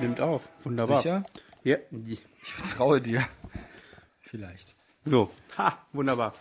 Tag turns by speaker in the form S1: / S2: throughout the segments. S1: Nimmt auf. Wunderbar.
S2: Sicher?
S1: Ja.
S2: Ich vertraue dir. Vielleicht.
S1: So. Ha, wunderbar.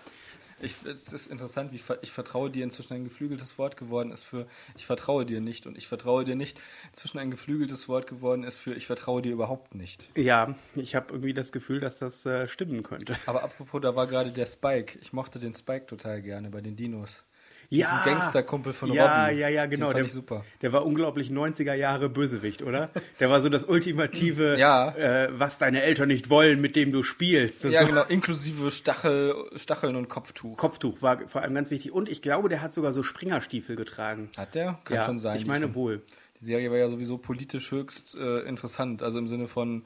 S2: Ich, es ist interessant, wie ver- ich vertraue dir inzwischen ein geflügeltes Wort geworden ist für ich vertraue dir nicht und ich vertraue dir nicht inzwischen ein geflügeltes Wort geworden ist für ich vertraue dir überhaupt nicht.
S1: Ja, ich habe irgendwie das Gefühl, dass das äh, stimmen könnte.
S2: Aber apropos, da war gerade der Spike. Ich mochte den Spike total gerne bei den Dinos.
S1: Ja.
S2: Diesen Gangsterkumpel von
S1: ja,
S2: Robin.
S1: Ja, ja, genau.
S2: Den fand
S1: der,
S2: ich super.
S1: der war unglaublich 90er Jahre Bösewicht, oder? Der war so das ultimative,
S2: Ja.
S1: äh, was deine Eltern nicht wollen, mit dem du spielst. Und
S2: Ja,
S1: so.
S2: genau, inklusive Stachel, Stacheln und Kopftuch.
S1: Kopftuch war vor allem ganz wichtig. Und ich glaube, der hat sogar so Springerstiefel getragen.
S2: Hat der? Kann
S1: ja,
S2: schon sein.
S1: Ich meine wohl.
S2: Die Serie war ja sowieso politisch höchst äh, interessant. Also im Sinne von,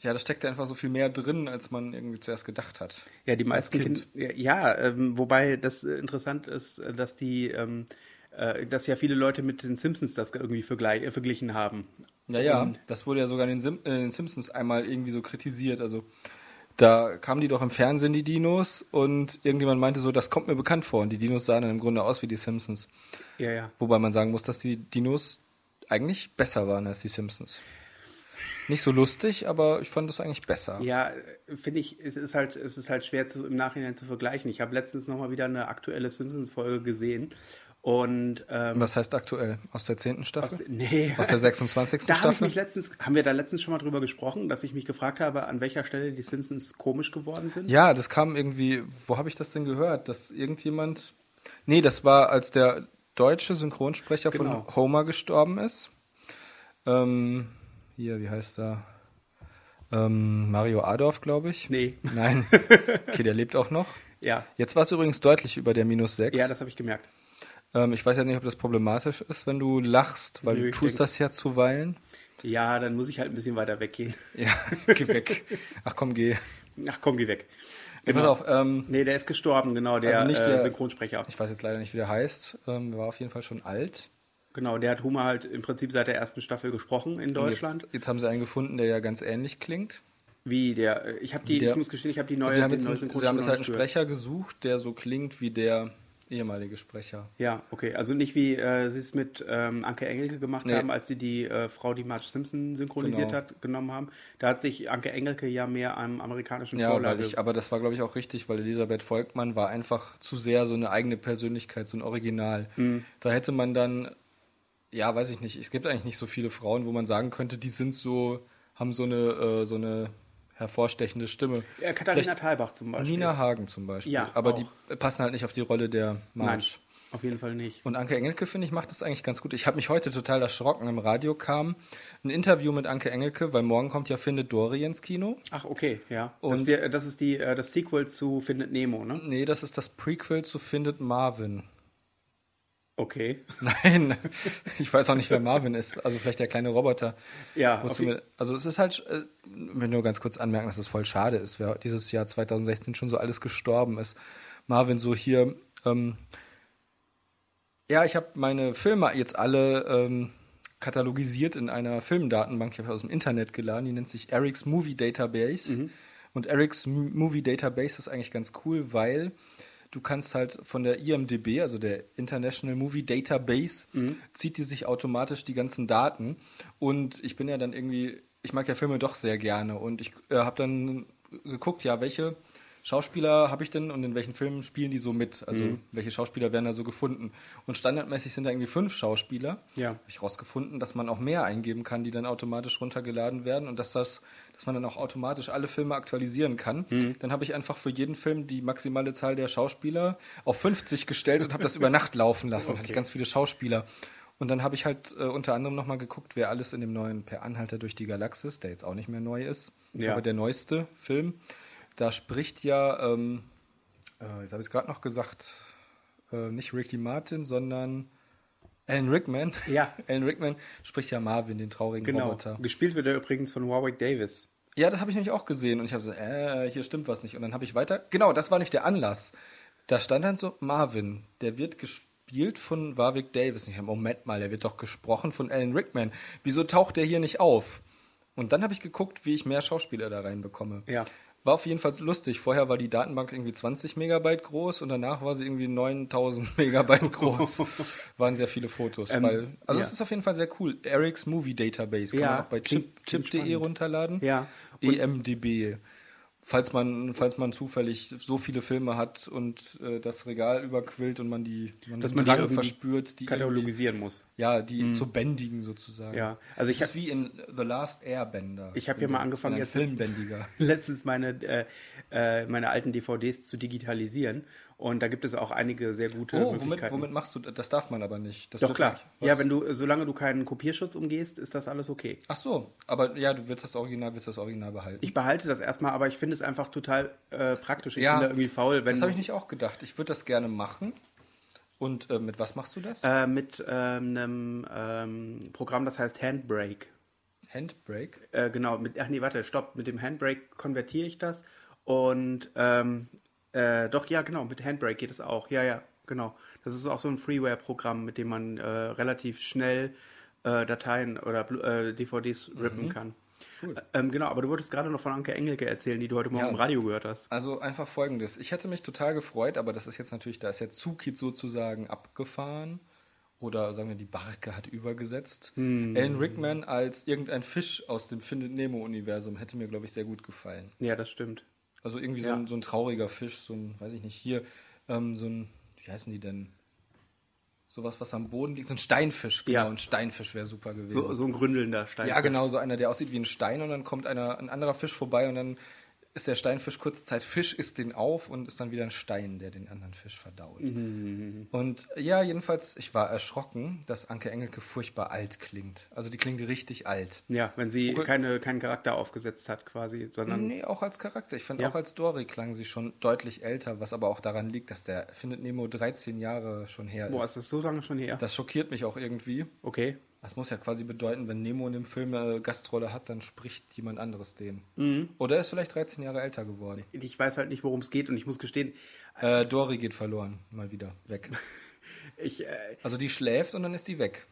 S2: ja, da steckt einfach so viel mehr drin, als man irgendwie zuerst gedacht hat.
S1: Ja, die meisten
S2: Kind.
S1: Kinder. Ja, ähm, wobei das äh, interessant ist, äh, dass die, ähm, äh, dass ja viele Leute mit den Simpsons das irgendwie vergleich, äh, verglichen haben.
S2: Ja, ja, das wurde ja sogar in den, Sim äh, in den Simpsons einmal irgendwie so kritisiert. Also da kamen die doch im Fernsehen, die Dinos, und irgendjemand meinte so, das kommt mir bekannt vor. Und die Dinos sahen dann im Grunde aus wie die Simpsons.
S1: Ja, ja.
S2: Wobei man sagen muss, dass die Dinos eigentlich besser waren als die Simpsons. Nicht so lustig, aber ich fand das eigentlich besser.
S1: Ja, äh, finde ich, es ist halt, es ist halt schwer zu, im Nachhinein zu vergleichen. Ich habe letztens nochmal wieder eine aktuelle Simpsons-Folge gesehen und ähm,
S2: Was heißt aktuell? Aus der 10. Staffel?
S1: aus, nee.
S2: Aus der 26.
S1: Da habe ich
S2: Staffel?
S1: mich letztens, haben wir da letztens schon mal drüber gesprochen, dass ich mich gefragt habe, an welcher Stelle die Simpsons komisch geworden sind?
S2: Ja, das kam irgendwie, wo habe ich das denn gehört? Dass irgendjemand. Nee, das war, als der deutsche Synchronsprecher
S1: Genau.
S2: von Homer gestorben ist. Ähm, hier, wie heißt er? Ähm, Mario Adorf, glaube ich.
S1: Nee.
S2: Nein. Okay, der lebt auch noch.
S1: Ja.
S2: Jetzt war es übrigens deutlich über der minus 6.
S1: Ja, das habe ich gemerkt.
S2: ähm, ich weiß ja nicht, ob das problematisch ist, wenn du lachst, weil
S1: Nö,
S2: du
S1: ich
S2: tust
S1: denk-
S2: das ja zuweilen.
S1: Ja, dann muss ich halt ein bisschen weiter weggehen.
S2: Ja, geh weg. Ach komm, geh.
S1: Ach komm, geh weg.
S2: Ja,
S1: Genau.
S2: pass auf, ähm,
S1: Nee, der ist gestorben, genau, der,
S2: Also nicht
S1: äh,
S2: der-
S1: Synchronsprecher.
S2: Ich weiß jetzt leider nicht, wie der heißt. Ähm, war auf jeden Fall schon alt.
S1: Genau, der hat Homer halt im Prinzip seit der ersten Staffel gesprochen in
S2: Und
S1: Deutschland.
S2: Jetzt, jetzt haben sie einen gefunden, der ja ganz ähnlich klingt.
S1: Wie der, äh, ich habe die,
S2: der- Also
S1: ich muss gestehen, ich habe die neue,
S2: sie haben
S1: den
S2: jetzt,
S1: neuen
S2: einen, sie
S1: Synchronsprecher
S2: haben jetzt halt einen
S1: noch nicht
S2: Sprecher gesucht, der so klingt wie der ehemalige Sprecher.
S1: gehört. Ja, okay, also nicht wie äh, sie es mit ähm, Anke Engelke gemacht
S2: Nee.
S1: haben, als sie die äh, Frau, die Marge Simpson synchronisiert
S2: Genau.
S1: hat, genommen haben. Da hat sich Anke Engelke ja mehr am amerikanischen
S2: Ja, weil
S1: Vorlage.
S2: ich, aber das war, glaube ich, auch richtig, weil Elisabeth Volkmann war einfach zu sehr so eine eigene Persönlichkeit, so ein Original.
S1: Mhm.
S2: Da hätte man dann, ja, weiß ich nicht, es gibt eigentlich nicht so viele Frauen, wo man sagen könnte, die sind so, haben so eine, äh, so eine hervorstechende Stimme.
S1: äh, Katharina
S2: Vielleicht-
S1: Thalbach zum Beispiel.
S2: Nina Hagen zum Beispiel.
S1: Ja,
S2: aber
S1: auch.
S2: die passen halt nicht auf die Rolle der
S1: Nein,
S2: Marge.
S1: auf jeden Fall nicht.
S2: Und Anke Engelke, finde ich, macht das eigentlich ganz gut. Ich habe mich heute total erschrocken. Im Radio kam ein Interview mit Anke Engelke, weil morgen kommt ja Findet Dory ins Kino.
S1: Ach, okay, ja.
S2: Und-
S1: das, ist der, das ist die, äh, das Sequel zu Findet Nemo, ne?
S2: Nee, das ist das Prequel zu Findet Marvin.
S1: Okay.
S2: Nein, ich weiß auch nicht, wer Marvin ist. Also vielleicht der kleine Roboter.
S1: Ja,
S2: Wozu
S1: auf-
S2: mir, also es ist halt, äh, ich will nur ganz kurz anmerken, dass es voll schade ist, wer dieses Jahr 2016 schon so alles gestorben ist. Marvin, so hier, ähm, ja, ich habe meine Filme jetzt alle ähm, katalogisiert in einer Filmdatenbank, die habe ich aus dem Internet geladen, die nennt sich Eric's Movie Database. Und Eric's M- Movie Database ist eigentlich ganz cool, weil du kannst halt von der IMDB, also der International Movie Database, zieht die sich automatisch die ganzen Daten. Und ich bin ja dann irgendwie, ich mag ja Filme doch sehr gerne und ich äh, habe dann geguckt, ja, welche Schauspieler habe ich denn und in welchen Filmen spielen die so mit? Also
S1: Mhm.
S2: welche Schauspieler werden da so gefunden? Und standardmäßig sind da irgendwie fünf Schauspieler.
S1: Ja.
S2: Habe ich rausgefunden, dass man auch mehr eingeben kann, die dann automatisch runtergeladen werden und dass das, dass man dann auch automatisch alle Filme aktualisieren kann.
S1: Mhm.
S2: Dann habe ich einfach für jeden Film die maximale Zahl der Schauspieler auf 50 gestellt und habe das über Nacht laufen lassen. Dann hatte
S1: Okay.
S2: ich ganz viele Schauspieler. Und dann habe ich halt äh, unter anderem nochmal geguckt, wer alles in dem neuen Per Anhalter durch die Galaxis, der jetzt auch nicht mehr neu ist,
S1: Ja.
S2: aber der neueste Film, da spricht ja, ähm, äh, jetzt habe ich es gerade noch gesagt, äh, nicht Ricky Martin, sondern Alan Rickman.
S1: Ja.
S2: Alan Rickman spricht ja Marvin, den traurigen
S1: Genau.
S2: Roboter.
S1: Gespielt wird er übrigens von Warwick Davis.
S2: Ja, das habe ich nämlich auch gesehen und ich habe so, äh, hier stimmt was nicht. Und dann habe ich weiter, genau, das war nicht der Anlass. Da stand dann so Marvin, der wird gespielt von Warwick Davis. Und Ich hab, Moment mal, der wird doch gesprochen von Alan Rickman. Wieso taucht der hier nicht auf? Und dann habe ich geguckt, wie ich mehr Schauspieler da reinbekomme.
S1: Ja.
S2: War auf jeden Fall lustig. Vorher war die Datenbank irgendwie 20 Megabyte groß und danach war sie irgendwie 9000 Megabyte groß. Waren sehr viele Fotos.
S1: Ähm,
S2: weil, also
S1: ja.
S2: es ist auf jeden Fall sehr cool. Eric's Movie Database kann
S1: Ja,
S2: man auch bei
S1: klingt-
S2: chip-
S1: klingt
S2: chip.de
S1: spannend.
S2: runterladen. E
S1: Ja. Und-
S2: EMDB. Falls man, falls man zufällig so viele Filme hat und äh, das Regal überquillt und man die man
S1: Dass
S2: den
S1: man die
S2: Drang
S1: irgendwie
S2: verspürt, die irgendwie-
S1: katalogisieren muss.
S2: ja, die zu bändigen sozusagen.
S1: Ja, also ich
S2: das
S1: hab-
S2: ist wie in The Last Airbender.
S1: Ich habe hier
S2: Bin
S1: mal
S2: ein-
S1: angefangen,
S2: bin ein
S1: jetzt
S2: Filmbändiger.
S1: letztens meine, äh, äh, meine alten DVDs zu digitalisieren. Und da gibt es auch einige sehr gute
S2: Oh, womit,
S1: Möglichkeiten.
S2: womit machst du das? Das darf man aber nicht. Das
S1: Doch
S2: dürfen
S1: klar.
S2: nicht. Was?
S1: Ja, wenn du, solange du keinen Kopierschutz umgehst, ist das alles okay.
S2: Ach so, aber ja, du willst das Original, willst das Original behalten.
S1: Ich behalte das erstmal, aber ich finde es einfach total äh, praktisch. Ich
S2: Ja,
S1: bin da irgendwie faul, wenn
S2: das habe ich nicht auch gedacht. Ich würde das gerne machen. Und äh, mit was machst du das?
S1: Äh, mit ähm, einem ähm, Programm, das heißt Handbrake.
S2: Handbrake.
S1: Äh, genau, mit, ach nee, warte, stopp, mit dem Handbrake konvertiere ich das und ähm, äh, doch, ja, genau, mit Handbrake geht es auch. Ja, ja, genau. Das ist auch so ein Freeware-Programm, mit dem man äh, relativ schnell äh, Dateien oder Blu- äh, DVDs rippen
S2: Mhm.
S1: kann. Äh, Ähm, genau, aber du wolltest gerade noch von Anke Engelke erzählen, die du heute Morgen
S2: Ja.
S1: im Radio gehört hast.
S2: Also einfach folgendes. Ich hätte mich total gefreut, aber das ist jetzt natürlich, da ist der Zugkit sozusagen abgefahren. Oder sagen wir, die Barke hat übergesetzt.
S1: Hm.
S2: Alan Rickman als irgendein Fisch aus dem Findet Nemo-Universum hätte mir, glaube ich, sehr gut gefallen.
S1: Ja, das stimmt.
S2: Also irgendwie so,
S1: Ja.
S2: ein, so ein trauriger Fisch, so ein, weiß ich nicht, hier, ähm, so ein, wie heißen die denn? Sowas, was am Boden liegt, so ein Steinfisch, genau,
S1: Ja.
S2: ein Steinfisch wäre super gewesen.
S1: So, so ein gründelnder Stein.
S2: Ja, genau, so einer, der aussieht wie ein Stein und dann kommt einer, ein anderer Fisch vorbei und dann ist der Steinfisch kurze Zeit Fisch, isst den auf und ist dann wieder ein Stein, der den anderen Fisch verdaut.
S1: Mhm,
S2: Und ja, jedenfalls, ich war erschrocken, dass Anke Engelke furchtbar alt klingt. Also die klingt richtig alt.
S1: Ja, wenn sie
S2: Okay.
S1: keine, keinen Charakter aufgesetzt hat quasi, sondern
S2: Nee, auch als Charakter. Ich fand
S1: Mhm. Ja.
S2: auch als Dory klang sie schon deutlich älter, was aber auch daran liegt, dass der Findet Nemo 13 Jahre schon her
S1: boah,
S2: ist.
S1: ist das so lange schon her?
S2: Das schockiert mich auch irgendwie.
S1: okay.
S2: Das muss ja quasi bedeuten, wenn Nemo in dem Film eine Gastrolle hat, dann spricht jemand anderes den. Oder er ist vielleicht 13 Jahre älter geworden.
S1: Ich weiß halt nicht, worum es geht und ich muss gestehen,
S2: Äh, Dory geht verloren, mal wieder weg.
S1: ich äh,
S2: Also die schläft und dann ist die weg.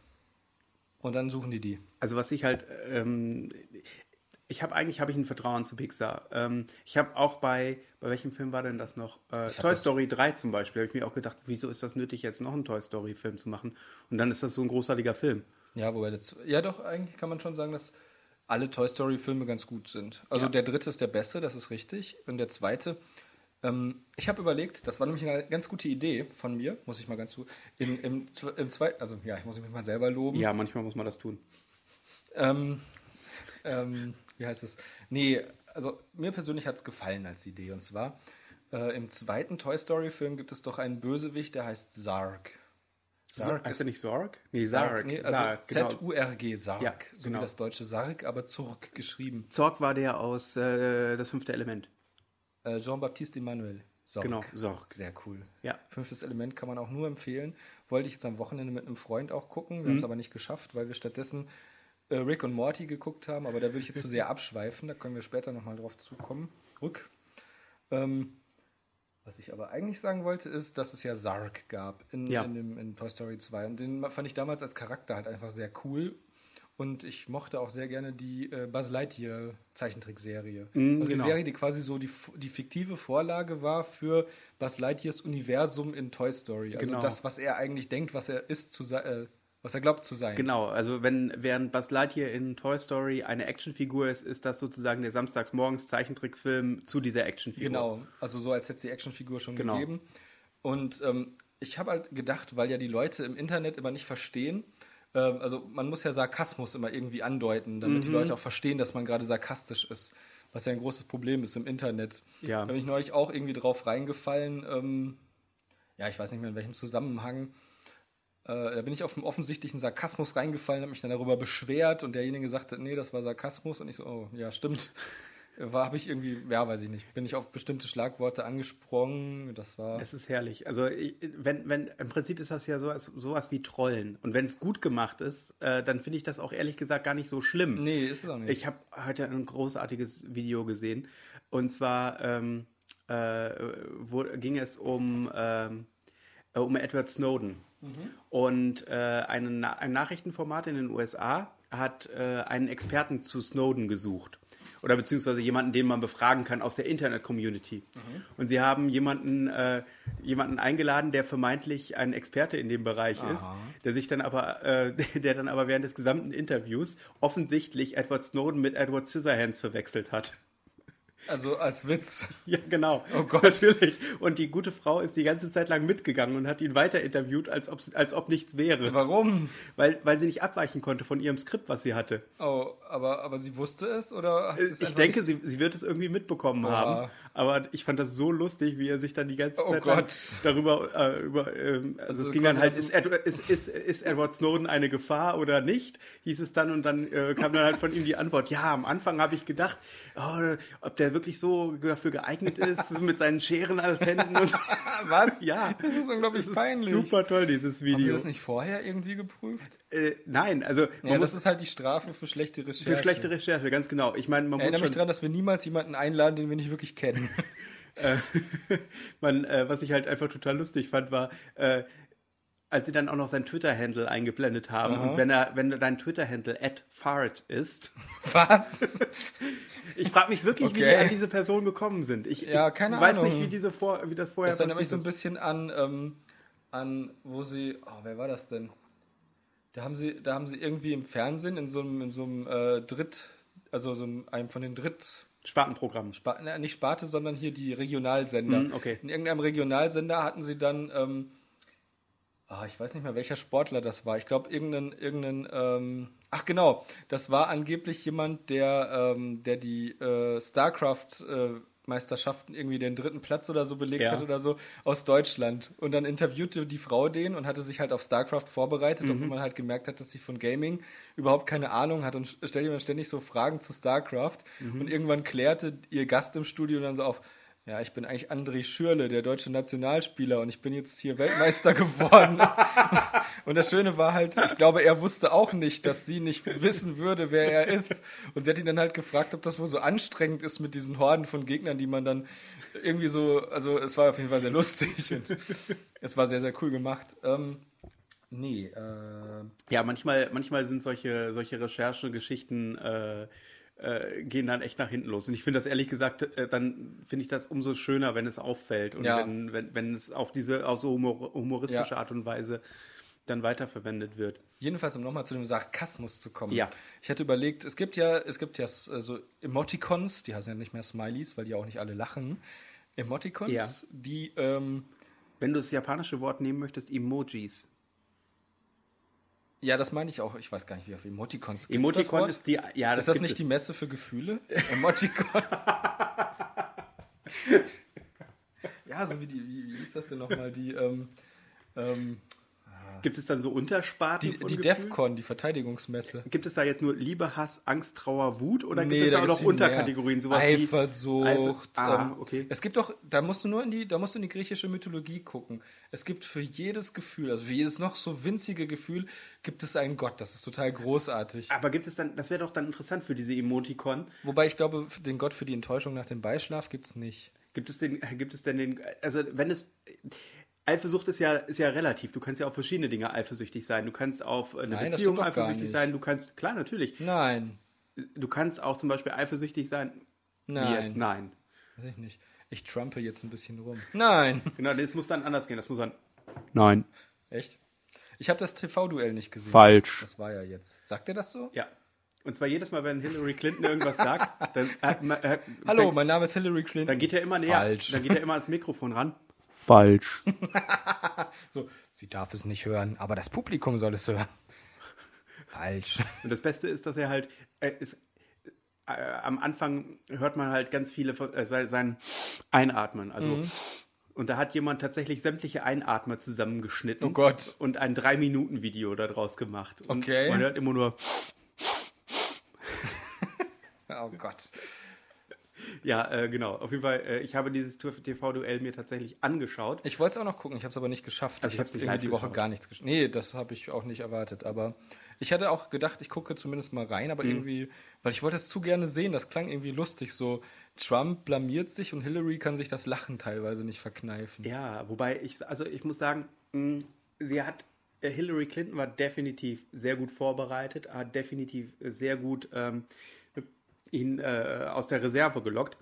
S2: Und dann suchen die die.
S1: Also was ich halt, ähm, ich habe eigentlich habe ich ein Vertrauen zu Pixar. Ähm, ich habe auch bei, bei welchem Film war denn das noch? Äh, Toy
S2: das-
S1: Story 3 zum Beispiel, habe ich mir auch gedacht, wieso ist das nötig, jetzt noch einen Toy Story Film zu machen? Und dann ist das so ein großartiger Film.
S2: Ja, wobei das, ja doch, eigentlich kann man schon sagen, dass alle Toy Story Filme ganz gut sind. Also der dritte ist der beste, das ist richtig. Und der zweite, ähm, ich habe überlegt, das war nämlich eine ganz gute Idee von mir, muss ich mal ganz zu, im, im, im zweiten, also ja, ich muss mich mal selber loben.
S1: Ja, manchmal muss man das tun.
S2: Ähm, ähm, wie heißt es? Nee, also mir persönlich hat es gefallen als Idee. Und zwar, äh, im zweiten Toy Story-Film gibt es doch einen Bösewicht, der heißt Sarg.
S1: Sark heißt er nicht Zorg? Nee, Sarg.
S2: Nee, also
S1: Sarg, genau.
S2: Z-U-R-G, Sarg.
S1: Ja,
S2: So
S1: genau.
S2: wie das deutsche Sarg, aber zurück geschrieben.
S1: Zorg war der aus äh, Das fünfte Element.
S2: Äh, Jean-Baptiste Emmanuel. Sorg.
S1: Genau, Sorg.
S2: Sehr cool.
S1: Ja.
S2: Fünftes Element kann man auch nur empfehlen. Wollte ich jetzt am Wochenende mit einem Freund auch gucken.
S1: Mhm.
S2: Wir haben es aber nicht geschafft, weil wir stattdessen äh, Rick und Morty geguckt haben. Aber da will ich jetzt zu sehr abschweifen. Da können wir später nochmal drauf zukommen. Rück. Ähm, was ich aber eigentlich sagen wollte, ist, dass es ja Sark gab in,
S1: Ja.
S2: in, dem, in Toy Story 2. Und den fand ich damals als Charakter halt einfach sehr cool. Und ich mochte auch sehr gerne die äh, Buzz Lightyear Zeichentrickserie.
S1: Mhm,
S2: also
S1: genau.
S2: die Serie, die quasi so die, die fiktive Vorlage war für Buzz Lightyears Universum in Toy Story. Also
S1: Genau.
S2: das, was er eigentlich denkt, was er ist, zu se- äh, was er glaubt zu sein.
S1: Genau, also wenn während Buzz Lightyear in Toy Story eine Actionfigur ist, ist das sozusagen der samstagsmorgens Zeichentrickfilm zu dieser Actionfigur.
S2: Genau, also so als hätte es die Actionfigur schon
S1: Genau.
S2: gegeben. Und ähm, ich habe halt gedacht, weil ja die Leute im Internet immer nicht verstehen, ähm, also man muss ja Sarkasmus immer irgendwie andeuten, damit
S1: Mhm.
S2: die Leute auch verstehen, dass man gerade sarkastisch ist, was ja ein großes Problem ist im Internet.
S1: Ja.
S2: Da bin ich neulich auch irgendwie drauf reingefallen, ähm, ja, ich weiß nicht mehr in welchem Zusammenhang. Äh, da bin ich auf einen offensichtlichen Sarkasmus reingefallen, habe mich dann darüber beschwert und derjenige sagte, nee, das war Sarkasmus und ich so, oh, ja, stimmt. War, habe ich irgendwie, ja, weiß ich nicht, bin ich auf bestimmte Schlagworte angesprungen, das war,
S1: Das ist herrlich. Also ich, wenn, wenn, im Prinzip ist das ja sowas, sowas wie Trollen. Und wenn es gut gemacht ist, äh, dann finde ich das auch ehrlich gesagt gar nicht so schlimm.
S2: nee, ist es auch nicht.
S1: Ich habe heute ein großartiges Video gesehen. Und zwar ähm, äh, wo, ging es um, ähm, äh, um Edward Snowden. Und äh, eine, Na- ein Nachrichtenformat in den USA hat äh, einen Experten zu Snowden gesucht. Oder beziehungsweise jemanden, den man befragen kann aus der Internet-Community. Und sie haben jemanden, äh, jemanden eingeladen, der vermeintlich ein Experte in dem Bereich ist, der sich dann aber, äh, der dann aber während des gesamten Interviews offensichtlich Edward Snowden mit Edward Scissorhands verwechselt hat.
S2: Also als Witz.
S1: Ja, genau.
S2: Oh Gott.
S1: Natürlich. Und die gute Frau ist die ganze Zeit lang mitgegangen und hat ihn weiter interviewt, als, ob's- als ob nichts wäre.
S2: Warum?
S1: Weil, weil sie nicht abweichen konnte von ihrem Skript, was sie hatte.
S2: Oh, aber, aber sie wusste es oder hat sie es
S1: Ich
S2: einfach
S1: denke, sie, sie wird es irgendwie mitbekommen
S2: Boah.
S1: haben. Aber ich fand das so lustig, wie er sich dann die ganze
S2: Oh
S1: Zeit lang
S2: Gott.
S1: darüber äh, über ähm, also, es
S2: Also
S1: ging dann
S2: quasi
S1: halt ist, Edward, ist, ist, ist Edward Snowden eine Gefahr oder nicht? Hieß es dann und dann äh, kam dann halt von ihm die Antwort. Ja, am Anfang habe ich gedacht, oh, ob der wirklich so dafür geeignet ist mit seinen Scheren als Händen. Und so.
S2: Ah, Was?
S1: Ja,
S2: Das ist unglaublich
S1: Das ist
S2: peinlich.
S1: Super toll dieses
S2: Haben die
S1: Video.
S2: das nicht vorher irgendwie geprüft?
S1: Äh, nein, also man
S2: ja,
S1: muss
S2: das ist halt die Strafe für schlechte Recherche.
S1: Für schlechte Recherche, ganz genau. Ich meine, man
S2: Ich erinnere
S1: muss
S2: mich
S1: schon,
S2: daran, dass wir niemals jemanden einladen, den wir nicht wirklich kennen.
S1: man, äh, was ich halt einfach total lustig fand, war, äh, als sie dann auch noch seinen Twitter-Handle eingeblendet haben. Und wenn er, wenn dein Twitter-Handle at fart ist,
S2: Was?
S1: ich frage mich wirklich, wie
S2: Okay.
S1: die an diese Person gekommen sind. Ich,
S2: Ja,
S1: ich
S2: keine
S1: weiß
S2: Ahnung.
S1: nicht, wie, diese vor, wie das vorher
S2: Das erinnert mich so ein
S1: passiert ist.
S2: bisschen an, ähm, an wo sie, oh, wer war das denn? Da haben sie, da haben sie irgendwie im Fernsehen in so einem, in so einem äh, Dritt, also so einem, einem von den Dritt,
S1: Spartenprogramm.
S2: Spa- na, nicht Sparte, sondern hier die Regionalsender.
S1: Mhm, okay.
S2: In irgendeinem Regionalsender hatten sie dann, ähm, ah, ich weiß nicht mehr, welcher Sportler das war. Ich glaube, irgendeinen, irgendeinen, ähm, ach genau, das war angeblich jemand, der, ähm, der die äh, StarCraft äh, Meisterschaften irgendwie den dritten Platz oder so belegt
S1: Ja.
S2: hat oder so aus Deutschland. Und dann interviewte die Frau den und hatte sich halt auf StarCraft vorbereitet, obwohl man halt gemerkt hat, dass sie von Gaming überhaupt keine Ahnung hat und stellte mir ständig so Fragen zu StarCraft. Und irgendwann klärte ihr Gast im Studio dann so auf, ja, ich bin eigentlich André Schürle, der deutsche Nationalspieler und ich bin jetzt hier Weltmeister geworden. Und das Schöne war halt, ich glaube, er wusste auch nicht, dass sie nicht wissen würde, wer er ist. Und sie hat ihn dann halt gefragt, ob das wohl so anstrengend ist mit diesen Horden von Gegnern, die man dann irgendwie so, also es war auf jeden Fall sehr lustig und es war sehr, sehr cool gemacht. Ähm, nee, äh,
S1: Ja, manchmal, manchmal sind solche, solche Recherchegeschichten äh, äh, gehen dann echt nach hinten los. Und ich finde das ehrlich gesagt, äh, dann finde ich das umso schöner, wenn es auffällt und
S2: Ja.
S1: wenn, wenn, wenn es auf diese auf so humor, humoristische
S2: Ja.
S1: Art und Weise dann weiterverwendet wird.
S2: Jedenfalls, um nochmal zu dem Sarkasmus zu kommen.
S1: Ja.
S2: Ich hatte überlegt, es gibt ja, es gibt ja äh, so Emoticons, die heißen ja nicht mehr Smileys, weil die auch nicht alle lachen. Emoticons,
S1: Ja.
S2: die, ähm,
S1: Wenn du das japanische Wort nehmen möchtest, Emojis.
S2: ja, das meine ich auch, ich weiß gar nicht, wie auf Emoticons gibt's das
S1: Emoticon
S2: Wort?
S1: ist die. Ja, das
S2: Ist das
S1: gibt
S2: nicht
S1: es.
S2: die Messe für Gefühle? Emoticon. ja, so wie die, wie, wie hieß das denn nochmal? Die, ähm, ähm,
S1: Gibt es dann so Untersparten?
S2: die,
S1: von
S2: die
S1: Gefühlen?
S2: DEFCON, die Verteidigungsmesse.
S1: Gibt es da jetzt nur Liebe, Hass, Angst, Trauer, Wut oder gibt es da
S2: da
S1: auch
S2: gibt's
S1: noch
S2: viel mehr.
S1: Unterkategorien? Sowas wie-
S2: Eifersucht.
S1: Eifer- ah,
S2: ähm,
S1: okay.
S2: Es gibt doch, da musst du nur in die, da musst du in die griechische Mythologie gucken. Es gibt für jedes Gefühl, also für jedes noch so winzige Gefühl, gibt es einen Gott. Das ist total großartig.
S1: Aber gibt es dann, das wäre doch dann interessant für diese Emoticon.
S2: Wobei ich glaube, den Gott für die Enttäuschung nach dem Beischlaf gibt es nicht.
S1: Gibt es den, gibt es denn den, also wenn es, Eifersucht ist ja, ist ja relativ. Du kannst ja auf verschiedene Dinge eifersüchtig sein. Du kannst auf eine
S2: Nein, das
S1: Beziehung
S2: stimmt doch gar
S1: eifersüchtig
S2: nicht.
S1: sein. Du kannst, klar, natürlich.
S2: Nein.
S1: Du kannst auch zum Beispiel eifersüchtig sein.
S2: Nein.
S1: Wie jetzt? Nein.
S2: Weiß ich nicht. Ich trumpe jetzt ein bisschen rum. Nein.
S1: Genau, das muss dann anders gehen. Das muss dann, nein.
S2: Echt? Ich habe das TV-Duell nicht gesehen.
S1: Falsch.
S2: Das war ja jetzt. Sagt er das so?
S1: Ja. Und zwar jedes Mal, wenn Hillary Clinton irgendwas sagt, dann, hat man- hat-
S2: Hallo,
S1: dann,
S2: mein Name ist Hillary Clinton.
S1: dann geht er immer näher,
S2: Falsch.
S1: dann geht er immer ans Mikrofon ran. Falsch.
S2: so, sie darf es nicht hören, aber das Publikum soll es hören. Falsch.
S1: Und das Beste ist, dass er halt, er ist, äh, am Anfang hört man halt ganz viele von, äh, sein, sein Einatmen. Also,
S2: Mhm.
S1: und da hat jemand tatsächlich sämtliche Einatmer zusammengeschnitten.
S2: Oh Gott.
S1: Und ein Drei-Minuten-Video daraus gemacht. Und
S2: Okay.
S1: Man hört immer nur,
S2: Oh Gott.
S1: ja, äh, genau. Auf jeden Fall, äh, ich habe dieses TV-Duell mir tatsächlich angeschaut.
S2: Ich wollte es auch noch gucken, ich habe es aber nicht geschafft.
S1: Also ich hab's
S2: hab
S1: nicht
S2: irgendwie
S1: live
S2: die Woche
S1: geschaut.
S2: gar nichts geschafft. Nee, das habe ich auch nicht erwartet, aber ich hatte auch gedacht, ich gucke zumindest mal rein, aber irgendwie, weil ich wollte es zu gerne sehen, das klang irgendwie lustig, so Trump blamiert sich und Hillary kann sich das Lachen teilweise nicht verkneifen.
S1: Ja, wobei ich, also ich muss sagen, mh, sie hat äh, Hillary Clinton war definitiv sehr gut vorbereitet, hat definitiv sehr gut ähm, ihn äh, aus der Reserve gelockt.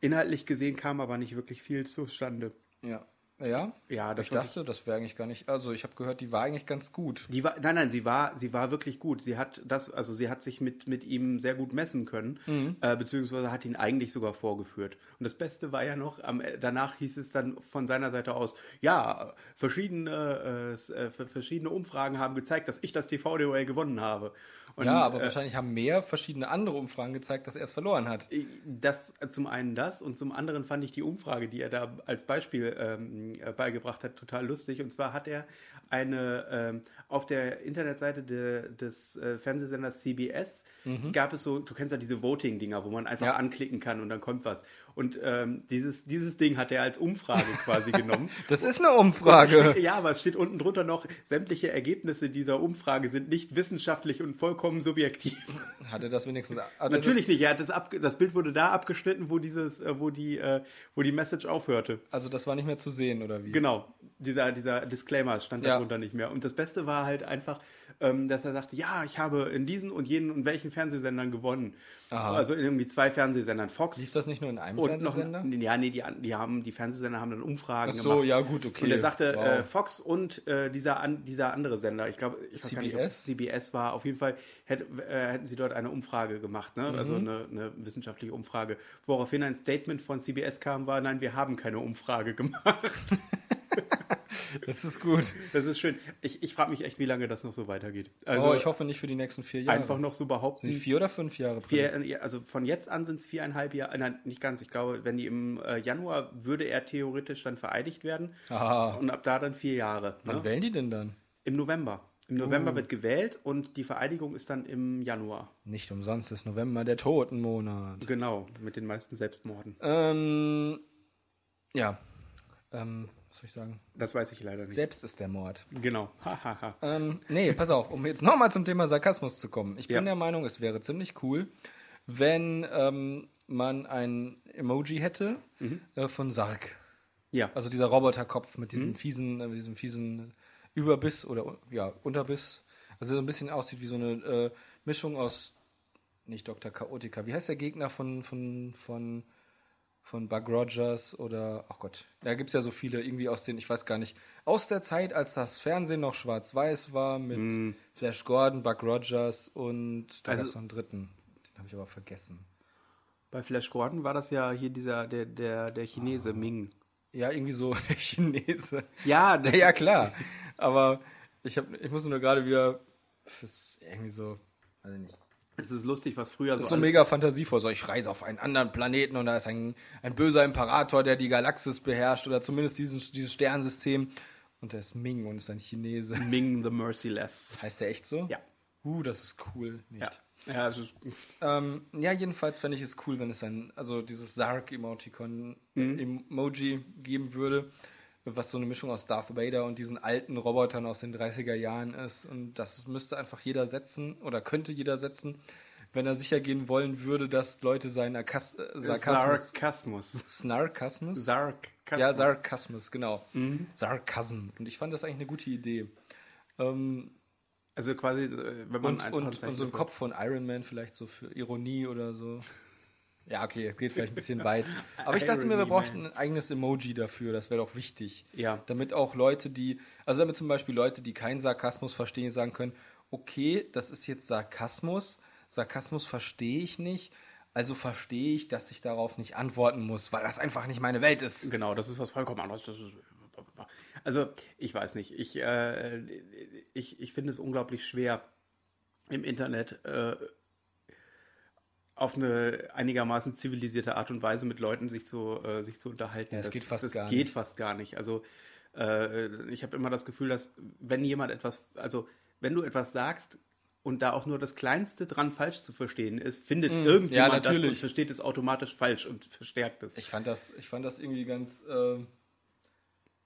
S1: Inhaltlich gesehen kam aber nicht wirklich viel zustande.
S2: Ja. Ja?
S1: Ja, das
S2: ich
S1: was ich-
S2: dachte, das wäre eigentlich gar nicht. Also, ich habe gehört, die war eigentlich ganz gut.
S1: Die war, nein, nein, sie war, sie war wirklich gut. Sie hat das, also sie hat sich mit, mit ihm sehr gut messen können,
S2: Mhm.
S1: äh, beziehungsweise hat ihn eigentlich sogar vorgeführt. Und das Beste war ja noch, am, äh, danach hieß es dann von seiner Seite aus, ja, verschiedene, äh, s- äh, ver- verschiedene Umfragen haben gezeigt, dass ich das TV-Duell gewonnen habe. Und,
S2: ja, aber
S1: äh,
S2: wahrscheinlich haben mehr verschiedene andere Umfragen gezeigt, dass er es verloren hat.
S1: das zum einen das und zum anderen fand ich die Umfrage, die er da als Beispiel ähm, äh, beigebracht hat, total lustig. Und zwar hat er eine ähm, auf der Internetseite de, des äh, Fernsehsenders CBS gab es so, du kennst ja diese Voting-Dinger, wo man einfach
S2: Mhm. Ja.
S1: anklicken kann und dann kommt was. Und ähm, dieses dieses Ding hat er als Umfrage quasi genommen.
S2: Das ist eine Umfrage.
S1: Ja, aber es steht unten drunter noch, sämtliche Ergebnisse dieser Umfrage sind nicht wissenschaftlich und vollkommen subjektiv.
S2: Hat er das wenigstens. hat er
S1: Natürlich nicht, ja, das, ab, das Bild wurde da abgeschnitten, wo dieses, äh, wo die, äh, wo die Message aufhörte.
S2: Das, also, das war nicht mehr zu sehen, oder wie?
S1: Genau, dieser, dieser Disclaimer stand
S2: Ja.
S1: darunter nicht mehr. Und das Beste war halt einfach, ähm, dass er sagte, ja, ich habe in diesen und jenen und welchen Fernsehsendern gewonnen.
S2: Aha.
S1: Also in irgendwie zwei Fernsehsendern, Fox
S2: Lief das nicht nur in einem
S1: und noch,
S2: Fernsehsender?
S1: ja, nee, die, an- die haben, die Fernsehsender haben dann Umfragen
S2: Ach so,
S1: gemacht.
S2: ja, gut, okay.
S1: Und er sagte,
S2: Wow.
S1: äh, Fox und äh, dieser, an, dieser andere Sender, ich glaube, ich weiß gar nicht, ob es
S2: CBS?
S1: CBS war, auf jeden Fall hätt, äh, hätten sie dort eine Umfrage gemacht, ne? also
S2: Mhm.
S1: eine, eine wissenschaftliche Umfrage, woraufhin ein Statement von CBS kam, war, nein, wir haben keine Umfrage gemacht. äh,
S2: Das ist gut.
S1: Das ist schön. Ich, ich frage mich echt, wie lange das noch so weitergeht. Also
S2: oh, ich hoffe nicht für die nächsten vier Jahre.
S1: einfach noch so behaupten.
S2: Sind vier oder fünf Jahre?
S1: Vier, ja, also von jetzt an sind es viereinhalb Jahre, nein, nicht ganz. Ich glaube, wenn die im äh, Januar würde er theoretisch dann vereidigt werden.
S2: Aha.
S1: Und ab da dann vier Jahre.
S2: Wann
S1: Ne?
S2: wählen die denn dann?
S1: Im November. Im November wird gewählt und die Vereidigung ist dann im Januar.
S2: Nicht umsonst ist November der Totenmonat.
S1: Genau, mit den meisten Selbstmorden.
S2: Ähm, ja. Ähm, was soll ich sagen?
S1: Das weiß ich leider nicht.
S2: Selbst ist der Mord.
S1: genau. Hahaha.
S2: Ähm, nee, pass auf, um jetzt nochmal zum Thema Sarkasmus zu kommen. Ich bin
S1: Ja.
S2: der Meinung, es wäre ziemlich cool, wenn ähm, man ein Emoji hätte äh, von Sarg.
S1: ja.
S2: Also dieser Roboterkopf mit diesem fiesen, äh, mit diesem fiesen Überbiss oder un- ja, Unterbiss. Also so ein bisschen aussieht wie so eine äh, Mischung aus nicht Dr. Chaotica. Wie heißt der Gegner von, von, von, von Bug Rogers oder ach Gott, da gibt es ja so viele irgendwie aus den, ich weiß gar nicht, aus der Zeit, als das Fernsehen noch schwarz-weiß war, mit Flash Gordon, Bug Rogers und da
S1: Also-
S2: also, gab es noch einen dritten. Den habe ich aber vergessen.
S1: Bei Flash Gordon war das ja hier dieser, der, der, der Chinese Ming.
S2: Ja, irgendwie so der Chinese.
S1: Ja, der,
S2: Ja, klar. Aber ich, hab, ich muss nur gerade wieder. Das ist irgendwie so. Weiß ich nicht.
S1: Es ist lustig, was früher
S2: Das ist
S1: so
S2: so
S1: alles-
S2: mega fantasievoll. So, ich reise auf einen anderen Planeten und da ist ein, ein böser Imperator, der die Galaxis beherrscht oder zumindest diesen, dieses Sternensystem. Und der ist Ming und ist ein Chinese.
S1: Ming the Merciless.
S2: Heißt der echt so?
S1: Mhm. Ja.
S2: Uh, das ist cool. Nicht.
S1: Ja. Ja, es ist,
S2: Ähm, ja, jedenfalls fände ich es cool, wenn es ein, also dieses Sarg-Emoticon Emoji geben würde, was so eine Mischung aus Darth Vader und diesen alten Robotern aus den 30er Jahren ist. Und das müsste einfach jeder setzen oder könnte jeder setzen, wenn er sicher gehen wollen würde, dass Leute seinen Arkas äh, Sarkasmus.
S1: Sarkasmus.
S2: Snarkasmus?
S1: Sarkasmus.
S2: Ja, Sarkasmus, genau. Sarkasm. Und ich fand das eigentlich eine gute Idee. Ähm,
S1: Also quasi, äh, wenn man
S2: und,
S1: einfach ein
S2: und,
S1: Zeichen
S2: und so ein
S1: dafür-
S2: Kopf von Iron Man vielleicht so für Ironie oder so. Ja, okay, geht vielleicht ein bisschen weit. Aber ich dachte mir, wir
S1: Irony
S2: brauchten ein eigenes Emoji dafür, das wäre doch wichtig.
S1: Ja.
S2: Damit auch Leute, die, also damit zum Beispiel Leute, die keinen Sarkasmus verstehen, sagen können, okay, das ist jetzt Sarkasmus, Sarkasmus verstehe ich nicht, also verstehe ich, dass ich darauf nicht antworten muss, weil das einfach nicht meine Welt ist.
S1: Genau, das ist was vollkommen anderes. Das ist, also, ich weiß nicht. Ich, äh, ich, ich finde es unglaublich schwer, im Internet äh, auf eine einigermaßen zivilisierte Art und Weise mit Leuten sich zu, äh, sich zu unterhalten.
S2: Ja, das geht fast
S1: das
S2: gar
S1: geht
S2: nicht.
S1: fast gar nicht. Also, äh, ich habe immer das Gefühl, dass wenn jemand etwas, also wenn du etwas sagst, und da auch nur das Kleinste dran falsch zu verstehen ist, findet irgendjemand das und
S2: Mm. natürlich.
S1: versteht es automatisch falsch und verstärkt es.
S2: Ich fand das, ich fand das irgendwie ganz, ähm,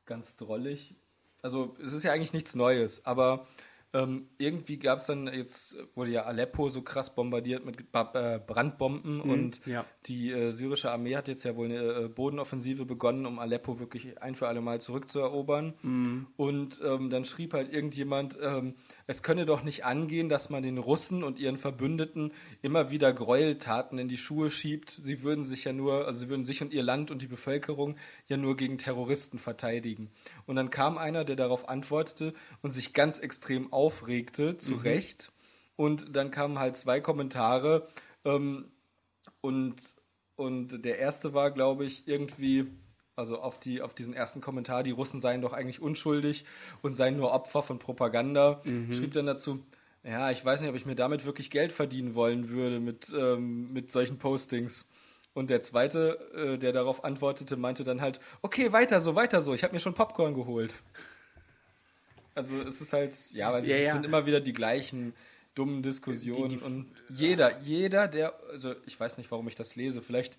S2: ganz drollig. Also es ist ja eigentlich nichts Neues, aber Ähm, irgendwie gab es dann, jetzt wurde ja Aleppo so krass bombardiert mit ba äh, Brandbomben und
S1: ja.
S2: die äh, syrische Armee hat jetzt ja wohl eine äh, Bodenoffensive begonnen, um Aleppo wirklich ein für alle Mal zurückzuerobern. Und ähm, dann schrieb halt irgendjemand, ähm, es könne doch nicht angehen, dass man den Russen und ihren Verbündeten immer wieder Gräueltaten in die Schuhe schiebt. Sie würden sich ja nur, also sie würden sich und ihr Land und die Bevölkerung ja nur gegen Terroristen verteidigen. Und dann kam einer, der darauf antwortete und sich ganz extrem aufregte, zu Recht. Und dann kamen halt zwei Kommentare. Ähm, und, und der erste war, glaube ich, irgendwie, also auf, die, auf diesen ersten Kommentar, die Russen seien doch eigentlich unschuldig und seien nur Opfer von Propaganda,
S1: Mhm.
S2: schrieb dann dazu, ja, ich weiß nicht, ob ich mir damit wirklich Geld verdienen wollen würde mit, ähm, mit solchen Postings. Und der zweite, äh, der darauf antwortete, meinte dann halt, okay, weiter so, weiter so, ich habe mir schon Popcorn geholt. Also es ist halt, ja, weil
S1: Ja,
S2: es
S1: ja.
S2: sind immer wieder die gleichen dummen Diskussionen
S1: Die- die-
S2: und jeder, jeder, der, also ich weiß nicht, warum ich das lese, vielleicht,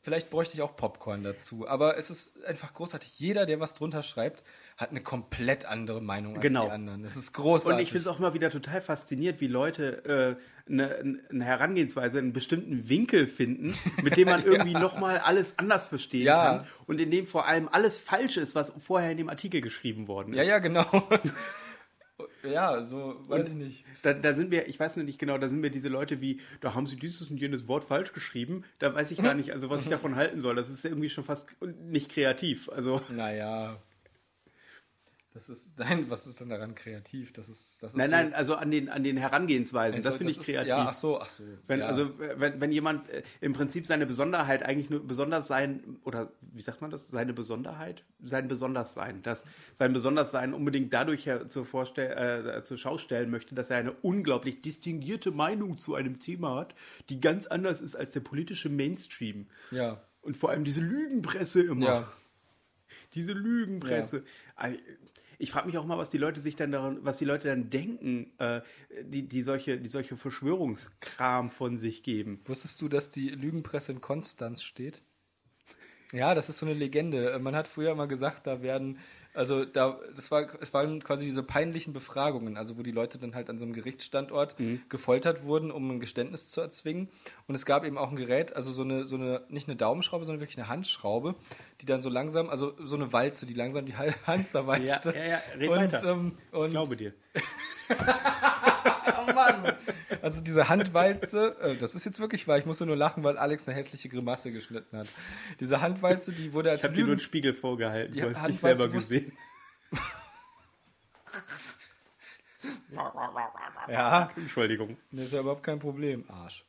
S2: vielleicht bräuchte ich auch Popcorn dazu, aber es ist einfach großartig. Jeder, der was drunter schreibt, hat eine komplett andere Meinung als
S1: Genau.
S2: die anderen. Es ist
S1: Und
S2: großartig.
S1: ich finde es auch mal wieder total faszinierend, wie Leute äh, eine eine Herangehensweise, einen bestimmten Winkel finden, mit dem man irgendwie nochmal alles anders verstehen
S2: Ja.
S1: kann und in dem vor allem alles falsch ist, was vorher in dem Artikel geschrieben worden ist.
S2: ja, ja, genau. ja, so, weiß ich nicht.
S1: Da, da sind wir, ich weiß noch nicht genau, da sind mir diese Leute wie, da haben sie dieses und jenes Wort falsch geschrieben, da weiß ich
S2: Mhm.
S1: gar nicht, also was ich davon halten soll. Das ist irgendwie schon fast nicht kreativ. Also
S2: Naja. Das ist, nein, was ist denn daran kreativ? Das ist, das ist
S1: nein,
S2: so,
S1: nein, also an den, an den Herangehensweisen, das finde ich
S2: ist-
S1: kreativ.
S2: Ja, ach so, ach so.
S1: Wenn,
S2: ja.
S1: Also wenn, wenn jemand äh, im Prinzip seine Besonderheit eigentlich nur besonders sein, oder wie sagt man das, seine Besonderheit, sein Besonderssein, dass sein Besonderssein unbedingt dadurch her- zur, Vorstell äh, zur Schau stellen möchte, dass er eine unglaublich distinguierte Meinung zu einem Thema hat, die ganz anders ist als der politische Mainstream.
S2: ja.
S1: Und vor allem diese Lügenpresse immer.
S2: Ja.
S1: Diese Lügenpresse. Ei, Ich frage mich auch mal, was die Leute sich dann daran, was die Leute dann denken, äh, die, die, solche, die solche Verschwörungskram von sich geben.
S2: Wusstest du, dass die Lügenpresse in Konstanz steht? Ja, das ist so eine Legende. Man hat früher mal gesagt, da werden, also da, das war, es waren quasi diese peinlichen Befragungen, also wo die Leute dann halt an so einem Gerichtsstandort
S1: Mhm.
S2: gefoltert wurden, um ein Geständnis zu erzwingen. Und es gab eben auch ein Gerät, also so eine, so eine, nicht eine Daumenschraube, sondern wirklich eine Handschraube, die dann so langsam, also so eine Walze, die langsam die Hal- Hansa-Walze.
S1: Ja, ja, ja, red
S2: und,
S1: weiter.
S2: Ähm, und,
S1: Ich glaube dir.
S2: Oh Mann. Also diese Handwalze, äh, das ist jetzt wirklich wahr, ich musste nur lachen, weil Alex eine hässliche Grimasse geschnitten hat. Diese Handwalze, die wurde als
S1: Ich habe dir nur einen
S2: Lügen...
S1: Spiegel vorgehalten.
S2: Ja,
S1: du hast dich
S2: Handballs
S1: selber
S2: wusste-
S1: gesehen.
S2: Ja,
S1: Entschuldigung.
S2: das ist ja überhaupt kein Problem, Arsch.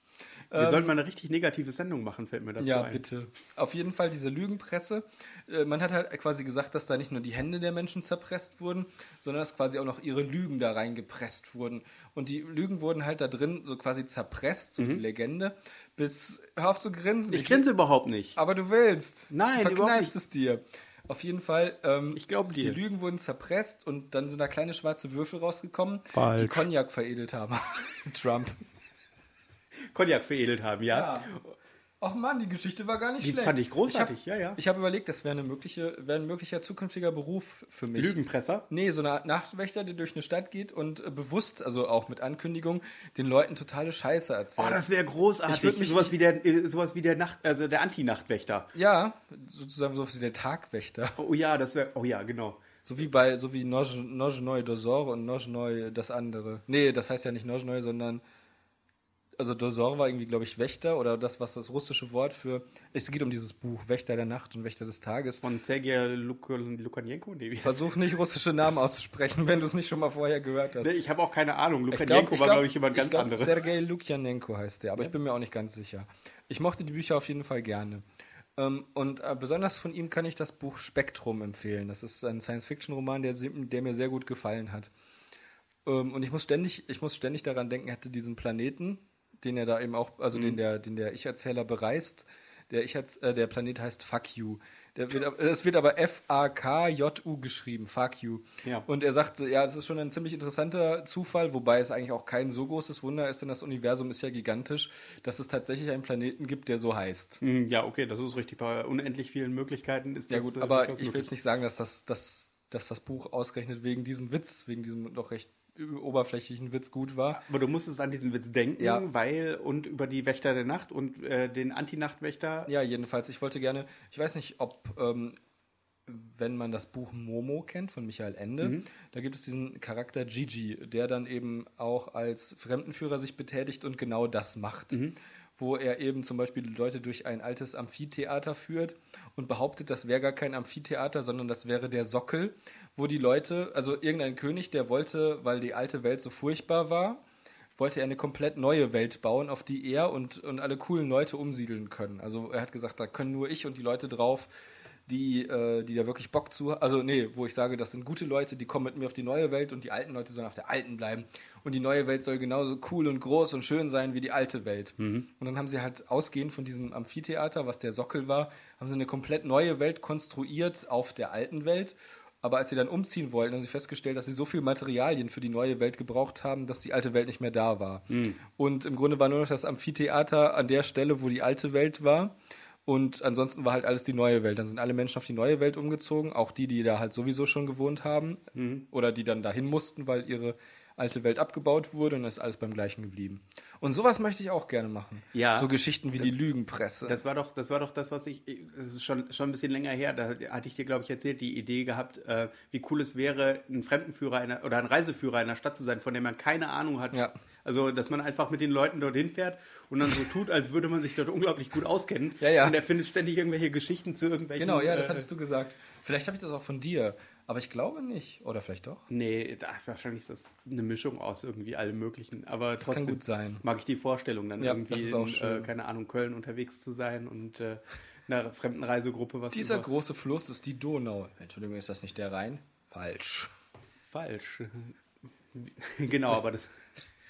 S1: Wir sollten mal eine richtig negative Sendung machen, fällt mir dazu
S2: Ähm. Ja,
S1: ein.
S2: bitte. Auf jeden Fall diese Lügenpresse. Äh, Man hat halt quasi gesagt, dass da nicht nur die Hände der Menschen zerpresst wurden, sondern dass quasi auch noch ihre Lügen da reingepresst wurden. Und die Lügen wurden halt da drin so quasi zerpresst, so die Legende, bis... Hör auf zu grinsen.
S1: Mhm. Ich grinse überhaupt nicht.
S2: Aber du willst.
S1: Nein,
S2: du
S1: überhaupt
S2: verkneifst es dir. Auf jeden Fall. Ähm,
S1: Ich glaub dir.
S2: Die Lügen wurden zerpresst und dann sind da kleine schwarze Würfel rausgekommen, die
S1: Falsch.
S2: Cognac veredelt haben. Trump.
S1: Cognac veredelt haben, ja.
S2: Ja. Och Mann, die Geschichte war gar nicht
S1: Die
S2: schlecht.
S1: fand ich großartig,
S2: ich
S1: ja, ja.
S2: Ich habe überlegt, das wäre eine mögliche, wäre ein möglicher zukünftiger Beruf für mich.
S1: Lügenpresser.
S2: Nee, so eine Art Nachtwächter, der durch eine Stadt geht und äh, bewusst, also auch mit Ankündigung, den Leuten totale Scheiße erzählt.
S1: Oh, das wäre großartig.
S2: Ich würd mich-
S1: sowas, wie der, äh, sowas wie der Nacht, also der Anti-Nachtwächter.
S2: ja, sozusagen so wie der Tagwächter.
S1: Oh ja, das wäre. Oh ja, genau.
S2: So wie bei, so wie Nojnoi Dosor und Nojnoi das andere. Nee, das heißt ja nicht Nojnoi, sondern. Also Dosor war irgendwie, glaube ich, Wächter oder das, was das russische Wort für. Es geht um dieses Buch Wächter der Nacht und Wächter des Tages.
S1: Von Sergei Luk Lukanenko? Nee, wie heißt
S2: Versuch nicht russische Namen auszusprechen, wenn du es nicht schon mal vorher gehört hast.
S1: Nee, ich habe auch keine Ahnung.
S2: Ich
S1: Lukanenko
S2: glaub- ich
S1: war,
S2: glaub-
S1: glaube ich, jemand
S2: ich
S1: ganz
S2: glaub,
S1: anderes.
S2: Sergei Lukjanenko heißt der, aber ich bin mir auch nicht ganz sicher. Ich mochte die Bücher auf jeden Fall gerne. Ähm, und äh, besonders von ihm kann ich das Buch Spektrum empfehlen. Das ist ein Science-Fiction-Roman, der, se- der mir sehr gut gefallen hat. Ähm, und ich muss ständig, ich muss ständig daran denken, er hatte diesen Planeten, den er da eben auch, also
S1: Mhm.
S2: den der, den der Ich-Erzähler bereist. Der, ich äh, der Planet heißt Fuck You. Der wird, ab- es wird aber F-A-K-J-U geschrieben, Fuck You.
S1: Ja.
S2: Und er sagt, so, ja, das ist schon ein ziemlich interessanter Zufall, wobei es eigentlich auch kein so großes Wunder ist, denn das Universum ist ja gigantisch, dass es tatsächlich einen Planeten gibt, der so heißt.
S1: Hm, Ja, okay, das ist richtig. Bei unendlich vielen Möglichkeiten ist
S2: Ja
S1: das.
S2: gut,
S1: äh,
S2: aber
S1: durchaus
S2: ich will
S1: möglich.
S2: jetzt nicht sagen, dass das, dass, dass das Buch ausgerechnet wegen diesem Witz, wegen diesem doch recht oberflächlichen Witz gut war.
S1: Aber du musstest an diesen Witz denken,
S2: Ja.
S1: weil und über die Wächter der Nacht und äh, den Anti-Nachtwächter.
S2: Ja, jedenfalls, ich wollte gerne, ich weiß nicht, ob, ähm, wenn man das Buch Momo kennt von Michael Ende, da gibt es diesen Charakter Gigi, der dann eben auch als Fremdenführer sich betätigt und genau das macht. Wo er eben zum Beispiel Leute durch ein altes Amphitheater führt und behauptet, das wäre gar kein Amphitheater, sondern das wäre der Sockel, wo die Leute, also irgendein König, der wollte, weil die alte Welt so furchtbar war, wollte er eine komplett neue Welt bauen, auf die er und, und alle coolen Leute umsiedeln können. Also er hat gesagt, da können nur ich und die Leute drauf, die, äh, die da wirklich Bock zu Also nee, wo ich sage, das sind gute Leute, die kommen mit mir auf die neue Welt und die alten Leute sollen auf der alten bleiben. Und die neue Welt soll genauso cool und groß und schön sein wie die alte Welt. Und dann haben sie halt ausgehend von diesem Amphitheater, was der Sockel war, haben sie eine komplett neue Welt konstruiert auf der alten Welt. Aber als sie dann umziehen wollten, haben sie festgestellt, dass sie so viel Materialien für die neue Welt gebraucht haben, dass die alte Welt nicht mehr da war.
S1: Hm.
S2: Und im Grunde war nur noch das Amphitheater an der Stelle, wo die alte Welt war. Und ansonsten war halt alles die neue Welt. Dann sind alle Menschen auf die neue Welt umgezogen, auch die, die da halt sowieso schon gewohnt haben
S1: Hm.
S2: oder die dann dahin mussten, weil ihre alte Welt abgebaut wurde und dann ist alles beim gleichen geblieben. Und sowas möchte ich auch gerne machen.
S1: Ja.
S2: So Geschichten wie die Lügenpresse.
S1: Das war doch, das war doch das, was ich. Es ist schon, schon ein bisschen länger her. Da hatte ich dir, glaube ich, erzählt, die Idee gehabt, äh, wie cool es wäre, ein Fremdenführer einer, oder ein Reiseführer einer Stadt zu sein, von der man keine Ahnung hat.
S2: Ja.
S1: Also, dass man einfach mit den Leuten dorthin fährt und dann so tut, als würde man sich dort unglaublich gut auskennen.
S2: Ja, ja.
S1: Und er findet ständig irgendwelche Geschichten zu irgendwelchen.
S2: genau, ja, das
S1: äh,
S2: hattest du gesagt. Vielleicht habe ich das auch von dir, aber ich glaube nicht. Oder vielleicht doch.
S1: Nee, da, wahrscheinlich ist das eine Mischung aus irgendwie allem Möglichen. Aber
S2: kann
S1: trotzdem
S2: gut sein.
S1: mag ich die Vorstellung, dann
S2: Ja,
S1: irgendwie,
S2: das ist auch
S1: in,
S2: schön.
S1: Äh, keine Ahnung, Köln unterwegs zu sein und äh, einer fremden Reisegruppe was
S2: Dieser
S1: über-
S2: große Fluss ist die Donau. Entschuldigung, ist das nicht der Rhein? Falsch.
S1: falsch. genau, aber das.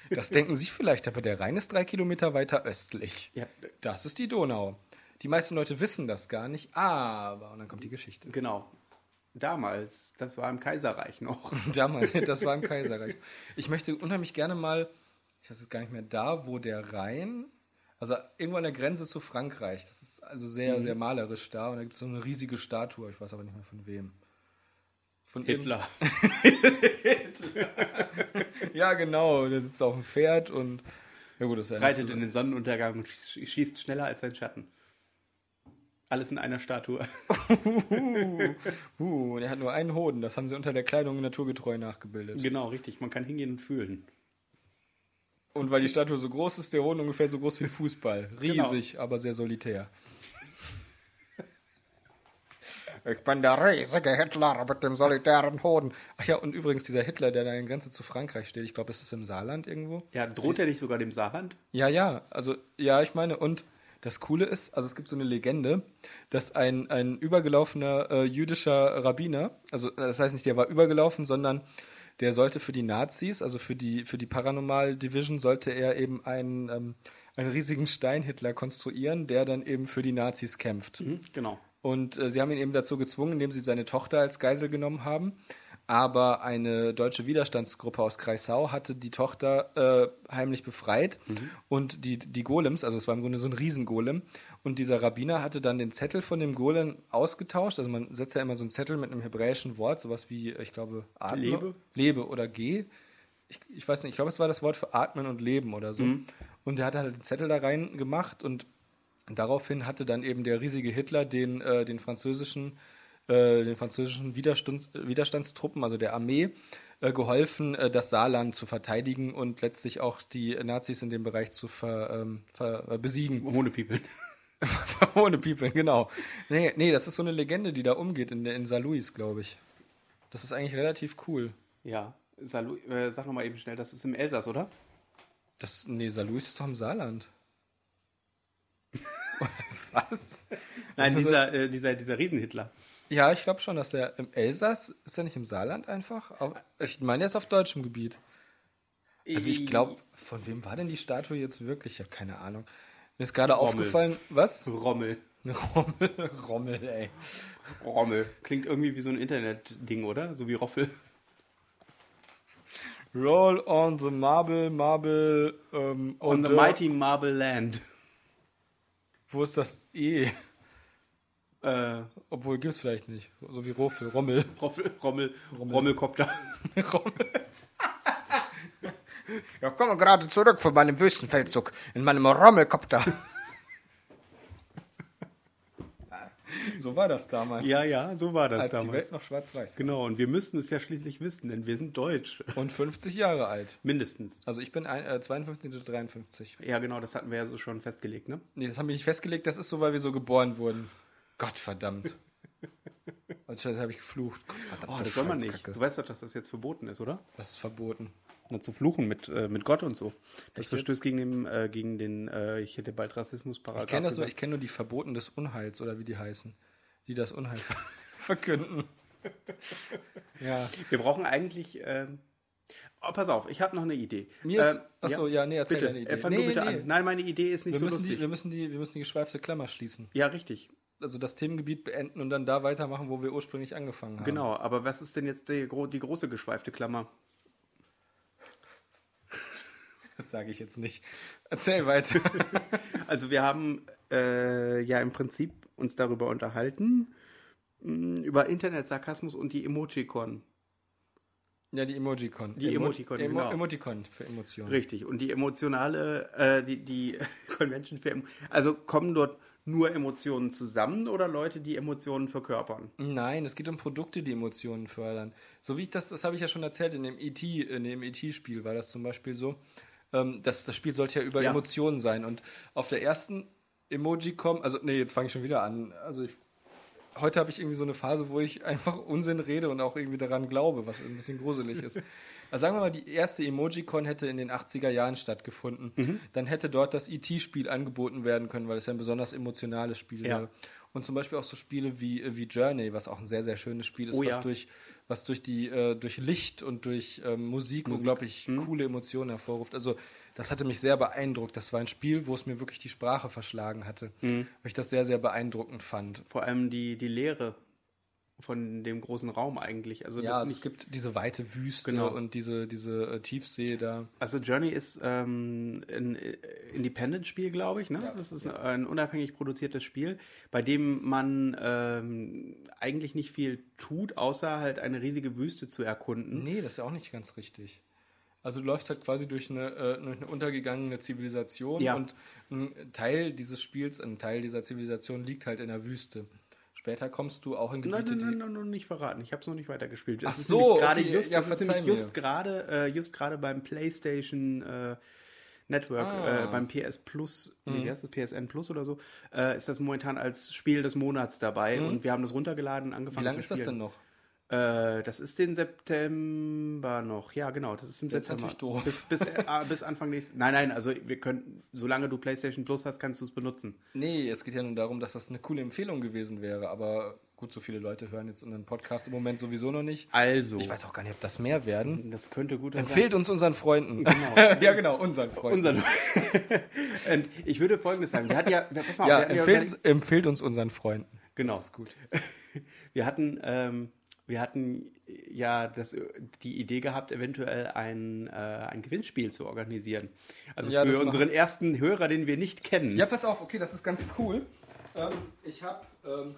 S2: Das denken Sie vielleicht, aber der Rhein ist drei Kilometer weiter östlich.
S1: Ja.
S2: Das ist die Donau. Die meisten Leute wissen das gar nicht, aber. Und dann kommt die Geschichte.
S1: Genau. Damals, das war im Kaiserreich noch.
S2: Damals, das war im Kaiserreich. Ich möchte unheimlich gerne mal, ich weiß es gar nicht mehr, da, wo der Rhein, also irgendwo an der Grenze zu Frankreich, das ist also sehr, sehr malerisch da und da gibt es so eine riesige Statue, ich weiß aber nicht mehr von wem. Von
S1: Hitler.
S2: irgend- Ja, genau, der sitzt auf dem Pferd und. Ja, gut, das ist ja
S1: Reitet in den Sonnenuntergang und schieß- schießt schneller als sein Schatten. Alles in einer Statue.
S2: Uh, der hat nur einen Hoden, das haben sie unter der Kleidung naturgetreu nachgebildet.
S1: genau, richtig. Man kann hingehen und fühlen.
S2: Und weil die Statue so groß ist, der Hoden ungefähr so groß wie ein Fußball.
S1: Genau.
S2: Riesig, aber sehr solitär. Ich bin der riesige Hitler mit dem solitären Hoden. Ach ja, und übrigens dieser Hitler, der da an der Grenze zu Frankreich steht, ich glaube, es ist im Saarland irgendwo.
S1: Ja, droht er nicht sogar dem Saarland?
S2: Ja, ja, also ja, ich meine, und das Coole ist, also es gibt so eine Legende, dass ein, ein übergelaufener äh, jüdischer Rabbiner, also äh, das heißt nicht, der war übergelaufen, sondern der sollte für die Nazis, also für die, für die Paranormal Division, sollte er eben einen, ähm, einen riesigen Stein-Hitler konstruieren, der dann eben für die Nazis kämpft.
S1: Hm, genau.
S2: Und äh, sie haben ihn eben dazu gezwungen, indem sie seine Tochter als Geisel genommen haben. Aber eine deutsche Widerstandsgruppe aus Kreisau hatte die Tochter äh, heimlich befreit. Und die, die Golems, also es war im Grunde so ein Riesengolem. Und dieser Rabbiner hatte dann den Zettel von dem Golem ausgetauscht. Also man setzt ja immer so einen Zettel mit einem hebräischen Wort, sowas wie, ich glaube, Atme,
S1: Lebe.
S2: Lebe oder Geh ich, ich weiß nicht, ich glaube, es war das Wort für Atmen und Leben oder so. Und er hat halt den Zettel da rein gemacht und daraufhin hatte dann eben der riesige Hitler den, äh, den französischen, äh, den französischen Widerstand, Widerstandstruppen, also der Armee, äh, geholfen, äh, das Saarland zu verteidigen und letztlich auch die Nazis in dem Bereich zu ver, ähm, ver, äh, besiegen.
S1: Ohne People.
S2: Ohne People, genau. Nee, nee, das ist so eine Legende, die da umgeht in, der- in Saar Louis, glaube ich. Das ist eigentlich relativ cool.
S1: Ja, Salu äh, sag nochmal eben schnell, das ist im Elsass, oder?
S2: Das, nee, Saar Louis ist doch im Saarland. Was?
S1: Nein,
S2: Also-
S1: dieser, äh, dieser, dieser Riesenhitler.
S2: Ja, ich glaube schon, dass der im Elsass, ist er nicht im Saarland einfach? Auf, ich meine, der ist auf deutschem Gebiet. Also ich glaube, von wem war denn die Statue jetzt wirklich? Ich habe keine Ahnung. Mir ist gerade
S1: Rommel.
S2: aufgefallen, was?
S1: Rommel.
S2: Rommel, Rommel, ey.
S1: Rommel. Klingt irgendwie wie so ein Internetding, oder? So wie Roffel.
S2: Roll on the marble, marble, ähm,
S1: On the
S2: dirt.
S1: mighty marble land.
S2: Wo ist das E?
S1: Äh,
S2: Obwohl, gibt's vielleicht nicht. So wie Roffel, Rommel.
S1: Roffel, Rommel, Rommelkopter.
S2: Rommel. Ich komme gerade zurück von meinem Wüstenfeldzug in meinem Rommelkopter. so war das damals.
S1: Ja, ja, so war das
S2: als die
S1: damals.
S2: Welt noch schwarz-weiß war.
S1: Genau, und wir müssten es ja schließlich wissen, denn wir sind deutsch.
S2: Und 50 Jahre alt.
S1: Mindestens.
S2: Also ich bin ein, äh, 52 zu 53.
S1: Ja, genau, das hatten wir ja so schon festgelegt, ne?
S2: Nee, das haben wir nicht festgelegt, das ist so, weil wir so geboren wurden. Gott verdammt. Und das habe ich geflucht. Gott verdammt,
S1: Oh, das soll man nicht. Du weißt doch, dass das jetzt verboten ist, oder?
S2: Das ist verboten.
S1: Na, zu fluchen mit, äh, mit Gott und so. Das verstößt gegen den, äh, gegen den äh, ich hätte bald Rassismusparagraf.
S2: Ich kenne das nur, ich kenne nur die Verboten des Unheils oder wie die heißen, die das Unheil verkünden. ja.
S1: Wir brauchen eigentlich. ähm, oh, pass auf, ich habe noch eine Idee.
S2: Mir ist,
S1: Ähm,
S2: achso, ja, nee, erzähl
S1: bitte,
S2: deine Idee.
S1: Äh, fang du
S2: Nee,
S1: bitte
S2: nee.
S1: an. Nein, meine Idee ist nicht
S2: Wir
S1: so
S2: müssen,
S1: lustig.
S2: die, wir, müssen die, wir müssen die geschweifte Klammer schließen.
S1: ja, richtig.
S2: Also das Themengebiet beenden und dann da weitermachen, wo wir ursprünglich angefangen haben.
S1: Genau, aber was ist denn jetzt die, gro die große geschweifte Klammer?
S2: Das sage ich jetzt nicht. Erzähl weiter.
S1: Also wir haben äh, ja im Prinzip uns darüber unterhalten, mh, über Internet-Sarkasmus und die Emoticon.
S2: ja, die Emojicon.
S1: Die Emoticon,
S2: Emo
S1: genau.
S2: Emoticon für Emotionen.
S1: Richtig, und die emotionale, äh, die, die Convention für, Emo- also kommen dort nur Emotionen zusammen oder Leute, die Emotionen verkörpern?
S2: Nein, es geht um Produkte, die Emotionen fördern. So wie ich das, das habe ich ja schon erzählt, in dem ET, in dem ET-Spiel war das zum Beispiel so. Ähm, das, das Spiel sollte ja über
S1: Ja.
S2: Emotionen sein. Und auf der ersten Emoji-Com, also nee, jetzt fange ich schon wieder an. Also ich, heute habe ich irgendwie so eine Phase, wo ich einfach Unsinn rede und auch irgendwie daran glaube, was ein bisschen gruselig ist. Also sagen wir mal, die erste Emojicon hätte in den 80er Jahren stattgefunden.
S1: Mhm.
S2: Dann hätte dort das IT-Spiel angeboten werden können, weil es ja ein besonders emotionales Spiel
S1: Ja.
S2: wäre. Und zum Beispiel auch so Spiele wie, äh, wie Journey, was auch ein sehr, sehr schönes Spiel ist,
S1: Oh
S2: was,
S1: ja.
S2: durch, was durch, die, äh, durch Licht und durch ähm, Musik, unglaublich
S1: Mhm.
S2: coole Emotionen hervorruft. Also das hatte mich sehr beeindruckt. Das war ein Spiel, wo es mir wirklich die Sprache verschlagen hatte.
S1: Mhm.
S2: Weil ich das sehr, sehr beeindruckend fand.
S1: Vor allem die, die Leere von dem großen Raum eigentlich. Also,
S2: Ja,
S1: das
S2: also
S1: nicht,
S2: es gibt diese weite Wüste
S1: Genau.
S2: und diese, diese äh, Tiefsee da.
S1: also Journey ist ähm, ein äh, Independent-Spiel, glaube ich. Ne? das ist ein unabhängig produziertes Spiel, bei dem man ähm, eigentlich nicht viel tut, außer halt eine riesige Wüste zu erkunden.
S2: Nee, das ist ja auch nicht ganz richtig. Also du läufst halt quasi durch eine, äh, durch eine untergegangene Zivilisation
S1: Ja.
S2: und ein Teil dieses Spiels, ein Teil dieser Zivilisation liegt halt in der Wüste. Später kommst du auch in
S1: Nein,
S2: Gebiete,
S1: nein, nein,
S2: die...
S1: nein, nein, nicht verraten. Ich habe es noch nicht weitergespielt.
S2: Ach
S1: es
S2: so,
S1: ist nämlich gerade
S2: okay,
S1: just,
S2: ja,
S1: es ist
S2: verzeih
S1: nämlich
S2: mir.
S1: just gerade äh, just gerade beim PlayStation äh, Network,
S2: Ah. Hm.
S1: äh, beim PS Plus, nee, wie heißt das? PSN Plus oder so, äh, ist das momentan als Spiel des Monats dabei und wir haben das runtergeladen und
S2: Hm? Wie
S1: angefangen
S2: lange
S1: zu
S2: ist das denn
S1: spielen.
S2: noch?
S1: Äh, das ist den September noch. Ja, genau, das ist im
S2: Das ist
S1: September.
S2: natürlich doof.
S1: Bis, bis, äh, ah, bis Anfang nächsten. Nein, nein, also wir können, solange du PlayStation Plus hast, kannst du es benutzen.
S2: Nee, es geht ja nur darum, dass das eine coole Empfehlung gewesen wäre, aber gut, so viele Leute hören jetzt unseren Podcast im Moment sowieso noch nicht.
S1: Also,
S2: Ich weiß auch gar nicht, ob das mehr werden.
S1: das könnte gut
S2: Empfehlt uns unseren Freunden.
S1: Genau.
S2: ja, genau, unseren Freunden.
S1: Unser Und ich würde folgendes sagen, wir hatten ja, wir- pass mal,
S2: ja,
S1: auf, wir, hatten
S2: empfehlt, empfehlt uns unseren Freunden.
S1: Genau.
S2: Das ist gut.
S1: wir hatten ähm, wir hatten äh, ja das, die Idee gehabt, eventuell ein, äh, ein Gewinnspiel zu organisieren. Also
S2: Ja, das
S1: für
S2: machen-
S1: unseren ersten Hörer, den wir nicht kennen.
S2: Ja, pass auf, okay, das ist ganz cool. Ähm, ich habe. Ähm,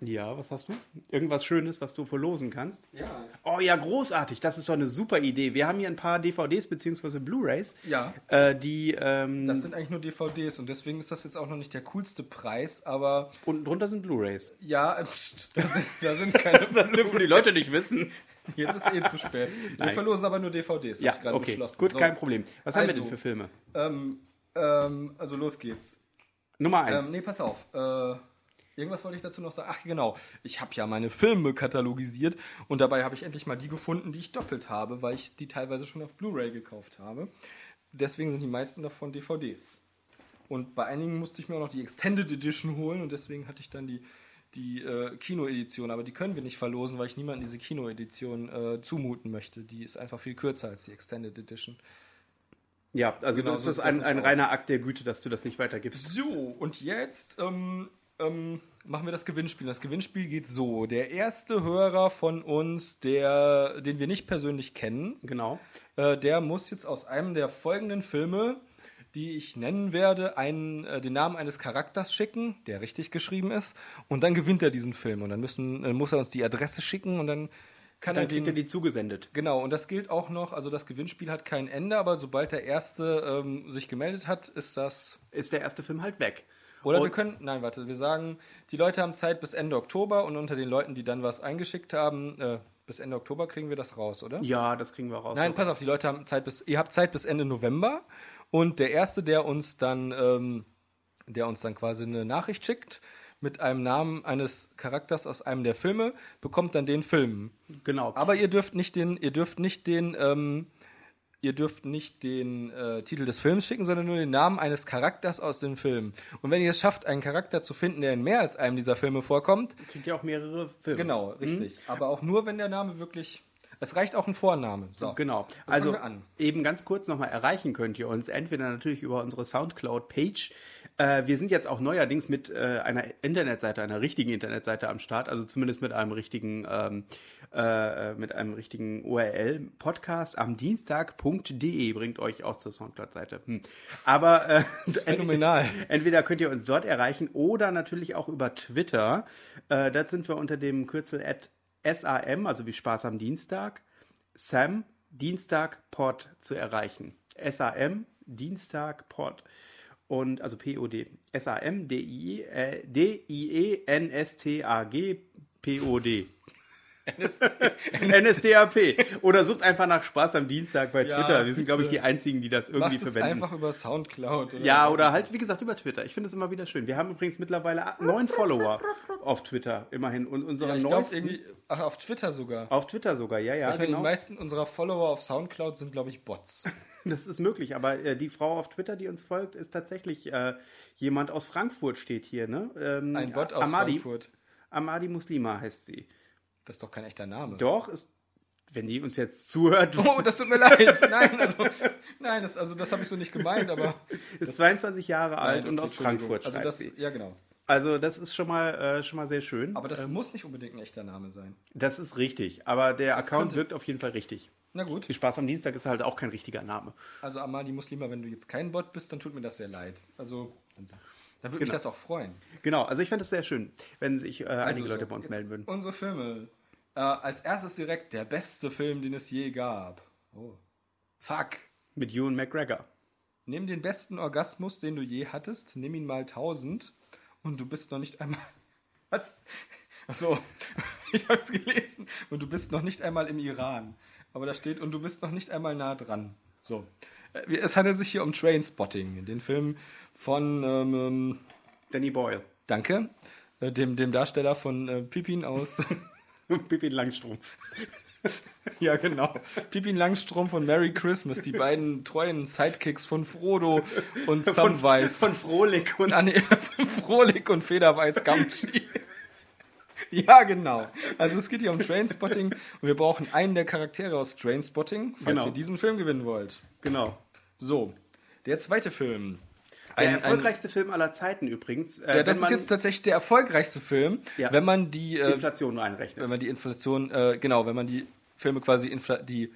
S1: Ja, was hast du? Irgendwas Schönes, was du verlosen kannst?
S2: ja.
S1: Oh ja, großartig. Das ist doch eine super Idee. Wir haben hier ein paar DVDs bzw. Blu-rays,
S2: Ja.
S1: äh, die ähm,
S2: Das sind eigentlich nur DVDs und deswegen ist das jetzt auch noch nicht der coolste Preis, aber
S1: unten drunter sind Blu-rays.
S2: ja, äh, pst, da sind, da sind keine.
S1: Das dürfen die Leute nicht wissen.
S2: Jetzt ist eh zu spät. Wir
S1: Nein.
S2: verlosen aber nur DVDs, hab
S1: Ja,
S2: ich gerade
S1: okay.
S2: beschlossen.
S1: Gut,
S2: So,
S1: kein Problem. Was haben wir
S2: Also.
S1: denn für Filme?
S2: Ähm, ähm, also los geht's.
S1: Nummer eins.
S2: Ähm, nee, pass auf. Äh, irgendwas wollte ich dazu noch sagen. Ach, genau. Ich habe ja meine Filme katalogisiert und dabei habe ich endlich mal die gefunden, die ich doppelt habe, weil ich die teilweise schon auf Blu-ray gekauft habe. Deswegen sind die meisten davon DVDs. Und bei einigen musste ich mir auch noch die Extended Edition holen und deswegen hatte ich dann die, die äh, Kinoedition. Aber die können wir nicht verlosen, weil ich niemandem diese Kinoedition äh, zumuten möchte. Die ist einfach viel kürzer als die Extended Edition.
S1: Ja, also
S2: Genau,
S1: das ist
S2: so
S1: das
S2: ist das
S1: ein,
S2: nicht
S1: ein
S2: aus.
S1: reiner Akt der Güte, dass du das nicht weitergibst.
S2: So, und jetzt ähm, ähm, machen wir das Gewinnspiel. Das Gewinnspiel geht so. Der erste Hörer von uns, der, den wir nicht persönlich kennen,
S1: Genau.
S2: äh, der muss jetzt aus einem der folgenden Filme, die ich nennen werde, einen, äh, den Namen eines Charakters schicken, der richtig geschrieben ist, und dann gewinnt er diesen Film. Und dann müssen, äh, muss er uns die Adresse schicken und dann kann
S1: dann
S2: er den,
S1: kriegt er die zugesendet.
S2: Genau, und das gilt auch noch, also das Gewinnspiel hat kein Ende, aber sobald der Erste ähm, sich gemeldet hat, ist das.
S1: Ist der erste Film halt weg.
S2: Oder
S1: Und-
S2: wir können, nein, warte, wir sagen, die Leute haben Zeit bis Ende Oktober und unter den Leuten, die dann was eingeschickt haben, äh, bis Ende Oktober kriegen wir das raus, oder?
S1: Ja, das kriegen wir raus.
S2: Nein, pass auf, die Leute haben Zeit bis, ihr habt Zeit bis Ende November und der Erste, der uns dann, ähm, der uns dann quasi eine Nachricht schickt mit einem Namen eines Charakters aus einem der Filme, bekommt dann den Film.
S1: genau.
S2: Aber ihr dürft nicht den, ihr dürft nicht den, ähm, ihr dürft nicht den äh, Titel des Films schicken, sondern nur den Namen eines Charakters aus dem Film. Und wenn ihr es schafft, einen Charakter zu finden, der in mehr als einem dieser Filme vorkommt,
S1: kriegt ja auch mehrere Filme.
S2: genau, richtig. Aber auch nur, wenn der Name wirklich, es reicht auch ein Vorname. So.
S1: Genau.
S2: Dann
S1: Also
S2: fangen wir an.
S1: eben ganz kurz nochmal erreichen könnt ihr uns entweder natürlich über unsere Soundcloud-Page. Äh, wir sind jetzt auch neuerdings mit äh, einer Internetseite, einer richtigen Internetseite am Start, also zumindest mit einem richtigen, ähm, äh, äh, mit einem richtigen URL. Podcast am Dienstag.de E. bringt euch auch zur Soundcloud-Seite. Hm. Aber äh,
S2: phänomenal.
S1: Entweder könnt ihr uns dort erreichen oder natürlich auch über Twitter. Äh, dort sind wir unter dem Kürzel at SAM, also wie Spaß am Dienstag, Sam Dienstag Pod zu erreichen. SAM Dienstag Pod. Und also POD. SAM D-I-E äh, D-I-E-N-S-T-A-G POD. NSDAP. Oder sucht einfach nach Spaß am Dienstag bei
S2: Ja,
S1: Twitter. Wir sind, glaube ich,
S2: bitte.
S1: die Einzigen, die das irgendwie
S2: Macht es
S1: verwenden.
S2: einfach über Soundcloud.
S1: Ja, oder halt, wie gesagt, über Twitter. Ich finde es immer wieder schön. Wir haben übrigens mittlerweile neun Follower auf Twitter, immerhin. Und unsere
S2: ja, ich glaub,
S1: neuesten.
S2: irgendwie, ach, auf Twitter sogar.
S1: Auf Twitter sogar, ja, ja,
S2: ich meine, die
S1: genau.
S2: meisten unserer Follower auf Soundcloud sind, glaube ich, Bots.
S1: Das ist möglich. Aber äh, die Frau auf Twitter, die uns folgt, ist tatsächlich äh, jemand aus Frankfurt, steht hier, ne? Ähm,
S2: Ein Bot aus
S1: Amadi,
S2: Frankfurt.
S1: Amadi Muslima heißt sie.
S2: Das ist doch kein echter Name.
S1: Doch, ist, wenn die uns jetzt zuhört,
S2: Oh, das tut mir leid. Nein, also, nein, das, also das habe ich so nicht gemeint, aber.
S1: ist 22 Jahre alt
S2: Nein,
S1: und
S2: okay,
S1: aus
S2: Entschuldigung.
S1: Frankfurt.
S2: Also
S1: schreibt
S2: das,
S1: sie.
S2: ja, genau.
S1: also das ist schon mal, äh, schon mal sehr schön.
S2: Aber das muss nicht unbedingt ein echter Name sein.
S1: das ist richtig. Aber der Account wirkt auf jeden Fall richtig.
S2: Na gut.
S1: Viel Spaß am Dienstag ist halt auch kein richtiger Name.
S2: Also, Amadi Muslima, wenn du jetzt kein Bot bist, dann tut mir das sehr leid. Also, dann, sag- dann würde mich
S1: Genau.
S2: das auch freuen.
S1: Genau, also ich fände es sehr schön, wenn sich äh, einige
S2: Also,
S1: Leute bei uns
S2: jetzt
S1: melden würden.
S2: Unsere Filme. Äh, als erstes direkt der beste Film, den es je gab. Oh. Fuck.
S1: Mit Ewan McGregor.
S2: Nimm den besten Orgasmus, den du je hattest, nimm ihn mal 1000 und du bist noch nicht einmal. Was? Achso, ich hab's gelesen. Und du bist noch nicht einmal im Iran. Aber da steht, und du bist noch nicht einmal nah dran. So. Äh, Es handelt sich hier um Trainspotting, den Film von, ähm, ähm,
S1: Danny Boyle.
S2: danke, äh, dem, dem Darsteller von äh, Pipin aus.
S1: Pippi Langstrumpf.
S2: Ja, genau. Pippin Langstrumpf und Merry Christmas, die beiden treuen Sidekicks von Frodo und Samwise.
S1: Von Frohlich und
S2: Ah, nee, von Frohlich und Federweiß Gamschi. Ja, genau. Also es geht hier um Trainspotting und wir brauchen einen der Charaktere aus Trainspotting, falls
S1: Genau.
S2: ihr diesen Film gewinnen wollt.
S1: Genau.
S2: So, der zweite Film.
S1: Der
S2: Ein- ein-
S1: erfolgreichste Film aller Zeiten übrigens. Äh,
S2: ja, das
S1: wenn
S2: ist
S1: man
S2: jetzt tatsächlich der erfolgreichste Film,
S1: Ja.
S2: wenn man die äh,
S1: Inflation
S2: wenn
S1: einrechnet.
S2: man die Inflation, äh, genau, wenn man die Filme quasi, infla die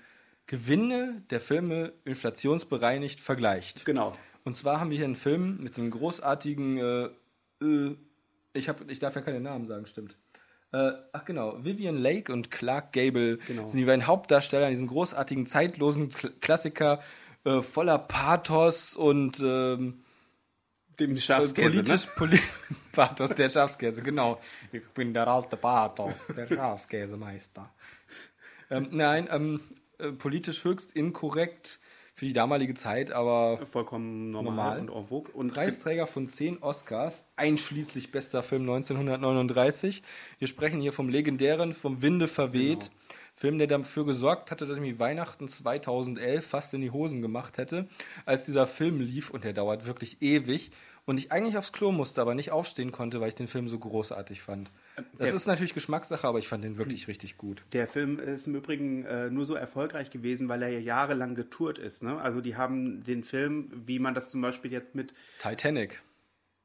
S2: Gewinne der Filme inflationsbereinigt vergleicht.
S1: Genau.
S2: Und zwar haben wir hier einen Film mit einem großartigen, äh, äh, ich, hab, ich darf ja keine Namen sagen, stimmt. Äh, ach genau, Vivian Lake und Clark Gable
S1: Genau.
S2: sind die beiden Hauptdarsteller in diesem großartigen, zeitlosen Kl Klassiker äh, voller Pathos und ähm,
S1: Dem
S2: also
S1: Schafskäse, ne?
S2: politisch, poli Pathos, der Schafskäse, genau. Ich bin der alte Pathos, der Schafskäsemeister. ähm, nein, ähm, äh, politisch höchst inkorrekt für die damalige Zeit, aber
S1: Vollkommen normal,
S2: Normal.
S1: und en vogue. Und
S2: Preisträger von 10 Oscars, einschließlich bester Film 1939. Wir sprechen hier vom legendären Vom Winde verweht.
S1: Genau.
S2: Film, der dafür gesorgt hatte, dass ich mich Weihnachten 2011 fast in die Hosen gemacht hätte, als dieser Film lief und der dauert wirklich ewig und ich eigentlich aufs Klo musste, aber nicht aufstehen konnte, weil ich den Film so großartig fand. Das
S1: Ähm, der-
S2: ist natürlich Geschmackssache, aber ich fand den wirklich richtig gut.
S1: Der Film ist im Übrigen äh, nur so erfolgreich gewesen, weil er ja jahrelang getourt ist. Ne? Also die haben den Film, wie man das zum Beispiel jetzt mit
S2: Titanic.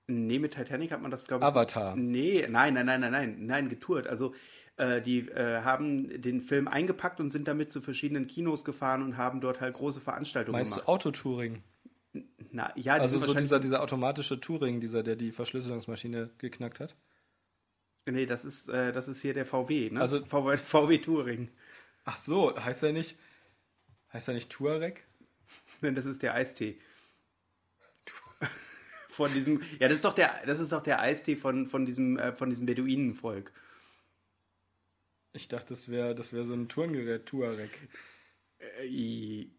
S1: Nee, mit Titanic hat man das, glaube ich.
S2: Avatar.
S1: Nee, nein, nein, nein, nein, nein, nein, getourt. Also, äh, die äh, haben den Film eingepackt und sind damit zu verschiedenen Kinos gefahren und haben dort halt große Veranstaltungen
S2: Meinst du
S1: gemacht.
S2: Autotouring?
S1: Na, ja, die
S2: Also
S1: sind
S2: so
S1: wahrscheinlich.
S2: dieser, dieser automatische Touring, dieser, der die Verschlüsselungsmaschine geknackt hat?
S1: nee, das ist, äh, das ist hier der VW, ne?
S2: Also-
S1: VW, VW Touring.
S2: Ach so, heißt er nicht, heißt er nicht Tuareg?
S1: Nein, das ist der Eistee. Von diesem, ja, das ist doch der, das ist doch der Eistee von, von diesem, äh, von diesem Beduinenvolk.
S2: Ich dachte, das wäre das wär so ein Turngerät, Tuareg.
S1: Äh, i-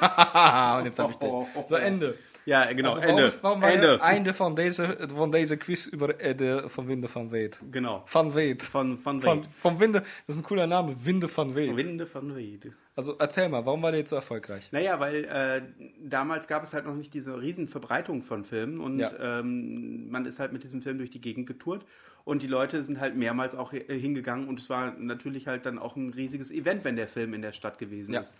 S2: Ah, Und jetzt habe ich dich. So, Ende.
S1: ja, genau,
S2: Also, warum
S1: Ende.
S2: ist- Warum war
S1: Ende.
S2: Ende. Ende von deze, von deze Quiz über Ede von Winde van Weet.
S1: Genau.
S2: Van Weet.
S1: Von, von,
S2: Von,
S1: Wade.
S2: vom Winde, das ist ein cooler Name, Winde van Weet.
S1: Winde von Wade.
S2: Also erzähl mal, warum war der jetzt so erfolgreich?
S1: Naja, weil äh, damals gab es halt noch nicht diese riesen Verbreitung von Filmen und
S2: Ja.
S1: ähm, man ist halt mit diesem Film durch die Gegend getourt und die Leute sind halt mehrmals auch äh, hingegangen und es war natürlich halt dann auch ein riesiges Event, wenn der Film in der Stadt gewesen
S2: Ja.
S1: ist.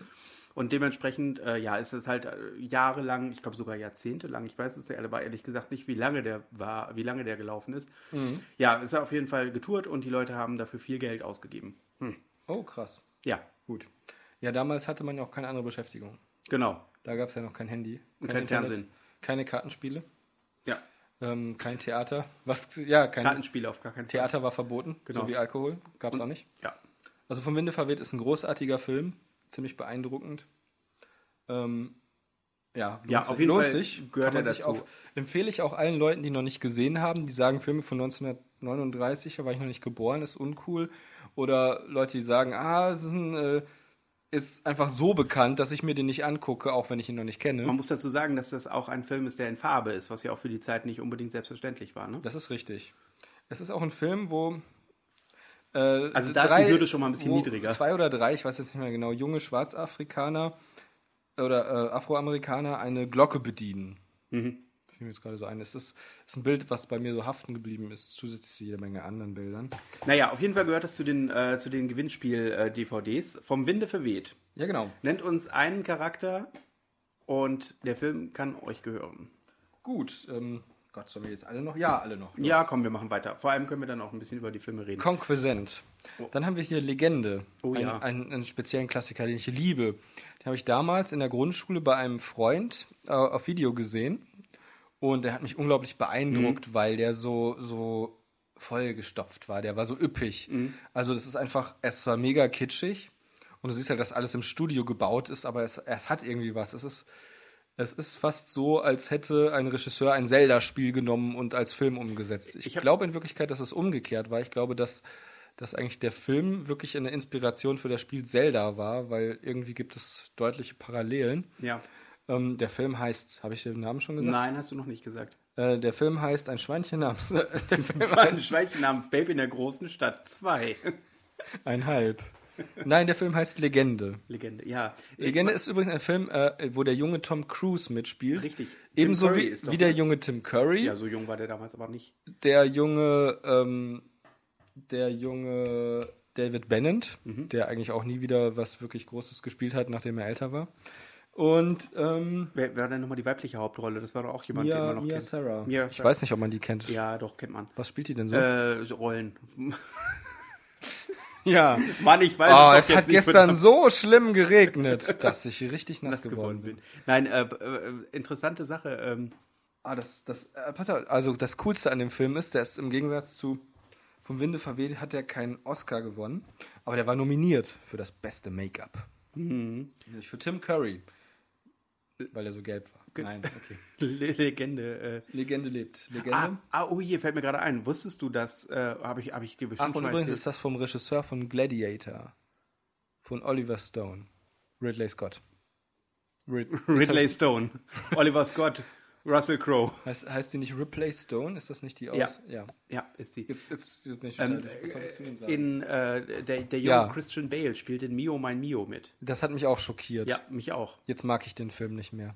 S1: Und dementsprechend, äh, ja, ist es halt äh, jahrelang, ich glaube sogar jahrzehntelang, ich weiß es ja aber ehrlich gesagt nicht, wie lange der war, wie lange der gelaufen ist.
S2: Mhm.
S1: Ja, ist er auf jeden Fall getourt und die Leute haben dafür viel Geld ausgegeben.
S2: Oh, krass.
S1: Ja,
S2: Gut. Ja, damals hatte man ja auch keine andere Beschäftigung.
S1: genau.
S2: Da gab es ja noch kein Handy.
S1: Und kein
S2: kein Internet,
S1: Fernsehen.
S2: Keine Kartenspiele.
S1: Ja,
S2: Ähm, kein Theater. Was, ja, kein
S1: Kartenspiele auf gar keinen Fall.
S2: Theater war verboten. So
S1: Genau.
S2: wie Alkohol. Gab es auch nicht.
S1: Ja.
S2: Also vom Winde verweht ist ein großartiger Film. Ziemlich beeindruckend. Ähm, ja, lohnt
S1: Ja,
S2: sich-
S1: auf jeden
S2: lohnt
S1: Fall
S2: sich.
S1: gehört
S2: Kann man
S1: er
S2: sich
S1: dazu.
S2: Auf, empfehle ich auch allen Leuten, die noch nicht gesehen haben, die sagen, Filme von 1939, da war ich noch nicht geboren, ist uncool. Oder Leute, die sagen, ah, es ist, ein, äh, ist einfach so bekannt, dass ich mir den nicht angucke, auch wenn ich ihn noch nicht kenne.
S1: Man muss dazu sagen, dass das auch ein Film ist, der in Farbe ist, was ja auch für die Zeit nicht unbedingt selbstverständlich war. Ne?
S2: Das ist richtig. Es ist auch ein Film, wo. äh,
S1: Also da ist die Hürde schon mal ein bisschen
S2: wo
S1: niedriger.
S2: Zwei oder drei, ich weiß jetzt nicht mehr genau, junge Schwarzafrikaner oder äh, Afroamerikaner eine Glocke bedienen.
S1: Mhm.
S2: Fiel mir jetzt gerade so ein. Es ist, ist ein Bild, was bei mir so haften geblieben ist, zusätzlich zu jeder Menge anderen Bildern.
S1: Naja, auf jeden Fall gehört das zu den, äh, zu den Gewinnspiel-DVDs. Vom Winde verweht.
S2: Ja, genau.
S1: Nennt uns einen Charakter und der Film kann euch gehören.
S2: Gut. Ähm, Gott, sollen wir jetzt alle noch? Ja, alle noch.
S1: Ja, komm, wir machen weiter. Vor allem können wir dann auch ein bisschen über die Filme reden.
S2: Conquisant. Dann haben wir hier Legende.
S1: Oh
S2: ein,
S1: ja.
S2: einen, einen speziellen Klassiker, den ich liebe. Den habe ich damals in der Grundschule bei einem Freund äh, auf Video gesehen. Und der hat mich unglaublich beeindruckt,
S1: Mhm.
S2: weil der so, so vollgestopft war. Der war so üppig.
S1: Mhm.
S2: Also, das ist einfach, es war mega kitschig. Und du siehst halt, dass alles im Studio gebaut ist, aber es, es hat irgendwie was. Es ist, es ist fast so, als hätte ein Regisseur ein Zelda-Spiel genommen und als Film umgesetzt. Ich,
S1: Ich hab-
S2: glaube in Wirklichkeit, dass es umgekehrt war. Ich glaube, dass, dass eigentlich der Film wirklich eine Inspiration für das Spiel Zelda war, weil irgendwie gibt es deutliche Parallelen.
S1: Ja.
S2: Ähm, der Film heißt, habe ich den Namen schon gesagt?
S1: Nein, hast du noch nicht gesagt.
S2: Äh, der Film heißt Ein Schweinchen namens. der Film
S1: Ein Schweinchen namens Babe in der großen Stadt 2.
S2: ein Halb. Nein, der Film heißt Legende.
S1: Legende, ja.
S2: Legende ist übrigens ein Film, äh, wo der junge Tom Cruise mitspielt.
S1: Richtig. Tim
S2: Ebenso
S1: Curry
S2: wie,
S1: ist doch-
S2: wie der junge Tim Curry,
S1: Ja, so jung war der damals aber nicht.
S2: der junge, ähm, der junge David Bennett,
S1: Mhm.
S2: der eigentlich auch nie wieder was wirklich Großes gespielt hat, nachdem er älter war. Und ähm,
S1: Wer, wer war denn nochmal die weibliche Hauptrolle? Das war doch auch jemand, den
S2: Mia,
S1: man noch
S2: Mia
S1: kennt.
S2: Sarah.
S1: Mia
S2: Ich
S1: Sarah.
S2: weiß nicht, ob man die kennt.
S1: Ja, doch, kennt man.
S2: Was spielt die denn so?
S1: Äh, so Rollen.
S2: ja.
S1: Mann, ich weiß
S2: Oh,
S1: doch
S2: es
S1: jetzt
S2: hat
S1: nicht,
S2: gestern
S1: verdammt,
S2: so schlimm geregnet, dass ich richtig nass
S1: was
S2: geworden
S1: geworden
S2: bin.
S1: bin. Nein, äh, äh, interessante Sache. Ähm,
S2: Ah, das, das, äh, pass auf, also das Coolste an dem Film ist, der ist im Gegensatz zu Vom Winde verweht, hat er keinen Oscar gewonnen, aber der war nominiert für das beste Make-up. Nämlich für Tim Curry, weil er so gelb war. Nein, okay.
S1: Le- Legende. Äh.
S2: Legende lebt. Legende.
S1: Ah, ah, oh, hier fällt mir gerade ein. Wusstest du das? Äh, Habe ich, hab ich dir bestimmt
S2: Ach,
S1: schon
S2: und
S1: mal
S2: übrigens
S1: erzählt.
S2: ist das vom Regisseur von Gladiator, von Oliver Stone, Ridley Scott. Rid
S1: Ridley Stone, Oliver Scott, Russell Crowe.
S2: heißt, heißt die nicht Ripley Stone? Ist das nicht die aus? Ja.
S1: Ja, ist sie.
S2: Jetzt, jetzt, jetzt nicht.
S1: Ähm,
S2: was solltest du denn sagen?
S1: in, äh, der, der junge
S2: Ja.
S1: Christian Bale spielt in Mio, mein Mio mit.
S2: Das hat mich auch schockiert.
S1: Ja, mich auch.
S2: Jetzt mag ich den Film nicht mehr.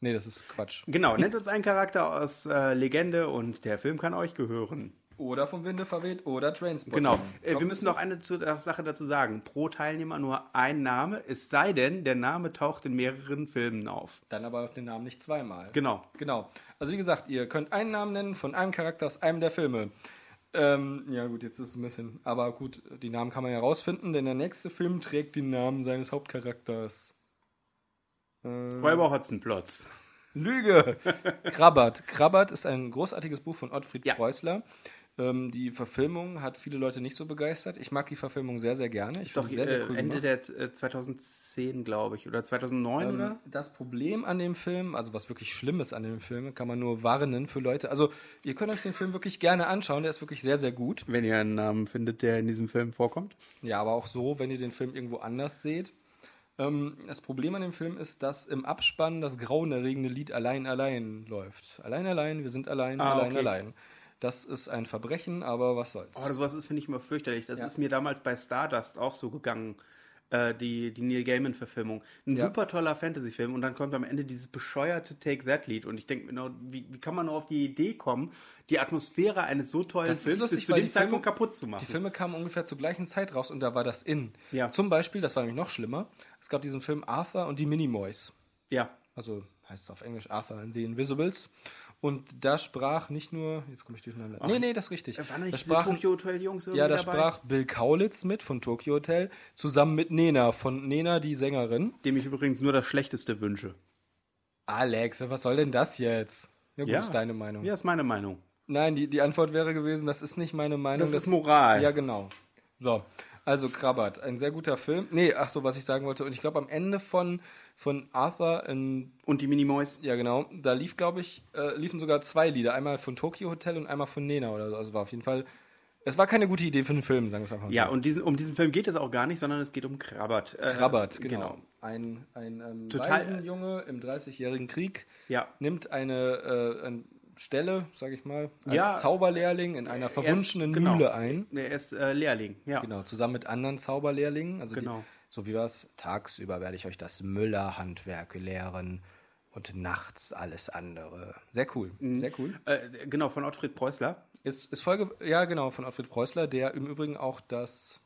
S2: Nee, das ist Quatsch.
S1: Genau, nennt uns einen Charakter aus äh, Legende und der Film kann euch gehören.
S2: Oder vom Winde verweht oder Trainspotting.
S1: Genau. Äh, wir müssen noch eine zu, äh, Sache dazu sagen. Pro Teilnehmer nur ein Name, es sei denn, der Name taucht in mehreren Filmen auf.
S2: Dann aber auf den Namen nicht zweimal.
S1: Genau.
S2: Genau. Also wie gesagt, ihr könnt einen Namen nennen von einem Charakter aus einem der Filme. Ähm, ja gut, jetzt ist es ein bisschen... Aber gut, die Namen kann man ja rausfinden, denn der nächste Film trägt den Namen seines Hauptcharakters.
S1: Räuber Hotzenplotz.
S2: Lüge! Krabbert. Krabbert ist ein großartiges Buch von Ottfried
S1: Ja.
S2: Preußler. Ähm, die Verfilmung hat viele Leute nicht so begeistert. Ich mag die Verfilmung sehr, sehr gerne. Ich
S1: Ist doch
S2: finde sie sehr,
S1: äh,
S2: sehr cool
S1: Ende
S2: gemacht.
S1: der äh, 2010, glaube ich, oder 2009,
S2: Ähm,
S1: oder?
S2: das Problem an dem Film, also was wirklich Schlimmes an dem Film, kann man nur warnen für Leute. Also ihr könnt euch den Film wirklich gerne anschauen, der ist wirklich sehr, sehr gut.
S1: Wenn ihr einen Namen findet, der in diesem Film vorkommt.
S2: Ja, aber auch so, wenn ihr den Film irgendwo anders seht. Ähm, das Problem an dem Film ist, dass im Abspann das grauenerregende Lied Allein, Allein läuft. Allein, Allein, wir sind allein,
S1: Ah,
S2: allein,
S1: okay.
S2: allein. Das ist ein Verbrechen, aber was soll's.
S1: Oh, sowas ist, finde ich, immer fürchterlich. Das
S2: Ja.
S1: ist mir damals bei Stardust auch so gegangen. Äh, die, die Neil Gaiman-Verfilmung. Ein
S2: Ja.
S1: super toller Fantasy-Film und dann kommt am Ende dieses bescheuerte Take-That-Lied und ich denke mir, nur, wie, wie kann man nur auf die Idee kommen, die Atmosphäre eines so tollen
S2: Das ist
S1: Films
S2: lustig,
S1: bis zu
S2: weil
S1: dem
S2: die Filme-
S1: Zeitpunkt kaputt zu machen?
S2: Die Filme kamen ungefähr zur gleichen Zeit raus und da war das in.
S1: Ja.
S2: Zum Beispiel, das war nämlich noch schlimmer, es gab diesen Film Arthur und die Minimoys.
S1: ja,
S2: Also heißt es auf Englisch Arthur and the Invisibles. Und da sprach nicht nur, jetzt komme ich durcheinander. Nee, nee, das ist richtig.
S1: Äh, Waren da
S2: da
S1: nicht diese
S2: sprachen,
S1: Tokyo Hotel Jungs irgendwie
S2: ja, da
S1: dabei?
S2: sprach Bill Kaulitz mit von Tokyo Hotel, zusammen mit Nena, von Nena, die Sängerin.
S1: Dem ich übrigens nur das Schlechteste wünsche.
S2: Alex, was soll denn das jetzt? Ja, gut,
S1: Ja.
S2: ist deine Meinung.
S1: Ja, ist meine Meinung.
S2: Nein, die, die Antwort wäre gewesen, das ist nicht meine Meinung.
S1: Das ist Moral.
S2: Ja, genau. So, also Krabbert, ein sehr guter Film. Nee, ach so, was ich sagen wollte. Und ich glaube, am Ende von, von Arthur in
S1: Und die Minimoys?
S2: Ja, genau. Da lief, glaube ich, äh, liefen sogar zwei Lieder. Einmal von Tokyo Hotel und einmal von Nena oder so. Also war auf jeden Fall. Es war keine gute Idee für einen Film, sagen wir es einfach mal.
S1: Ja,
S2: so.
S1: und diesen, um diesen Film geht es auch gar nicht, sondern es geht um Krabbert. Äh,
S2: Rabat, genau. Ein, ein ähm,
S1: Total- äh,
S2: Waisenjunge im 30-jährigen Krieg
S1: Ja.
S2: nimmt eine, äh, eine Stelle, sage ich mal, als
S1: Ja.
S2: Zauberlehrling in einer verwunschenen
S1: genau.
S2: Mühle ein.
S1: Er ist äh, Lehrling, ja.
S2: Genau, zusammen mit anderen Zauberlehrlingen. Also
S1: Genau.
S2: Die, so wie war's? Tagsüber werde ich euch das Müllerhandwerk lehren und nachts alles andere. Sehr cool, sehr cool.
S1: Äh, genau, von Ottfried Preußler.
S2: Ist, ist Folge, ja genau, von Alfred Preußler, der im Übrigen auch das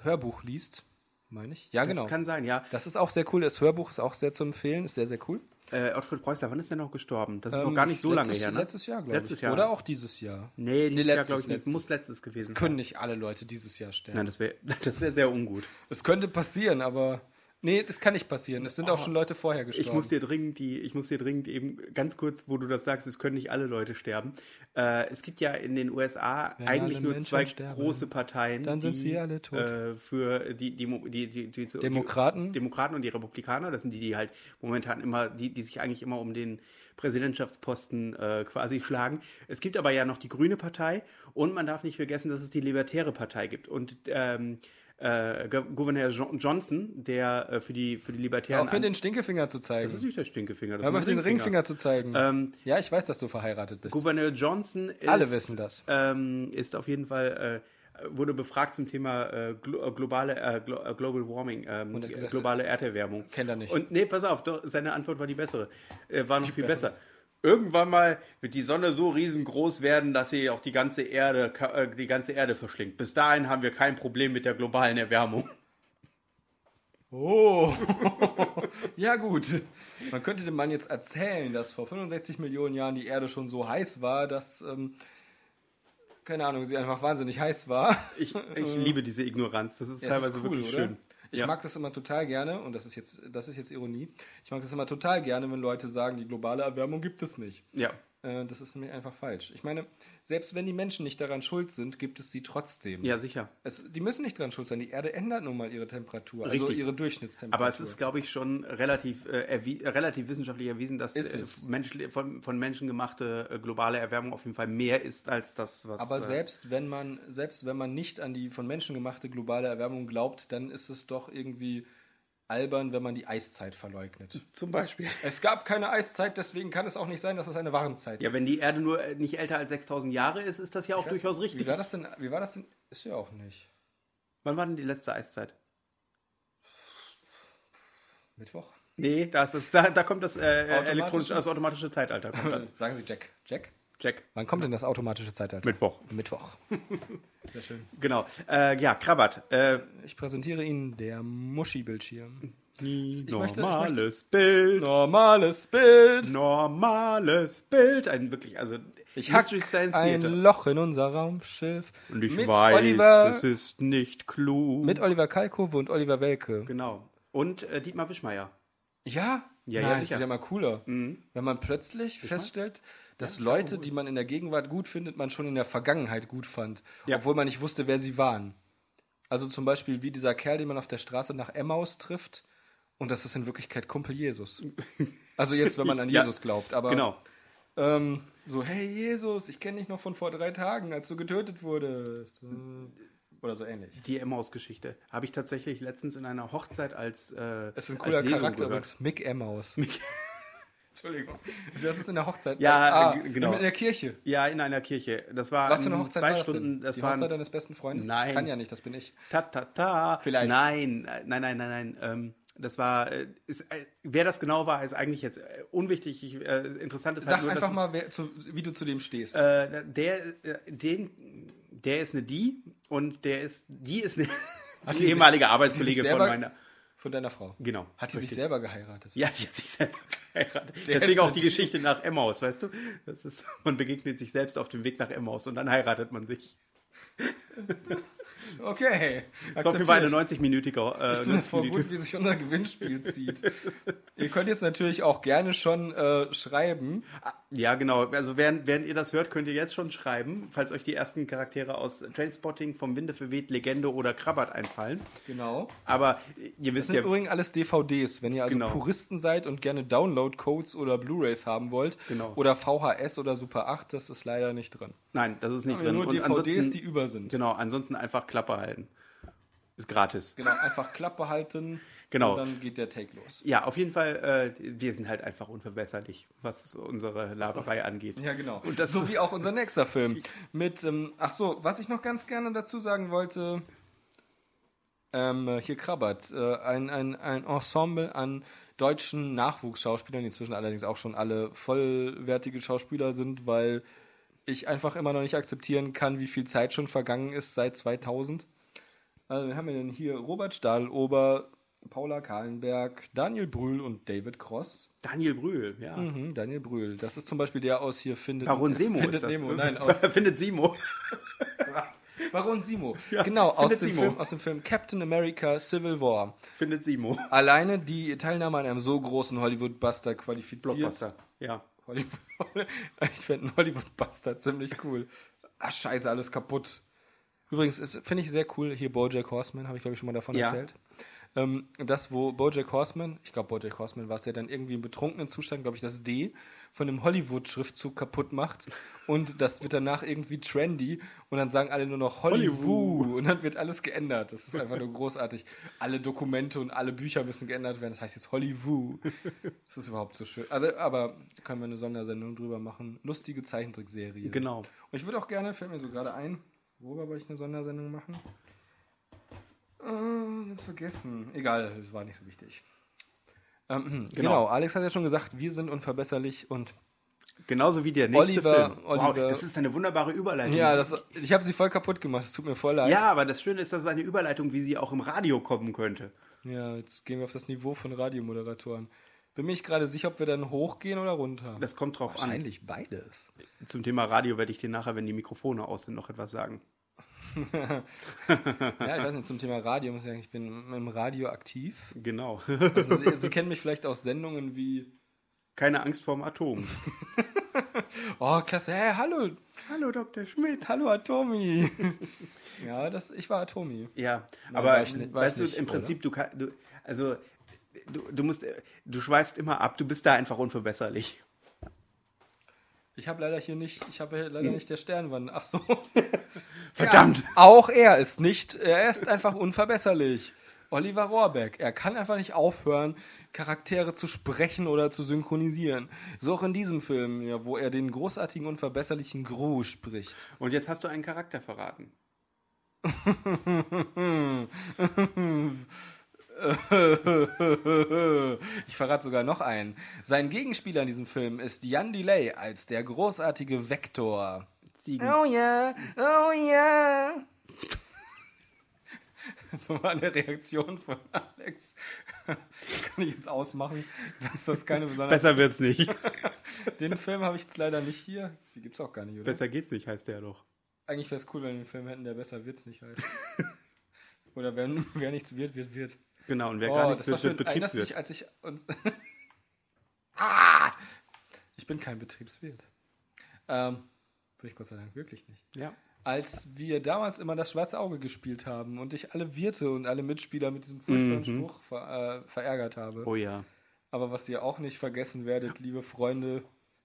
S2: Hörbuch liest, meine ich. Ja,
S1: Das
S2: genau.
S1: kann sein, ja.
S2: das ist auch sehr cool. Das Hörbuch ist auch sehr zu empfehlen, ist sehr, sehr cool.
S1: Äh, Ottfried Preußler, wann ist der noch gestorben? Das ist noch gar nicht so
S2: Ähm, letztes,
S1: lange her, ne?
S2: Letztes Jahr, glaube
S1: Letztes
S2: ich.
S1: Jahr.
S2: Oder auch dieses Jahr.
S1: Nee, dieses Jahr,
S2: letztes,
S1: glaube ich, nicht.
S2: letztes.
S1: muss letztes gewesen sein.
S2: Können nicht alle Leute dieses Jahr sterben.
S1: Nein, das wäre das wär sehr ungut.
S2: Es könnte passieren, aber. Nee, das kann nicht passieren. Es sind auch schon Leute vorher gestorben.
S1: Oh, Ich muss dir dringend die, ich muss dir dringend eben ganz kurz, wo du das sagst, es können nicht alle Leute sterben. Äh, es gibt ja in den USA
S2: Wenn
S1: eigentlich
S2: alle
S1: nur
S2: Menschen
S1: zwei
S2: sterben,
S1: große Parteien,
S2: dann sind
S1: die,
S2: sie alle tot.
S1: Äh, für die, die, die, die, die, die
S2: Demokraten?
S1: die Demokraten und die Republikaner. Das sind die, die halt momentan immer, die, die sich eigentlich immer um den Präsidentschaftsposten äh, quasi schlagen. Es gibt aber ja noch die Grüne Partei und man darf nicht vergessen, dass es die Libertäre Partei gibt und ähm, äh, Gou- Gouverneur Jo- Johnson, der äh, für die für die Libertären
S2: Auf mir
S1: an-
S2: den Stinkefinger zu zeigen.
S1: das ist nicht der Stinkefinger, das
S2: Hör
S1: ist
S2: mal auf
S1: mein
S2: den Ringfinger zu zeigen.
S1: Ähm,
S2: ja, ich weiß, dass du verheiratet bist.
S1: Gouverneur Johnson ist,
S2: Alle wissen das.
S1: Ähm, ist auf jeden Fall, äh, wurde befragt zum Thema äh, glo äh, globale, äh, glo äh, Global Warming, ähm,
S2: Und er hat gesagt,
S1: globale Erderwärmung.
S2: kennt er nicht.
S1: Und nee, pass auf, doch, seine Antwort war die bessere. Äh, war noch viel besser. Irgendwann mal wird die Sonne so riesengroß werden, dass sie auch die ganze Erde, ka- äh, die ganze Erde verschlingt. Bis dahin haben wir kein Problem mit der globalen Erwärmung.
S2: Oh, ja gut. Man könnte dem Mann jetzt erzählen, dass vor 65 Millionen Jahren die Erde schon so heiß war, dass, ähm, keine Ahnung, sie einfach wahnsinnig heiß war.
S1: Ich, ich liebe diese Ignoranz. Das ist
S2: Ja, es
S1: teilweise
S2: ist
S1: wirklich
S2: oder?
S1: schön.
S2: Ich
S1: Ja.
S2: mag das immer total gerne, und das ist, jetzt, das ist jetzt Ironie, ich mag das immer total gerne, wenn Leute sagen, die globale Erwärmung gibt es nicht.
S1: Ja.
S2: Äh, das ist mir einfach falsch. Ich meine, selbst wenn die Menschen nicht daran schuld sind, gibt es sie trotzdem.
S1: ja, sicher.
S2: Es, die müssen nicht daran schuld sein. Die Erde ändert nun mal ihre Temperatur, also
S1: Richtig.
S2: ihre Durchschnittstemperatur.
S1: Aber es ist, glaube ich, schon relativ, äh, erwi äh, relativ wissenschaftlich erwiesen, dass
S2: Ist
S1: äh,
S2: es.
S1: Mensch von, von Menschen gemachte äh, globale Erwärmung auf jeden Fall mehr ist als das, was.
S2: Aber
S1: äh,
S2: selbst wenn man, selbst wenn man nicht an die von Menschen gemachte globale Erwärmung glaubt, dann ist es doch irgendwie albern, wenn man die Eiszeit verleugnet.
S1: zum Beispiel.
S2: Es gab keine Eiszeit, deswegen kann es auch nicht sein, dass es eine Warmzeit
S1: Ja, wenn die Erde nur äh, nicht älter als 6000 Jahre ist, ist das ja auch durchaus
S2: ist. Wie
S1: richtig.
S2: war das denn? Wie war das denn? Ist ja auch nicht.
S1: Wann war denn die letzte Eiszeit?
S2: Mittwoch.
S1: Nee, da, ist das, da, da kommt das äh, äh,
S2: Automatische?
S1: elektronische, das automatische Zeitalter. Kommt dann.
S2: Sagen Sie Jack. Jack?
S1: Check.
S2: Wann kommt denn das automatische Zeitalter?
S1: Mittwoch.
S2: Mittwoch. Sehr schön.
S1: Genau. Äh, ja, Krabbert. Äh,
S2: Ich präsentiere Ihnen der Muschi-Bildschirm. möchte- ich
S1: normales Bild.
S2: Normales Bild.
S1: Normales Bild. Ein wirklich, also
S2: Ich hack
S1: Mystery Science
S2: ein
S1: Theater.
S2: Loch in unser Raumschiff.
S1: Und ich
S2: Mit
S1: weiß,
S2: Oliver-
S1: es ist nicht klug.
S2: Mit Oliver Kalkofe und Oliver Welke.
S1: genau. Und äh, Dietmar Wischmeier.
S2: Ja,
S1: Ja, ja, sicher. Mhm.
S2: Nein, Das ist ja mal cooler. Wenn man plötzlich feststellt, dass Leute, die man in der Gegenwart gut findet, man schon in der Vergangenheit gut fand,
S1: Ja.
S2: obwohl man nicht wusste, wer sie waren. Also zum Beispiel wie dieser Kerl, den man auf der Straße nach Emmaus trifft, und das ist in Wirklichkeit Kumpel Jesus. Also jetzt, wenn man an
S1: Ja,
S2: Jesus glaubt, aber
S1: Genau.
S2: ähm, so, hey Jesus, ich kenne dich noch von vor drei Tagen, als du getötet wurdest. Oder so ähnlich.
S1: Die Emmaus-Geschichte habe ich tatsächlich letztens in einer Hochzeit als äh,
S2: Das ist ein
S1: als
S2: cooler
S1: Lesung
S2: Charakter
S1: gehört.
S2: übrigens. Mick Emmaus. Entschuldigung. Das ist in der Hochzeit.
S1: Ja,
S2: Ah,
S1: g- genau.
S2: In der Kirche.
S1: Ja, in einer Kirche. Das war
S2: Was für eine
S1: ähm,
S2: Hochzeit
S1: zwei
S2: war das
S1: Stunden.
S2: denn?
S1: Das
S2: die
S1: war
S2: Hochzeit deines besten Freundes?
S1: Nein.
S2: Kann ja nicht, das bin ich.
S1: Ta, ta, ta.
S2: Vielleicht.
S1: Nein, äh, nein, nein, nein, nein. Ähm, das war, äh, ist, äh, wer das genau war, ist eigentlich jetzt äh, unwichtig. Ich, äh, interessant ist
S2: Sag
S1: nur,
S2: einfach
S1: dass
S2: mal, wer, zu, wie du zu dem stehst.
S1: es, äh, der, äh, dem, der ist eine die und der ist, die ist eine
S2: Hat
S1: ein
S2: die sich-
S1: ehemalige
S2: hat die sich
S1: Arbeitskollege von
S2: selber-
S1: meiner.
S2: Von deiner Frau.
S1: Genau.
S2: Hat die sich
S1: Richtig.
S2: selber geheiratet?
S1: Ja, die hat sich selber geheiratet.
S2: Der ist
S1: Deswegen auch
S2: eine
S1: die Geschichte nach Emmaus, weißt du? Das ist, man begegnet sich selbst auf dem Weg nach Emmaus und dann heiratet man sich.
S2: Okay.
S1: So viel
S2: Akzeptiere
S1: war eine
S2: ich.
S1: 90-minütige. Äh,
S2: Ich finde es voll
S1: 90-minütige-
S2: gut, wie sich unser Gewinnspiel zieht. Ihr könnt jetzt natürlich auch gerne schon äh, schreiben.
S1: Ja, genau. Also während, während ihr das hört, könnt ihr jetzt schon schreiben, falls euch die ersten Charaktere aus Trainspotting, Vom Winde verweht, Legende oder Krabbert einfallen.
S2: Genau.
S1: Aber äh, ihr
S2: Das
S1: wisst
S2: sind
S1: ja,
S2: übrigens alles DVDs. Wenn ihr also
S1: Genau.
S2: Puristen seid und gerne Download-Codes oder Blu-Rays haben wollt
S1: Genau.
S2: oder VHS oder Super 8, das ist leider nicht drin.
S1: nein, das ist nicht
S2: Ja,
S1: drin.
S2: Nur
S1: Und
S2: DVDs,
S1: ansonsten,
S2: die über sind.
S1: genau, ansonsten einfach Klappe halten. Ist gratis.
S2: Genau, einfach Klappe halten
S1: Genau.
S2: und dann geht der Take los.
S1: Ja, auf jeden Fall, äh, wir sind halt einfach unverbesserlich, was unsere Laberei angeht.
S2: Ja, genau.
S1: Und das-
S2: so wie auch unser nächster Film mit, ähm, ach so, was ich noch ganz gerne dazu sagen wollte, ähm, äh, hier Krabbert, äh, ein, ein, ein Ensemble an deutschen Nachwuchsschauspielern, die inzwischen allerdings auch schon alle vollwertige Schauspieler sind, weil ich einfach immer noch nicht akzeptieren kann, wie viel Zeit schon vergangen ist seit 2000. Also, wir haben wir denn hier Robert Stahlober, Paula Kahlenberg, Daniel Brühl und David Cross.
S1: Daniel Brühl, ja.
S2: Mhm, Daniel Brühl. Das ist zum Beispiel der aus hier findet. äh,
S1: Baron Semo
S2: findet
S1: ist das.
S2: Nemo. Nein, aus
S1: Findet Simo.
S2: Baron Simo. genau, aus
S1: findet
S2: dem,
S1: Simo.
S2: Film, aus dem Film Captain America Civil War.
S1: Findet Simo.
S2: Alleine die Teilnahme an einem so großen Hollywood-Buster qualifiziert.
S1: Blockbuster. Ja.
S2: Hollywood ich fände einen Hollywood-Buster ziemlich cool. Ah, scheiße, alles kaputt. Übrigens, es- finde ich sehr cool, hier Bojack Horseman, habe ich glaube ich schon mal davon
S1: Ja.
S2: erzählt. Ähm, das, wo Bojack Horseman, ich glaube Bojack Horseman war es, der dann irgendwie im betrunkenen Zustand, glaube ich, das D von einem Hollywood-Schriftzug kaputt macht und das wird danach irgendwie trendy und dann sagen alle nur noch Hollywood und dann wird alles geändert. Das ist einfach nur großartig. Alle Dokumente und alle Bücher müssen geändert werden. Das heißt jetzt Hollywood. Das ist überhaupt so schön. Also, aber können wir eine Sondersendung drüber machen. Lustige Zeichentrickserie.
S1: Genau.
S2: Und ich würde auch gerne, fällt mir so gerade ein, worüber wollte ich eine Sondersendung machen? Äh, ich hab's vergessen. Egal, es war nicht so wichtig. Ähm, genau. Alex hat ja schon gesagt, wir sind unverbesserlich und.
S1: Genauso wie der nächste
S2: Oliver-
S1: Film.
S2: Oliver-
S1: Wow, das ist eine wunderbare Überleitung.
S2: Ja, das, Mhm. ich habe sie voll kaputt gemacht, es tut mir voll leid.
S1: Ja, aber das Schöne ist, dass es eine Überleitung, wie sie auch im Radio kommen könnte.
S2: ja, jetzt gehen wir auf das Niveau von Radiomoderatoren. Bin mir nicht gerade sicher, ob wir dann hochgehen oder runter.
S1: Das kommt drauf an.
S2: Wahrscheinlich beides.
S1: Zum Thema Radio werde ich dir nachher, wenn die Mikrofone aus sind, noch etwas sagen.
S2: Ja, ich weiß nicht, zum Thema Radio muss ich sagen, ich bin im Radio aktiv.
S1: Genau.
S2: Also, sie, sie kennen mich vielleicht aus Sendungen wie
S1: Keine Angst vorm Atom.
S2: Oh, klasse. Hey, hallo.
S1: Hallo, Dr. Schmidt.
S2: Hallo, Atomi. ja, das, ich war Atomi.
S1: Ja,
S2: war
S1: aber
S2: ich nicht- war
S1: weißt
S2: ich
S1: du,
S2: nicht,
S1: im Prinzip, du, kann- du also du, du musst, äh, du schweifst immer ab, du bist da einfach unverbesserlich.
S2: Ich habe leider hier nicht, ich habe hier leider nicht der Sternwand. Ach so.
S1: Verdammt!
S2: Ja, auch er ist nicht, er ist einfach unverbesserlich. Oliver Rohrbeck, er kann einfach nicht aufhören, Charaktere zu sprechen oder zu synchronisieren. So auch in diesem Film, ja, wo er den großartigen, unverbesserlichen Gru spricht.
S1: Und jetzt hast du einen Charakter verraten.
S2: ich verrate sogar noch einen. Sein Gegenspieler in diesem Film ist Jan Delay als der großartige Vektor.
S1: Ziegen.
S2: ja, oh ja. So war eine Reaktion von Alex. Kann ich jetzt ausmachen, dass das keine besonders.
S1: Besser wird's nicht.
S2: Den Film habe ich jetzt leider nicht hier. Die gibt's auch gar nicht, oder?
S1: Besser geht's nicht, heißt der doch.
S2: Eigentlich halt. wäre es cool, wenn wir einen Film hätten, der besser wird's nicht heißt. Oder wenn wer nichts wird, wird, wird.
S1: Genau, und wer gar nichts wird, wird Betriebswirt.
S2: Betriebswirt. Dich, als ich uns ah! Ich bin kein Betriebswirt. Ähm, bin ich Gott sei Dank wirklich nicht.
S1: ja.
S2: Als wir damals immer das schwarze Auge gespielt haben und ich alle Wirte und alle Mitspieler mit diesem furchtbaren Spruch ver äh, verärgert habe.
S1: Oh ja.
S2: Aber was ihr auch nicht vergessen werdet, liebe Freunde,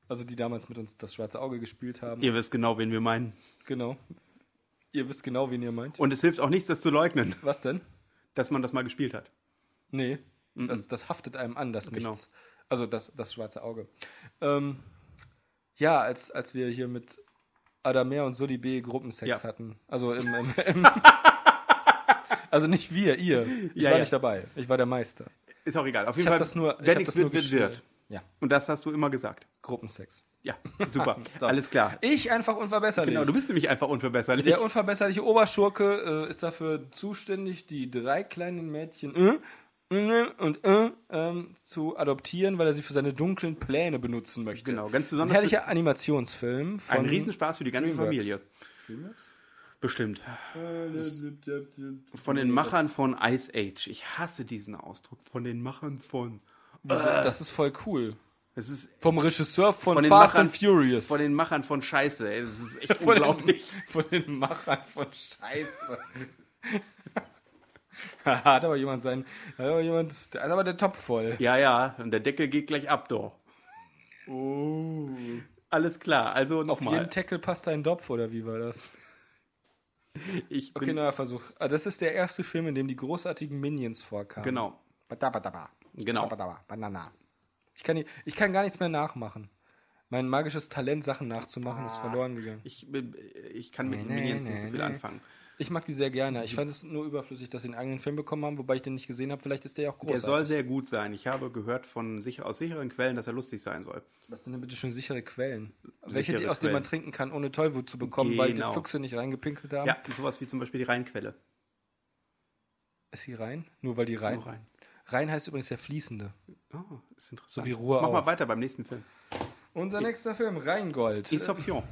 S2: also die damals mit uns das schwarze Auge gespielt haben,
S1: Ihr wisst genau, wen wir meinen.
S2: genau. Ihr wisst genau, wen ihr meint.
S1: Und es hilft auch nichts, das zu leugnen,
S2: Was denn?
S1: dass man das mal gespielt hat.
S2: Nee, das, das haftet einem an, das
S1: Mhm. Genau.
S2: nichts. Also das, das schwarze Auge. Ähm, ja, als, als wir hier mit Adamer und Sully B. Gruppensex
S1: Ja.
S2: hatten. Also im, im, im Also nicht wir, ihr. Ich
S1: Ja,
S2: war
S1: ja.
S2: nicht dabei. Ich war der Meister.
S1: Ist auch egal. Auf jeden
S2: Ich habe
S1: Fall,
S2: das nur. ich
S1: wer
S2: hab
S1: nichts
S2: das nur
S1: wird, wird,
S2: gespielt.
S1: wird.
S2: Ja,
S1: Und das hast du immer gesagt.
S2: Gruppensex.
S1: Ja, super.
S2: So.
S1: Alles klar.
S2: Ich einfach unverbesserlich.
S1: Genau, du bist nämlich einfach unverbesserlich.
S2: Der unverbesserliche Oberschurke äh, ist dafür zuständig, die drei kleinen Mädchen äh, äh, und äh, ähm, zu adoptieren, weil er sie für seine dunklen Pläne benutzen möchte.
S1: Genau, ganz
S2: Ein
S1: besonders.
S2: herrlicher Animationsfilm von
S1: Ein Riesenspaß für die ganze
S2: Dreamworks.
S1: Familie. Bestimmt. Von den Machern von Ice Age. Ich hasse diesen Ausdruck. Von den Machern von.
S2: Das ist voll cool.
S1: Es ist
S2: Vom Regisseur von,
S1: Von den
S2: Fast
S1: Machern-
S2: and Furious.
S1: von den Machern von Scheiße. ey. Das ist echt
S2: Von den-
S1: unglaublich.
S2: von den Machern von Scheiße. da hat aber jemand seinen, da hat aber jemand, da ist aber der Topf voll.
S1: Ja, ja. Und der Deckel geht gleich ab, doch. Oh. Alles klar. Also
S2: Auf jeden
S1: nochmal.
S2: Tackle passt ein Dopf, oder wie war das?
S1: Ich
S2: Okay,
S1: bin,
S2: neuer Versuch. Ah, Das ist der erste Film, in dem die großartigen Minions vorkamen.
S1: genau.
S2: Badabadaba.
S1: Genau.
S2: Badabadaba. Banana. Ich kann, die- ich kann gar nichts mehr nachmachen. Mein magisches Talent, Sachen nachzumachen,
S1: Ah.
S2: ist verloren gegangen.
S1: Ich, bin- ich kann mit
S2: Nee,
S1: den Minions
S2: nee,
S1: nicht so viel
S2: nee.
S1: anfangen.
S2: Ich mag die sehr gerne. Ich fand es nur überflüssig, dass sie einen eigenen Film bekommen haben, wobei ich den nicht gesehen habe. Vielleicht ist der ja auch
S1: Der soll
S2: großartig.
S1: sehr gut sein. Ich habe gehört von sich, aus sicheren Quellen, dass er lustig sein soll.
S2: Was sind denn bitte schon sichere Quellen? Welche, die,
S1: Sichere
S2: aus denen man
S1: Quellen.
S2: trinken kann, ohne Tollwut zu bekommen, weil die
S1: Genau.
S2: Füchse nicht reingepinkelt haben?
S1: Ja, sowas wie zum Beispiel die Rheinquelle.
S2: Ist sie rein? Nur weil die rein?
S1: Nur rein.
S2: Rein heißt übrigens der Fließende.
S1: Oh, ist interessant.
S2: So wie Ruhr
S1: Mach
S2: auch.
S1: mal weiter beim nächsten Film.
S2: Unser nächster Film, Rheingold.
S1: Die Sorption.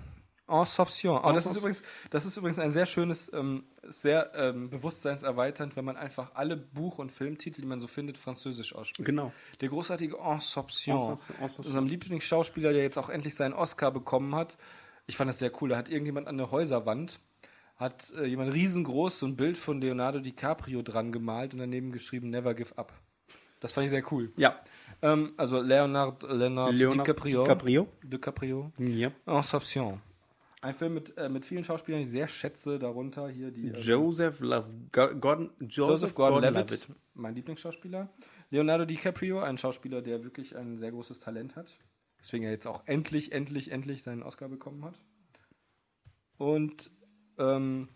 S2: Ensorption. Oh, das, ist
S1: Ensorption.
S2: übrigens, das ist übrigens ein sehr schönes, ähm, sehr ähm, bewusstseinserweiternd, wenn man einfach alle Buch- und Filmtitel, die man so findet, französisch ausspricht.
S1: Genau.
S2: Der großartige Ensorption.
S1: Ensorption, Ensorption.
S2: Unserem Lieblingsschauspieler, der jetzt auch endlich seinen Oscar bekommen hat. Ich fand das sehr cool. Da hat irgendjemand an der Häuserwand, hat äh, jemand riesengroß so ein Bild von Leonardo DiCaprio dran gemalt und daneben geschrieben, never give up. Das fand ich sehr cool.
S1: Ja.
S2: Ähm, also Leonard, Leonard,
S1: Leonardo
S2: DiCaprio.
S1: DiCaprio.
S2: DiCaprio.
S1: ja.
S2: Inception. Ein Film mit, äh, mit vielen Schauspielern, die ich sehr schätze, darunter hier die äh,
S1: Joseph Love, Gordon, Joseph,
S2: Joseph Gordon-Levitt,
S1: Gordon-Levitt.
S2: mein Lieblingsschauspieler. Leonardo DiCaprio, ein Schauspieler, der wirklich ein sehr großes Talent hat. Deswegen er jetzt auch endlich, endlich, endlich seinen Oscar bekommen hat. Und ähm,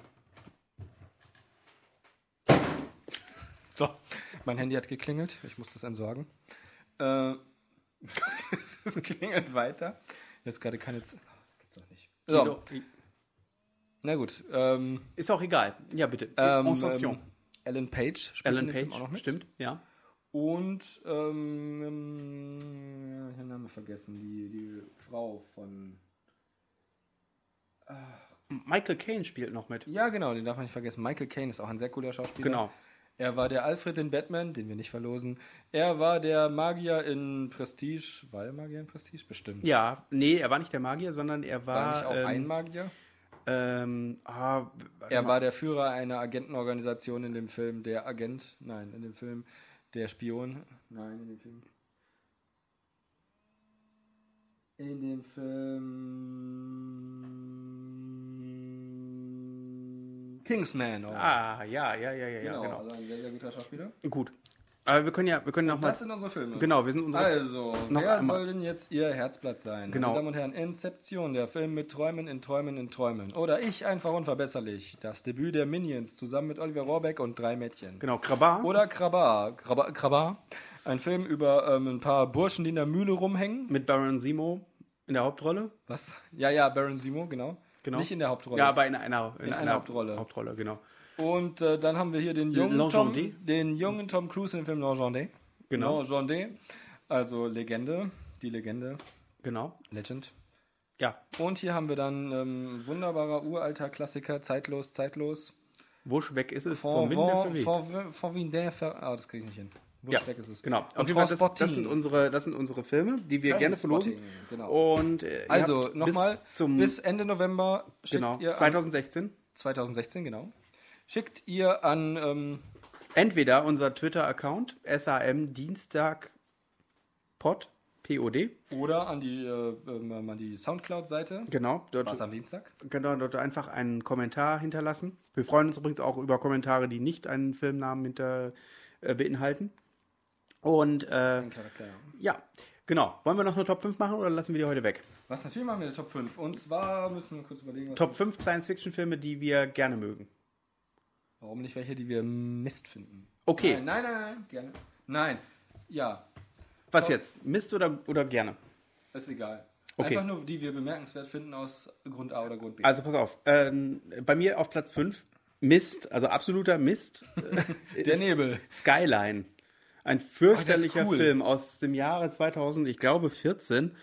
S2: so, mein Handy hat geklingelt. Ich muss das entsorgen. Äh, es klingelt weiter. Jetzt gerade keine Zeit. Das gibt's doch nicht. So,
S1: Kino-
S2: na gut. Ähm,
S1: Ist auch egal. Ja, bitte.
S2: ähm,
S1: Ensorption.
S2: ähm, Alan Page spielt in
S1: Alan
S2: dem Film
S1: Page. Stimmt, ja.
S2: Und ähm, ähm, ich habe den Namen vergessen, die, die Frau von.
S1: Michael Caine spielt noch mit.
S2: Ja, genau, den darf man nicht vergessen. Michael Caine ist auch ein sehr cooler Schauspieler.
S1: Genau.
S2: Er war der Alfred in Batman, den wir nicht verlosen. Er war der Magier in Prestige. War der Magier in Prestige? Bestimmt.
S1: Ja, nee, er war nicht der Magier, sondern er war.
S2: War nicht auch
S1: ähm,
S2: ein Magier?
S1: ähm, ah, warte
S2: Er
S1: mal.
S2: war der Führer einer Agentenorganisation in dem Film, der Agent, nein, in dem Film, der Spion. Nein, in dem Film. In dem Film. Kingsman. Oh.
S1: Ah, ja, ja, ja, ja, ja, genau.
S2: Also ein sehr, sehr guter Schauspieler.
S1: Gut. Aber wir können ja, wir können noch mal.
S2: Das sind unsere Filme.
S1: Genau, wir sind unsere.
S2: Also,
S1: Noch
S2: wer
S1: einmal.
S2: soll denn jetzt Ihr Herzblatt sein?
S1: Genau.
S2: Meine Damen und Herren, Inception, der Film mit Träumen in Träumen in Träumen. Oder Ich einfach unverbesserlich, das Debüt der Minions zusammen mit Oliver Rohrbeck und drei Mädchen.
S1: Genau, Krabar.
S2: Oder Krabar, Krabar, Krabar, ein Film über ähm, ein paar Burschen, die in der Mühle rumhängen.
S1: mit Baron Simo in der Hauptrolle.
S2: Was? Ja, ja, Baron Simo, genau.
S1: Genau.
S2: Nicht in der Hauptrolle.
S1: Ja, aber in einer, in
S2: In einer
S1: einer
S2: Hauptrolle.
S1: Hauptrolle, genau.
S2: Und äh, dann haben wir hier den jungen, Tom,
S1: L'Engendé.
S2: den jungen Tom Cruise in dem Film L'Engendé.
S1: Genau.
S2: L'Engendé, also Legende, die Legende,
S1: Genau.
S2: Legend.
S1: Ja,
S2: Und hier haben wir dann ähm, wunderbarer uralter Klassiker, zeitlos, zeitlos.
S1: Wusch weg ist es, vom Winde verweht.
S2: Vor vor Winde ver... Ah, das kriege ich nicht hin. Wusch
S1: ja,
S2: weg ist es.
S1: Genau.
S2: Und
S1: Auf jeden Fall, das, das,
S2: Transportin.
S1: sind unsere, das sind unsere Filme, die wir gerne verlosen.
S2: Transportin, genau.
S1: Und äh, ihr
S2: also
S1: habt
S2: nochmal,
S1: bis
S2: bis,
S1: zum
S2: Ende November schickt
S1: genau,
S2: ihr an,
S1: 2016
S2: 2016, genau. Schickt ihr an ähm,
S1: entweder unser Twitter-Account SAM Dienstag Pod POD
S2: oder an die, äh, ähm, an die Soundcloud-Seite.
S1: genau
S2: Was
S1: dort
S2: am Dienstag?
S1: genau dort einfach einen Kommentar hinterlassen. Wir freuen uns übrigens auch über Kommentare, die nicht einen Filmnamen hinter äh, beinhalten. Und äh, ja, genau. Wollen wir noch eine Top 5 machen oder lassen wir die heute weg?
S2: Was natürlich machen wir in der Top 5. Und zwar müssen wir kurz überlegen, was
S1: Top 5 Science-Fiction-Filme, die wir gerne mögen.
S2: warum nicht welche, die wir Mist finden.
S1: Okay,
S2: Nein, nein, nein, nein, gerne. Nein, ja,
S1: was
S2: Top-
S1: jetzt? Mist oder, oder gerne?
S2: ist egal.
S1: Okay.
S2: Einfach nur, die wir bemerkenswert finden aus Grund A oder Grund B.
S1: Also pass auf. Ähm, bei mir auf Platz 5 Mist, also absoluter Mist. Äh,
S2: der Nebel.
S1: Skyline. Ein
S2: Ach,
S1: fürchterlicher
S2: das ist cool.
S1: Film aus dem Jahre 2000, ich glaube 14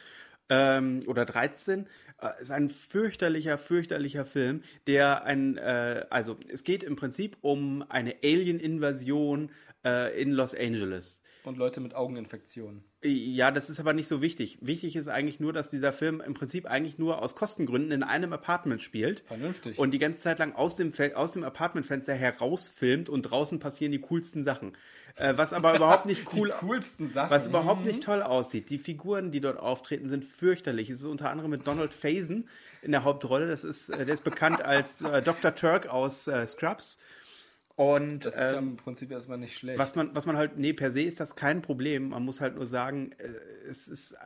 S1: ähm, oder 13. Äh, ist ein fürchterlicher, fürchterlicher Film, der ein, äh, also es geht im Prinzip um eine Alien-Invasion äh, in Los Angeles.
S2: Und Leute mit Augeninfektionen.
S1: Ja, das ist aber nicht so wichtig. Wichtig ist eigentlich nur, dass dieser Film im Prinzip eigentlich nur aus Kostengründen in einem Apartment spielt.
S2: Vernünftig.
S1: Und die ganze Zeit lang aus dem, Fe- aus dem Apartmentfenster herausfilmt und draußen passieren die coolsten Sachen. Äh, was aber überhaupt nicht cool
S2: die coolsten Sachen.
S1: was überhaupt
S2: Mhm.
S1: nicht toll aussieht. Die Figuren, die dort auftreten, sind fürchterlich. Es ist unter anderem mit Donald Faison in der Hauptrolle. Das ist, äh, der ist bekannt als äh, Dr. Turk aus äh, Scrubs. Und
S2: Das ist ja im Prinzip erstmal nicht schlecht.
S1: ähm, was man, was man halt, nee, per se ist das kein Problem. Man muss halt nur sagen, äh, es ist. äh,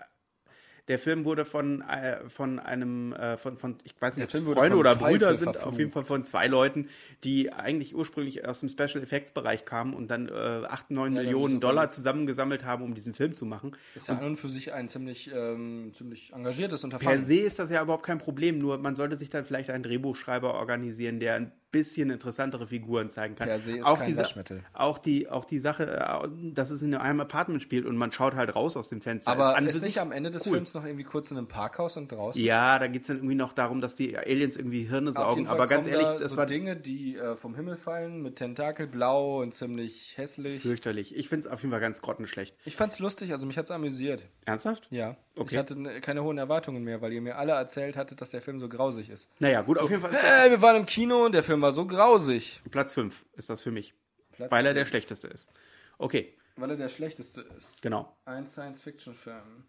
S1: Der Film wurde von, äh, von einem, äh, von, von, ich weiß nicht,
S2: Der Film
S1: ob es
S2: wurde
S1: Freunde
S2: vom
S1: oder
S2: Teufel
S1: Brüder sind,
S2: verflucht.
S1: auf jeden Fall von zwei Leuten, die eigentlich ursprünglich aus dem Special Effects Bereich kamen und dann äh, 8, 9
S2: Ja, das ist
S1: Millionen
S2: super.
S1: Dollar zusammengesammelt haben, um diesen Film zu machen.
S2: ist ja an und für sich ein ziemlich, ähm, ziemlich engagiertes
S1: Per
S2: Unterfangen.
S1: se ist das ja überhaupt kein Problem, nur man sollte sich dann vielleicht einen Drehbuchschreiber organisieren, der ein bisschen interessantere Figuren zeigen kann.
S2: Per se ist
S1: auch,
S2: kein
S1: die Sa-
S2: Waschmittel.
S1: auch, die, auch die Sache, äh, dass es in einem Apartment spielt und man schaut halt raus aus dem Fenster.
S2: Aber
S1: an
S2: ist
S1: sich
S2: nicht am Ende des
S1: cool.
S2: Films noch irgendwie kurz in einem Parkhaus und draußen?
S1: Ja, da geht es dann irgendwie noch darum, dass die Aliens irgendwie Hirne
S2: Auf
S1: saugen.
S2: jeden Fall
S1: Aber ganz
S2: kommen
S1: ehrlich,
S2: da
S1: das
S2: so
S1: war
S2: Dinge, die äh, vom Himmel fallen, mit Tentakel blau und ziemlich hässlich.
S1: fürchterlich. Ich finde es auf jeden Fall ganz grottenschlecht.
S2: Ich fand's lustig, also mich hat's amüsiert.
S1: Ernsthaft?
S2: Ja.
S1: Okay.
S2: Ich hatte ne- keine hohen Erwartungen mehr, weil ihr mir alle erzählt hattet, dass der Film so grausig ist.
S1: Naja, gut, auf jeden Fall ist das
S2: Äh, wir waren im Kino und der Film war so grausig.
S1: Platz 5 ist das für mich.
S2: Platz
S1: weil er der schlechteste ist. Okay,
S2: Weil er der schlechteste ist.
S1: genau.
S2: Ein Science-Fiction-Film.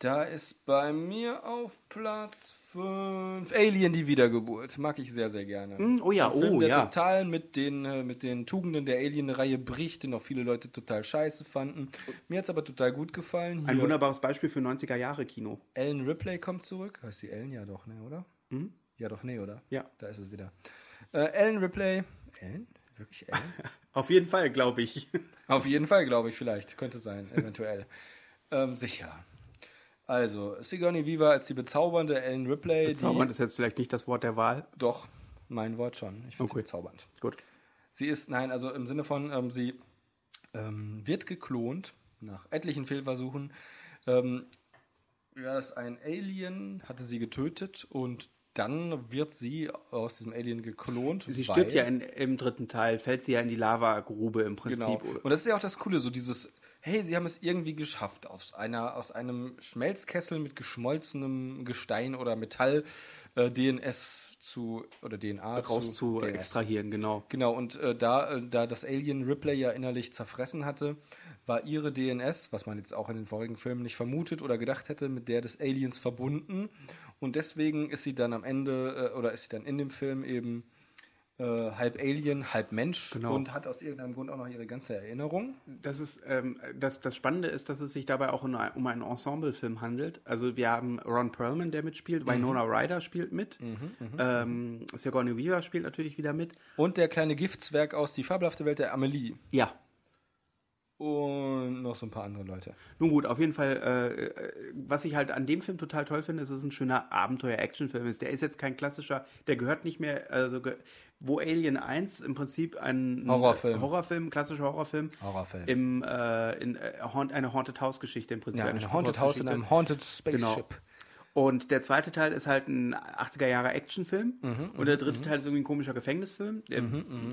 S2: Da ist bei mir auf Platz 5 Alien die Wiedergeburt. Mag ich sehr, sehr gerne.
S1: Hm, oh ja,
S2: Ist ein Film,
S1: oh
S2: der
S1: ja.
S2: total mit den, äh, mit den Tugenden der Alien-Reihe bricht, den auch viele Leute total scheiße fanden. Mir hat's aber total gut gefallen.
S1: Ein
S2: Hier
S1: wunderbares Beispiel für 90er Jahre Kino.
S2: Ellen Ripley kommt zurück. Heißt sie Ellen ja doch, ne, oder? Ja doch, ne, oder?
S1: Ja.
S2: Da ist es wieder. Äh, Ellen Ripley. Ellen? Wirklich Ellen?
S1: Auf jeden Fall, glaube ich.
S2: Auf jeden Fall, glaube ich, vielleicht. Könnte sein, eventuell. ähm, sicher. Also, Sigourney Weaver als die bezaubernde Ellen Ripley.
S1: Zaubernd ist jetzt vielleicht nicht das Wort der Wahl.
S2: Die, doch, mein Wort schon. Ich finde
S1: Okay.
S2: sie bezaubernd.
S1: Gut.
S2: Sie ist, nein, also im Sinne von, ähm, sie ähm, wird geklont nach etlichen Fehlversuchen. Ähm, ja, das ist ein Alien, hatte sie getötet und dann wird sie aus diesem Alien geklont.
S1: Sie
S2: weil-
S1: stirbt ja in, im dritten Teil, fällt sie ja in die Lavagrube im
S2: Genau.
S1: Prinzip. um Oder-
S2: Und das ist ja auch das Coole, so dieses, hey, sie haben es irgendwie geschafft, aus, einer, aus einem Schmelzkessel mit geschmolzenem Gestein oder Metall äh, DNS zu, oder DNA
S1: Raus zu äh,
S2: DNS.
S1: extrahieren, genau.
S2: Genau, und äh, da, äh, da das Alien Ripley ja innerlich zerfressen hatte, war ihre DNS, was man jetzt auch in den vorigen Filmen nicht vermutet oder gedacht hätte, mit der des Aliens verbunden. Und deswegen ist sie dann am Ende, äh, oder ist sie dann in dem Film eben äh, halb Alien, halb Mensch
S1: Genau.
S2: und hat aus irgendeinem Grund auch noch ihre ganze Erinnerung.
S1: Das, ist, ähm, das, das Spannende ist, dass es sich dabei auch in, um einen Ensemblefilm handelt. Also wir haben Ron Perlman, der mitspielt, Winona Ryder spielt mit, ähm, Sigourney Weaver spielt natürlich wieder mit.
S2: Und der kleine Giftzwerg aus Die fabelhafte Welt der Amelie.
S1: Ja,
S2: Und noch so ein paar andere Leute.
S1: Nun gut, auf jeden Fall, äh, äh, was ich halt an dem Film total toll finde, ist, dass es ein schöner Abenteuer-Action-Film ist. Der ist jetzt kein klassischer, der gehört nicht mehr, also ge wo Alien 1 im Prinzip ein
S2: Horrorfilm.
S1: Horrorfilm klassischer Horrorfilm,
S2: Horrorfilm.
S1: im, äh, in äh, haunt, eine Haunted House-Geschichte im Prinzip.
S2: Ja,
S1: eine
S2: ein Haunted House in
S1: Spukhausgeschichte.
S2: einem Haunted Spaceship.
S1: Genau. Und der zweite Teil ist halt ein 80er Jahre Actionfilm.
S2: Mhm,
S1: und der dritte Teil ist irgendwie ein komischer Gefängnisfilm. Der-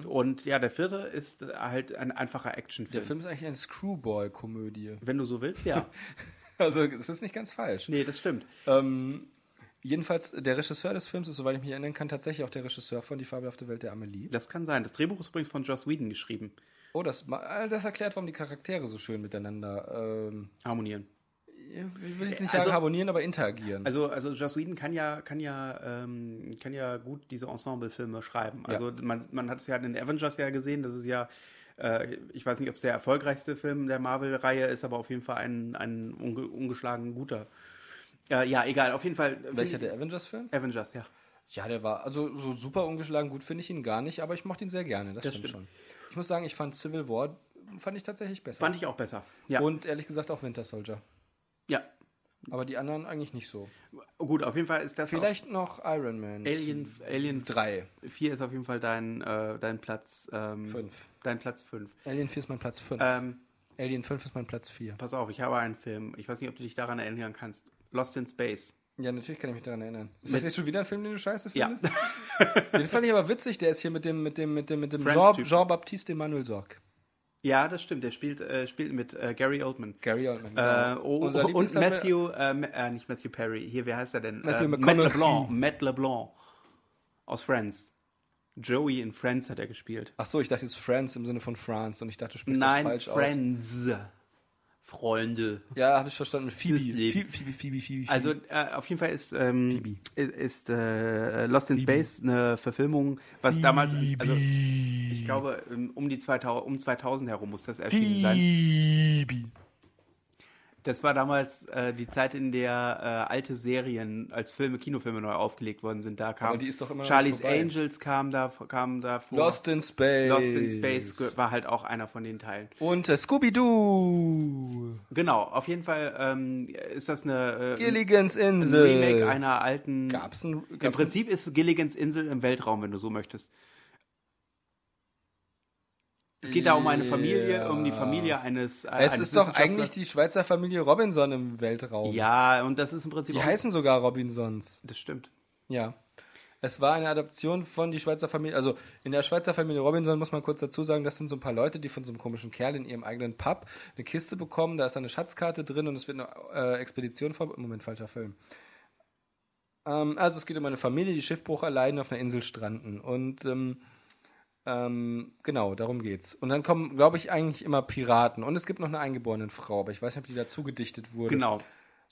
S1: und ja, der vierte ist halt ein einfacher
S2: Der
S1: Actionfilm.
S2: Film ist eigentlich eine Screwball-Komödie.
S1: Wenn du so willst, ja.
S2: Also es ist nicht ganz falsch.
S1: nee, das stimmt.
S2: Ähm, jedenfalls, der Regisseur des Films ist, soweit ich mich erinnern kann, tatsächlich auch der Regisseur von Die fabelhafte Welt der Amelie.
S1: Das kann sein. Das Drehbuch ist übrigens von Joss Whedon geschrieben.
S2: Oh, das, ma- äh, das erklärt, warum die Charaktere so schön miteinander, ähm,
S1: Harmonieren.
S2: ich will jetzt nicht
S1: Also-
S2: sagen harmonieren, aber interagieren.
S1: Also, also Joss Whedon kann ja, kann ja, ähm, kann ja gut diese Ensemble-Filme schreiben. Also man, man hat es ja in den Avengers ja gesehen, das ist ja, äh, ich weiß nicht, ob es der erfolgreichste Film der Marvel-Reihe ist, aber auf jeden Fall ein, ein unge ungeschlagen guter. Äh, ja, egal, auf jeden Fall. find
S2: Welcher
S1: ich-
S2: der Avengers-Film?
S1: Avengers, ja.
S2: Ja, der war, also so super ungeschlagen gut finde ich ihn gar nicht, aber ich mochte ihn sehr gerne, das, stimmt,
S1: stimmt.
S2: schon. Ich muss sagen, ich fand Civil War, fand ich tatsächlich besser.
S1: Fand ich auch besser. Ja.
S2: Und ehrlich gesagt auch Winter Soldier.
S1: ja.
S2: Aber die anderen eigentlich nicht so.
S1: Gut, auf jeden Fall ist das
S2: Vielleicht noch Iron Man.
S1: auch Alien, Alien
S2: 3.
S1: 4 ist auf jeden Fall dein, äh, dein Platz 5.
S2: Fünf.
S1: Dein Platz 5.
S2: Alien 4 ist mein Platz 5.
S1: Ähm,
S2: Alien 5 ist mein Platz 4.
S1: Pass auf, ich habe einen Film. Ich weiß nicht, ob du dich daran erinnern kannst. Lost in Space.
S2: Ja, natürlich kann ich mich daran erinnern. Ist
S1: Mit-
S2: das jetzt schon wieder ein Film, den du scheiße
S1: Ja.
S2: findest? Den fand ich aber witzig, der ist hier mit dem, mit dem, mit dem, mit dem Jean-
S1: Friends-Typ.
S2: Jean-Baptiste Emmanuel Sorg.
S1: Ja, das stimmt. Der spielt, äh, spielt mit äh, Gary Oldman.
S2: Gary Oldman.
S1: Äh,
S2: genau.
S1: oh,
S2: Unser
S1: und
S2: Lieblingsdarsteller-
S1: Matthew, äh, Ma- äh, nicht Matthew Perry. Hier, wer heißt er denn?
S2: Matthew
S1: äh, Matt
S2: McConaughey.
S1: LeBlanc. Matt LeBlanc aus Friends. Joey in Friends hat er gespielt.
S2: Ach so, ich dachte jetzt Friends im Sinne von France und ich dachte, du sprichst
S1: Nein,
S2: das falsch aus.
S1: Friends. Freunde.
S2: Ja, habe ich verstanden. Phoebe.
S1: Fürs Leben.
S2: Phoebe, Phoebe, Phoebe, Phoebe.
S1: Also äh, auf jeden Fall ist, ähm, ist, ist äh, Lost in Space eine Verfilmung, was damals, also ich glaube ähm, um die 2000, um 2000 herum muss das erschienen sein.
S2: Phoebe.
S1: Das war damals äh, die Zeit, in der äh, alte Serien als Filme, Kinofilme neu aufgelegt worden sind. Da kam
S2: Aber die ist doch immer noch nicht
S1: Charlie's
S2: vorbei.
S1: Angels kam da, kam da vor.
S2: Lost in Space.
S1: Lost in Space ge- war halt auch einer von den Teilen.
S2: Und äh, Scooby-Doo.
S1: Genau, auf jeden Fall ähm, ist das eine äh,
S2: Gilligan's
S1: ein
S2: Insel.
S1: Remake einer alten
S2: Gab's ein,
S1: Im
S2: gab's
S1: Prinzip ist Gilligans Insel im Weltraum, wenn du so möchtest. Es geht da um eine Familie, um die Familie eines.
S2: Ein, es ist doch eigentlich die Schweizer Familie Robinson im Weltraum.
S1: Ja, und das ist im Prinzip.
S2: Die
S1: auch-
S2: heißen sogar Robinsons.
S1: das stimmt.
S2: Ja. Es war eine Adaption von die Schweizer Familie, also in der Schweizer Familie Robinson muss man kurz dazu sagen, das sind so ein paar Leute, die von so einem komischen Kerl in ihrem eigenen Pub eine Kiste bekommen, da ist dann eine Schatzkarte drin und es wird eine äh, Expedition vor... Moment, falscher Film. Ähm, also es geht um eine Familie, die Schiffbruch erleiden, auf einer Insel stranden und ähm, ähm, genau, darum geht's. Und dann kommen, glaube ich, eigentlich immer Piraten und es gibt noch eine eingeborene Frau, aber ich weiß nicht, ob die dazu gedichtet wurde.
S1: Genau.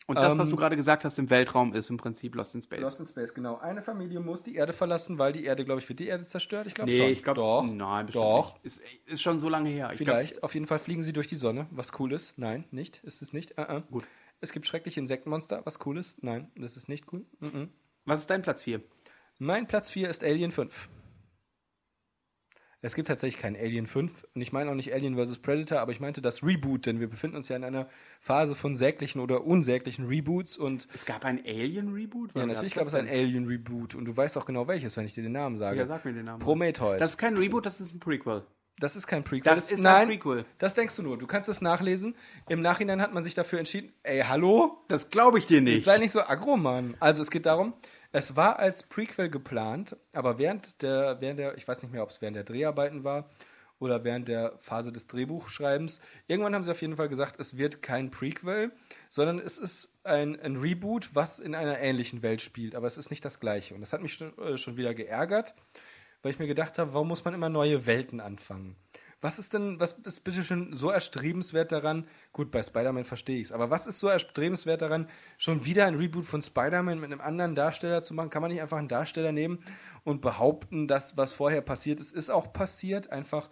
S1: Und das, was
S2: Ähm,
S1: du gerade gesagt hast, im Weltraum ist im Prinzip Lost in Space.
S2: Lost in Space, genau. Eine Familie muss die Erde verlassen, weil die Erde, glaube ich, wird die Erde zerstört. Ich glaube
S1: nee,
S2: schon.
S1: ich glaube.
S2: Doch.
S1: Nein, bestimmt
S2: Doch.
S1: nicht. Ist, ist schon so lange her. Ich glaub,
S2: Vielleicht. Auf jeden Fall fliegen sie durch die Sonne, was cool ist. Nein, nicht. Ist es nicht. Äh, äh.
S1: Gut.
S2: Es gibt schreckliche Insektenmonster, was cool ist. Nein, das ist nicht cool. Mhm.
S1: was ist dein Platz 4?
S2: Mein Platz 4 ist Alien 5. Es gibt tatsächlich keinen Alien 5 und ich meine auch nicht Alien vs. Predator, aber ich meinte das Reboot, denn wir befinden uns ja in einer Phase von säglichen oder unsäglichen Reboots und
S1: Es gab ein Alien-Reboot?
S2: ja, natürlich gab es ein Alien-Reboot und du weißt auch genau welches, wenn ich dir den Namen sage.
S1: Ja, sag mir den Namen.
S2: Prometheus.
S1: Das ist kein Reboot, das ist ein Prequel.
S2: Das ist kein Prequel.
S1: Das ist ein
S2: nein,
S1: Prequel.
S2: Das denkst du nur. Du kannst es nachlesen. Im Nachhinein hat man sich dafür entschieden, ey, hallo?
S1: Das glaube ich dir nicht.
S2: Sei nicht so aggro, Mann. Also es geht darum, es war als Prequel geplant, aber während der, während der, ich weiß nicht mehr, ob es während der Dreharbeiten war oder während der Phase des Drehbuchschreibens. Irgendwann haben sie auf jeden Fall gesagt, es wird kein Prequel, sondern es ist ein, ein Reboot, was in einer ähnlichen Welt spielt, aber es ist nicht das gleiche. Und das hat mich schon, äh, schon wieder geärgert weil ich mir gedacht habe, warum muss man immer neue Welten anfangen? Was ist denn, was ist bitte schon so erstrebenswert daran? Gut, bei Spider-Man verstehe ich es, aber was ist so erstrebenswert daran, schon wieder ein Reboot von Spider-Man mit einem anderen Darsteller zu machen? Kann man nicht einfach einen Darsteller nehmen und behaupten, dass was vorher passiert ist, ist auch passiert, einfach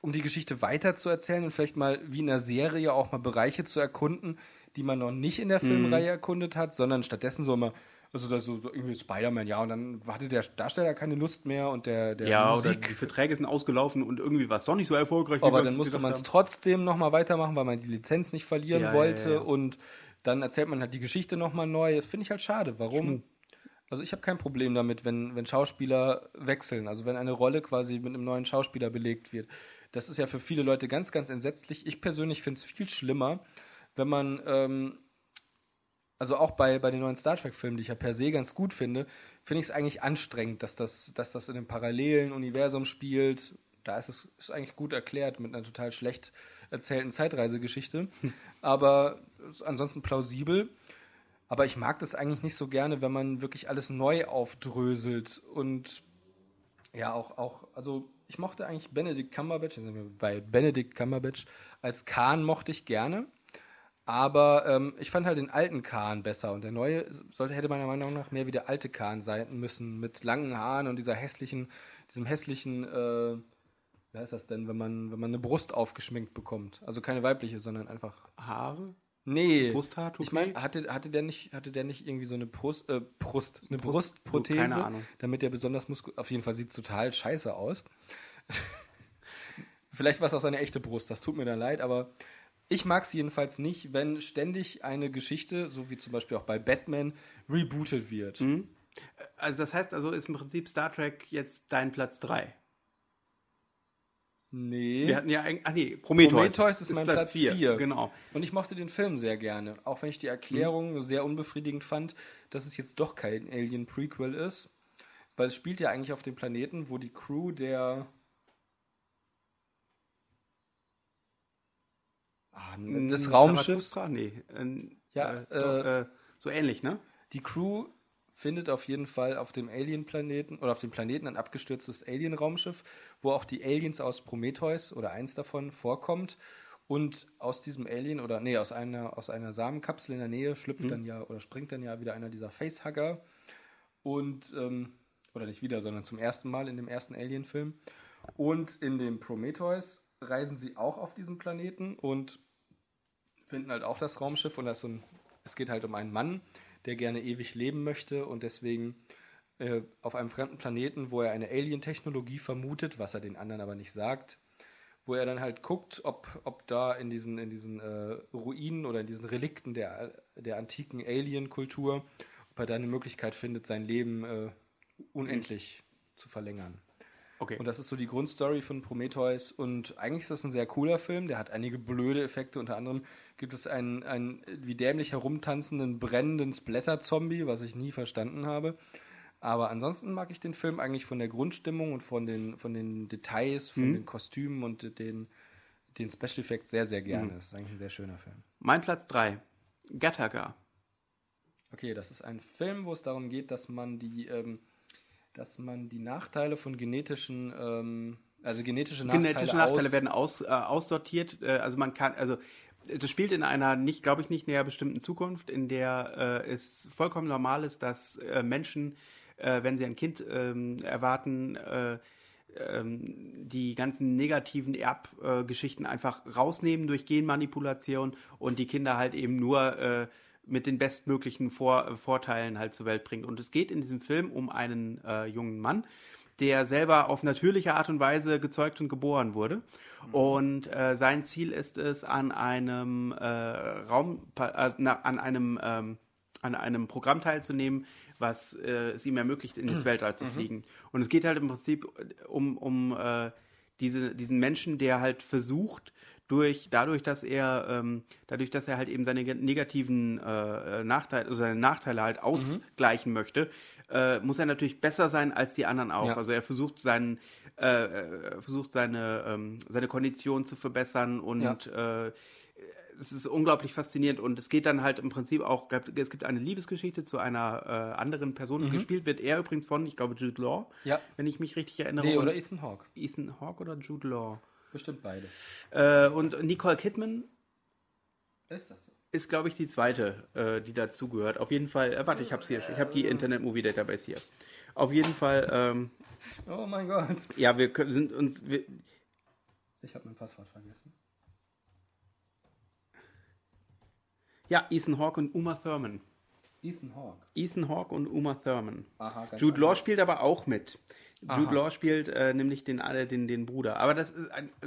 S2: um die Geschichte weiter zu erzählen und vielleicht mal wie in einer Serie auch mal Bereiche zu erkunden, die man noch nicht in der
S1: Mhm.
S2: Filmreihe erkundet hat, sondern stattdessen so immer, also da so, so irgendwie Spider-Man, ja, und dann hatte der Darsteller keine Lust mehr und der, der
S1: Ja, oder
S2: Musik.
S1: die Verträge sind ausgelaufen und irgendwie war es doch nicht so erfolgreich, wie
S2: aber
S1: wir
S2: dann
S1: uns
S2: musste
S1: gedacht
S2: man es
S1: haben.
S2: trotzdem nochmal weitermachen, weil man die Lizenz nicht verlieren
S1: Ja, ja,
S2: wollte
S1: ja, ja.
S2: und dann erzählt man halt die Geschichte nochmal neu. Das finde ich halt schade. Warum? Also ich habe kein Problem damit, wenn, wenn Schauspieler wechseln, also wenn eine Rolle quasi mit einem neuen Schauspieler belegt wird. Das ist ja für viele Leute ganz, ganz entsetzlich. Ich persönlich finde es viel schlimmer, wenn man ähm, also auch bei, bei den neuen Star Trek-Filmen, die ich ja per se ganz gut finde, finde ich es eigentlich anstrengend, dass das, dass das in einem parallelen Universum spielt. Da ist es ist eigentlich gut erklärt mit einer total schlecht erzählten Zeitreisegeschichte. Aber ist ansonsten plausibel. Aber ich mag das eigentlich nicht so gerne, wenn man wirklich alles neu aufdröselt. Und ja, auch, auch also ich mochte eigentlich Benedict Cumberbatch, jetzt sind wir bei Benedict Cumberbatch, als Khan mochte ich gerne. Aber ähm, ich fand halt den alten Kahn besser und der neue sollte, hätte meiner Meinung nach mehr wie der alte Kahn sein müssen, mit langen Haaren und dieser hässlichen, diesem hässlichen, äh, wie heißt das denn, wenn man, wenn man eine Brust aufgeschminkt bekommt. Also keine weibliche, sondern einfach.
S1: Haare?
S2: Nee.
S1: Brusthaar,
S2: Ich meine, hatte, hatte der nicht, hatte der nicht irgendwie so eine Brust, äh, Brust, eine
S1: Brust-
S2: Brustprothese,
S1: keine Ahnung.
S2: damit der besonders muskulös. Auf jeden Fall sieht total scheiße aus. Vielleicht war es auch seine echte Brust, das tut mir dann leid, aber ich mag es jedenfalls nicht, wenn ständig eine Geschichte, so wie zum Beispiel auch bei Batman, rebootet wird.
S1: Mhm. Also das heißt also, ist im Prinzip Star Trek jetzt dein Platz 3.
S2: Nee.
S1: Wir hatten ja eigentlich, ach nee, Prometheus.
S2: Prometheus ist mein Platz
S1: vier,
S2: vier.
S1: Genau.
S2: Und ich mochte den Film sehr gerne, auch wenn ich die Erklärung sehr unbefriedigend fand, dass es jetzt doch kein Alien-Prequel ist, weil es spielt ja eigentlich auf dem Planeten, wo die Crew der... Ah, das Raumschiff,
S1: Zarathustra? Nee. ähm,
S2: Ja,
S1: äh, doch,
S2: äh,
S1: äh, so ähnlich, ne?
S2: die Crew findet auf jeden Fall auf dem Alien-Planeten oder auf dem Planeten ein abgestürztes Alien-Raumschiff, wo auch die Aliens aus Prometheus oder eins davon vorkommt. Und aus diesem Alien oder nee, aus einer, aus einer Samenkapsel in der Nähe schlüpft dann ja oder springt dann ja wieder einer dieser Facehugger. Und, ähm, oder nicht wieder, sondern zum ersten Mal in dem ersten Alien-Film. Und in dem Prometheus reisen sie auch auf diesen Planeten und finden halt auch das Raumschiff und das ist so ein, es geht halt um einen Mann, der gerne ewig leben möchte und deswegen äh, auf einem fremden Planeten, wo er eine Alien-Technologie vermutet, was er den anderen aber nicht sagt, wo er dann halt guckt, ob, ob da in diesen, in diesen äh, Ruinen oder in diesen Relikten der, der antiken Alien-Kultur, ob er da eine Möglichkeit findet, sein Leben äh, unendlich zu verlängern.
S1: Okay.
S2: Und das ist so die Grundstory von Prometheus. Und eigentlich ist das ein sehr cooler Film. Der hat einige blöde Effekte. Unter anderem gibt es einen, einen äh, wie dämlich herumtanzenden, brennenden Splatter-Zombie, was ich nie verstanden habe. Aber ansonsten mag ich den Film eigentlich von der Grundstimmung und von den, von den Details,
S1: Mhm.
S2: von den Kostümen und den, den Special Effects sehr, sehr
S1: Mhm.
S2: gerne. Das ist eigentlich ein sehr schöner Film.
S1: Mein Platz 3. Gattaca.
S2: Okay, das ist ein Film, wo es darum geht, dass man die, ähm, dass man die Nachteile von genetischen, ähm, also genetische Nachteile,
S1: Genetische Nachteile
S2: aus,
S1: werden aus, äh, aussortiert. Äh, also man kann, also äh, das spielt in einer nicht, glaube ich, nicht näher bestimmten Zukunft, in der äh, es vollkommen normal ist, dass äh, Menschen, äh, wenn sie ein Kind ähm, erwarten, äh, die ganzen negativen Erbgeschichten einfach rausnehmen durch Genmanipulation und die Kinder halt eben nur äh, mit den bestmöglichen Vor Vorteilen halt zur Welt bringt. Und es geht in diesem Film um einen äh, jungen Mann, der selber auf natürliche Art und Weise gezeugt und geboren wurde. Und äh, sein Ziel ist es, an einem äh, Raum, äh, na, an einem ähm, an einem Programm teilzunehmen, was äh, es ihm ermöglicht, in das Weltall zu fliegen. Und es geht halt im Prinzip um, um äh, diese, diesen Menschen, der halt versucht, durch, dadurch, dass er, ähm, dadurch, dass er halt eben seine ge- negativen äh, äh, Nachteile, also seine Nachteile halt ausgleichen möchte, äh, muss er natürlich besser sein als die anderen auch.
S2: Ja.
S1: Also er versucht seinen, äh, äh, versucht seine, ähm, seine Kondition zu verbessern und äh, es ist unglaublich faszinierend und es geht dann halt im Prinzip auch, es gibt eine Liebesgeschichte zu einer äh, anderen Person. Gespielt wird er übrigens von, ich glaube, Jude Law,
S2: Mhm. Ja.
S1: wenn ich mich richtig erinnere.
S2: Nee,
S1: und
S2: oder Ethan Hawke.
S1: Ethan Hawke oder Jude Law.
S2: Bestimmt beide.
S1: Äh, und Nicole Kidman
S2: Ist das so?
S1: ist, glaube ich, die zweite, äh, die dazugehört. Auf jeden Fall, äh, warte, ich hab's hier, ich habe die Internet Movie Database hier. Auf jeden Fall, ähm,
S2: Oh mein Gott.
S1: ja, wir kö- sind uns, wir,
S2: Ich habe mein Passwort vergessen.
S1: ja, Ethan Hawke und Uma Thurman.
S2: Ethan Hawke.
S1: Ethan Hawke und Uma Thurman.
S2: Aha, ganz
S1: Jude Law spielt aber auch mit. Jude
S2: Aha.
S1: Law spielt äh, nämlich den, alle- den, den Bruder. Aber das ist ein, äh,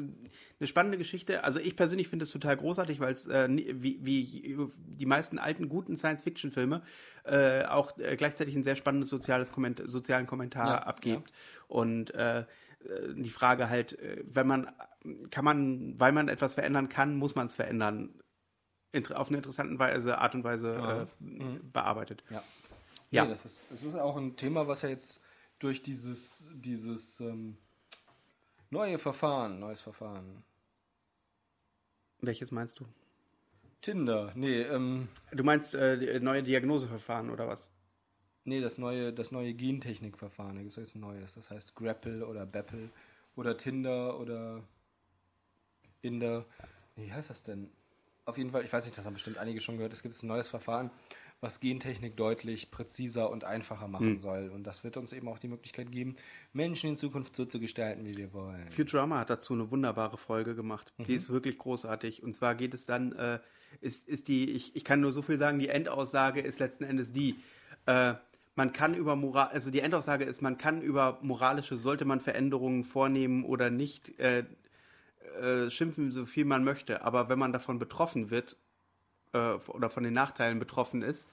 S1: eine spannende Geschichte. Also ich persönlich finde es total großartig, weil es äh, nie- wie, wie die meisten alten guten Science-Fiction-Filme äh, auch äh, gleichzeitig ein sehr spannendes soziales Komment sozialen Kommentar
S2: Ja,
S1: abgibt. Und äh, äh, die Frage halt, äh, wenn man kann man, weil man etwas verändern kann, muss man es verändern inter- auf eine interessante Weise, Art und Weise
S2: Ja. Mhm.
S1: äh, bearbeitet.
S2: Ja.
S1: Ja.
S2: Nee, das, ist, das ist auch ein Thema, was ja jetzt durch dieses, dieses ähm, neue Verfahren, neues Verfahren.
S1: Welches meinst du?
S2: Tinder, nee, ähm,
S1: Du meinst äh, die- neue Diagnoseverfahren oder was?
S2: nee, das neue, das neue Gentechnikverfahren, da gibt es jetzt ein neues, das heißt Grapple oder Bappel oder Tinder oder Inder. Nee, wie heißt das denn? Auf jeden Fall, ich weiß nicht, das haben bestimmt einige schon gehört, es gibt ein neues Verfahren, was Gentechnik deutlich präziser und einfacher machen
S1: Hm.
S2: soll. Und das wird uns eben auch die Möglichkeit geben, Menschen in Zukunft so zu gestalten, wie wir wollen.
S1: Futurama hat dazu eine wunderbare Folge gemacht. Die ist wirklich großartig. Und zwar geht es dann, äh, ist, ist die, ich, ich kann nur so viel sagen, die Endaussage ist letzten Endes die, äh, man kann über Moral, also die Endaussage ist, man kann über moralische, sollte man Veränderungen vornehmen oder nicht, äh, äh, schimpfen, so viel man möchte. Aber wenn man davon betroffen wird äh, oder von den Nachteilen betroffen ist,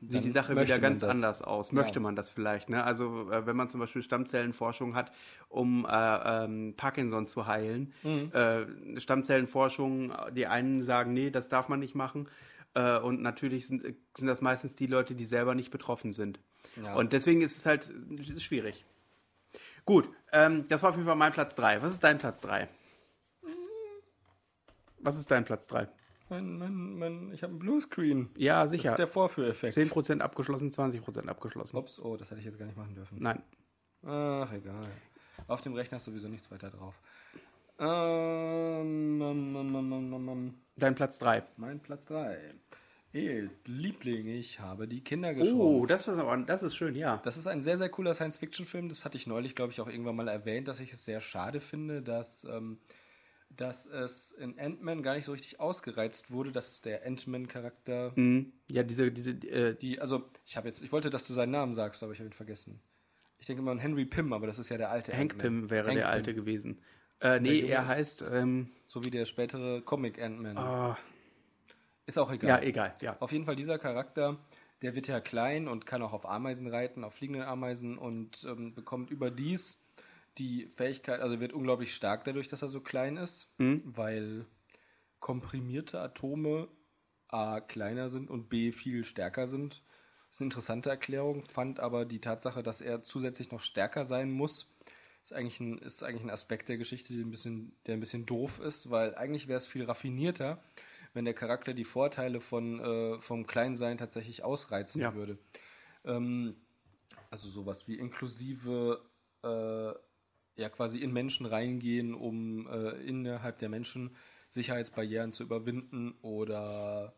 S1: sieht
S2: Dann
S1: die Sache
S2: möchte
S1: wieder
S2: man
S1: ganz
S2: das.
S1: anders aus.
S2: Ja.
S1: Möchte man das vielleicht? Ne? Also äh, wenn man zum Beispiel Stammzellenforschung hat, um äh, ähm, Parkinson zu heilen,
S2: Mhm.
S1: äh, Stammzellenforschung, die einen sagen, nee, das darf man nicht machen. Äh, und natürlich sind, sind das meistens die Leute, die selber nicht betroffen sind.
S2: Ja.
S1: Und deswegen ist es halt es ist schwierig. Gut, ähm, das war auf jeden Fall mein Platz 3. Was ist dein Platz 3?
S2: Mhm.
S1: Was ist dein Platz 3?
S2: Mein, mein, mein, ich habe einen Bluescreen.
S1: Ja,
S2: Das ist
S1: sicher.
S2: der Vorführeffekt.
S1: 10% abgeschlossen, 20% abgeschlossen.
S2: Ups, oh, das hätte ich jetzt gar nicht machen dürfen.
S1: Nein.
S2: Ach, egal. Auf dem Rechner ist sowieso nichts weiter drauf. Ähm, ähm, ähm, ähm, ähm, ähm, ähm.
S1: Dein Platz 3.
S2: Mein Platz 3 ist Liebling, ich habe die Kinder
S1: Oh,
S2: geschoren.
S1: das ist, aber, das ist schön, ja.
S2: Das ist ein sehr, sehr cooler Science-Fiction-Film. Das hatte ich neulich, glaube ich, auch irgendwann mal erwähnt, dass ich es sehr schade finde, dass, ähm, dass es in Ant-Man gar nicht so richtig ausgereizt wurde, dass der Ant-Man-Charakter
S1: Mhm. Ja, diese, diese, äh,
S2: die, also ich habe jetzt, ich wollte, dass du seinen Namen sagst, aber ich habe ihn vergessen. Ich denke mal an Henry Pym, aber das ist ja der alte.
S1: Hank
S2: Ant-Man.
S1: Pym wäre
S2: Hank
S1: der
S2: Pym.
S1: alte gewesen. Äh, nee,
S2: Junge
S1: er
S2: ist-
S1: heißt, ähm,
S2: So wie der spätere Comic Ant-Man.
S1: ah,
S2: Ist auch
S1: ja,
S2: egal.
S1: egal, ja.
S2: auf jeden Fall dieser Charakter, der wird ja klein und kann auch auf Ameisen reiten, auf fliegenden Ameisen und ähm, bekommt überdies die Fähigkeit, also wird unglaublich stark dadurch, dass er so klein ist,
S1: Mhm.
S2: weil komprimierte Atome A kleiner sind und B viel stärker sind. Das ist eine interessante Erklärung, fand aber die Tatsache, dass er zusätzlich noch stärker sein muss, ist eigentlich ein, ist eigentlich ein Aspekt der Geschichte, der ein, bisschen, der ein bisschen doof ist, weil eigentlich wäre es viel raffinierter, wenn der Charakter die Vorteile von, äh, vom Kleinsein tatsächlich ausreizen
S1: Ja.
S2: würde. Ähm, also sowas wie inklusive, äh, ja quasi in Menschen reingehen, um äh, innerhalb der Menschen Sicherheitsbarrieren zu überwinden oder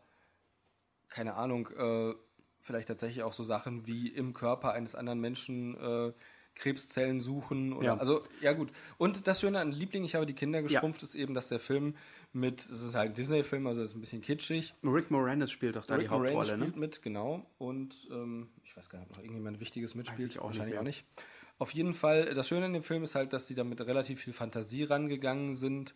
S2: keine Ahnung, äh, vielleicht tatsächlich auch so Sachen wie im Körper eines anderen Menschen äh, Krebszellen suchen oder
S1: Ja.
S2: also ja gut. Und das Schöne an Liebling, ich habe die Kinder geschrumpft, ist eben, dass der Film mit, es ist halt ein Disney-Film, also ist ein bisschen kitschig,
S1: Rick Moranis spielt doch da die
S2: Rick Moranis
S1: Hauptrolle, ne?
S2: spielt mit, genau. Und ähm, ich weiß gar nicht, ob noch irgendjemand Wichtiges mitspielt.
S1: ich auch nicht
S2: Wahrscheinlich
S1: mehr.
S2: auch nicht. Auf jeden Fall, das Schöne an dem Film ist halt, dass sie damit relativ viel Fantasie rangegangen sind.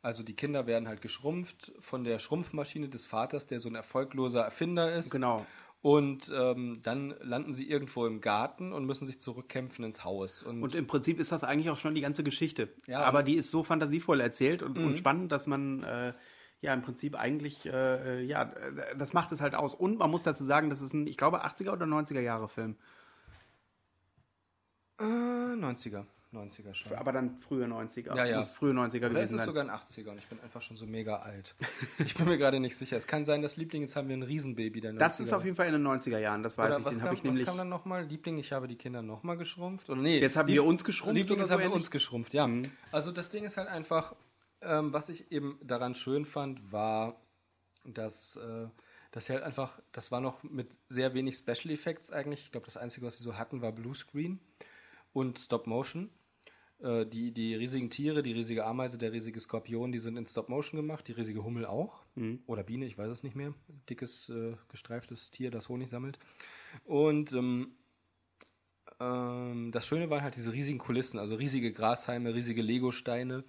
S2: Also die Kinder werden halt geschrumpft von der Schrumpfmaschine des Vaters, der so ein erfolgloser Erfinder ist.
S1: Genau.
S2: Und ähm, dann landen sie irgendwo im Garten und müssen sich zurückkämpfen ins Haus. Und,
S1: Und im Prinzip ist das eigentlich auch schon die ganze Geschichte.
S2: Ja.
S1: Aber die ist so fantasievoll erzählt und, und spannend, dass man äh, ja im Prinzip eigentlich, äh, äh, ja, äh, das macht es halt aus. Und man muss dazu sagen, das ist ein, ich glaube, 80er oder 90er Jahre Film.
S2: äh, 90er, 90er schon.
S1: Aber dann frühe 90er.
S2: Ja, ja.
S1: Muss frühe 90er
S2: Oder ist
S1: gewesen
S2: es
S1: sein.
S2: sogar ein 80er und ich bin einfach schon so mega alt. Ich bin mir gerade nicht sicher. Es kann sein, dass Liebling, jetzt haben wir ein Riesenbaby. Der
S1: das ist auf jeden Fall in den 90er Jahren, das weiß
S2: Oder
S1: ich.
S2: was
S1: Den
S2: kam-
S1: habe ich
S2: was
S1: nämlich.
S2: kam dann nochmal? Liebling, ich habe die Kinder nochmal geschrumpft? Oder nee,
S1: Jetzt haben
S2: Lieb-
S1: wir uns geschrumpft
S2: Liebling,
S1: oder
S2: jetzt
S1: so
S2: haben wir
S1: ähnlich?
S2: uns geschrumpft, ja. Also das Ding ist halt einfach, ähm, was ich eben daran schön fand, war, dass, äh, dass sie halt einfach, das war noch mit sehr wenig Special Effects eigentlich. Ich glaube, das Einzige, was sie so hatten, war Bluescreen und Stop Motion. Äh, die, die riesigen Tiere, die riesige Ameise, der riesige Skorpion, die sind in Stop Motion gemacht, die riesige Hummel auch. Oder Biene, ich weiß es nicht mehr. Dickes, äh, gestreiftes Tier, das Honig sammelt. Und ähm, ähm, das Schöne waren halt diese riesigen Kulissen, also riesige Grashalme, riesige Legosteine.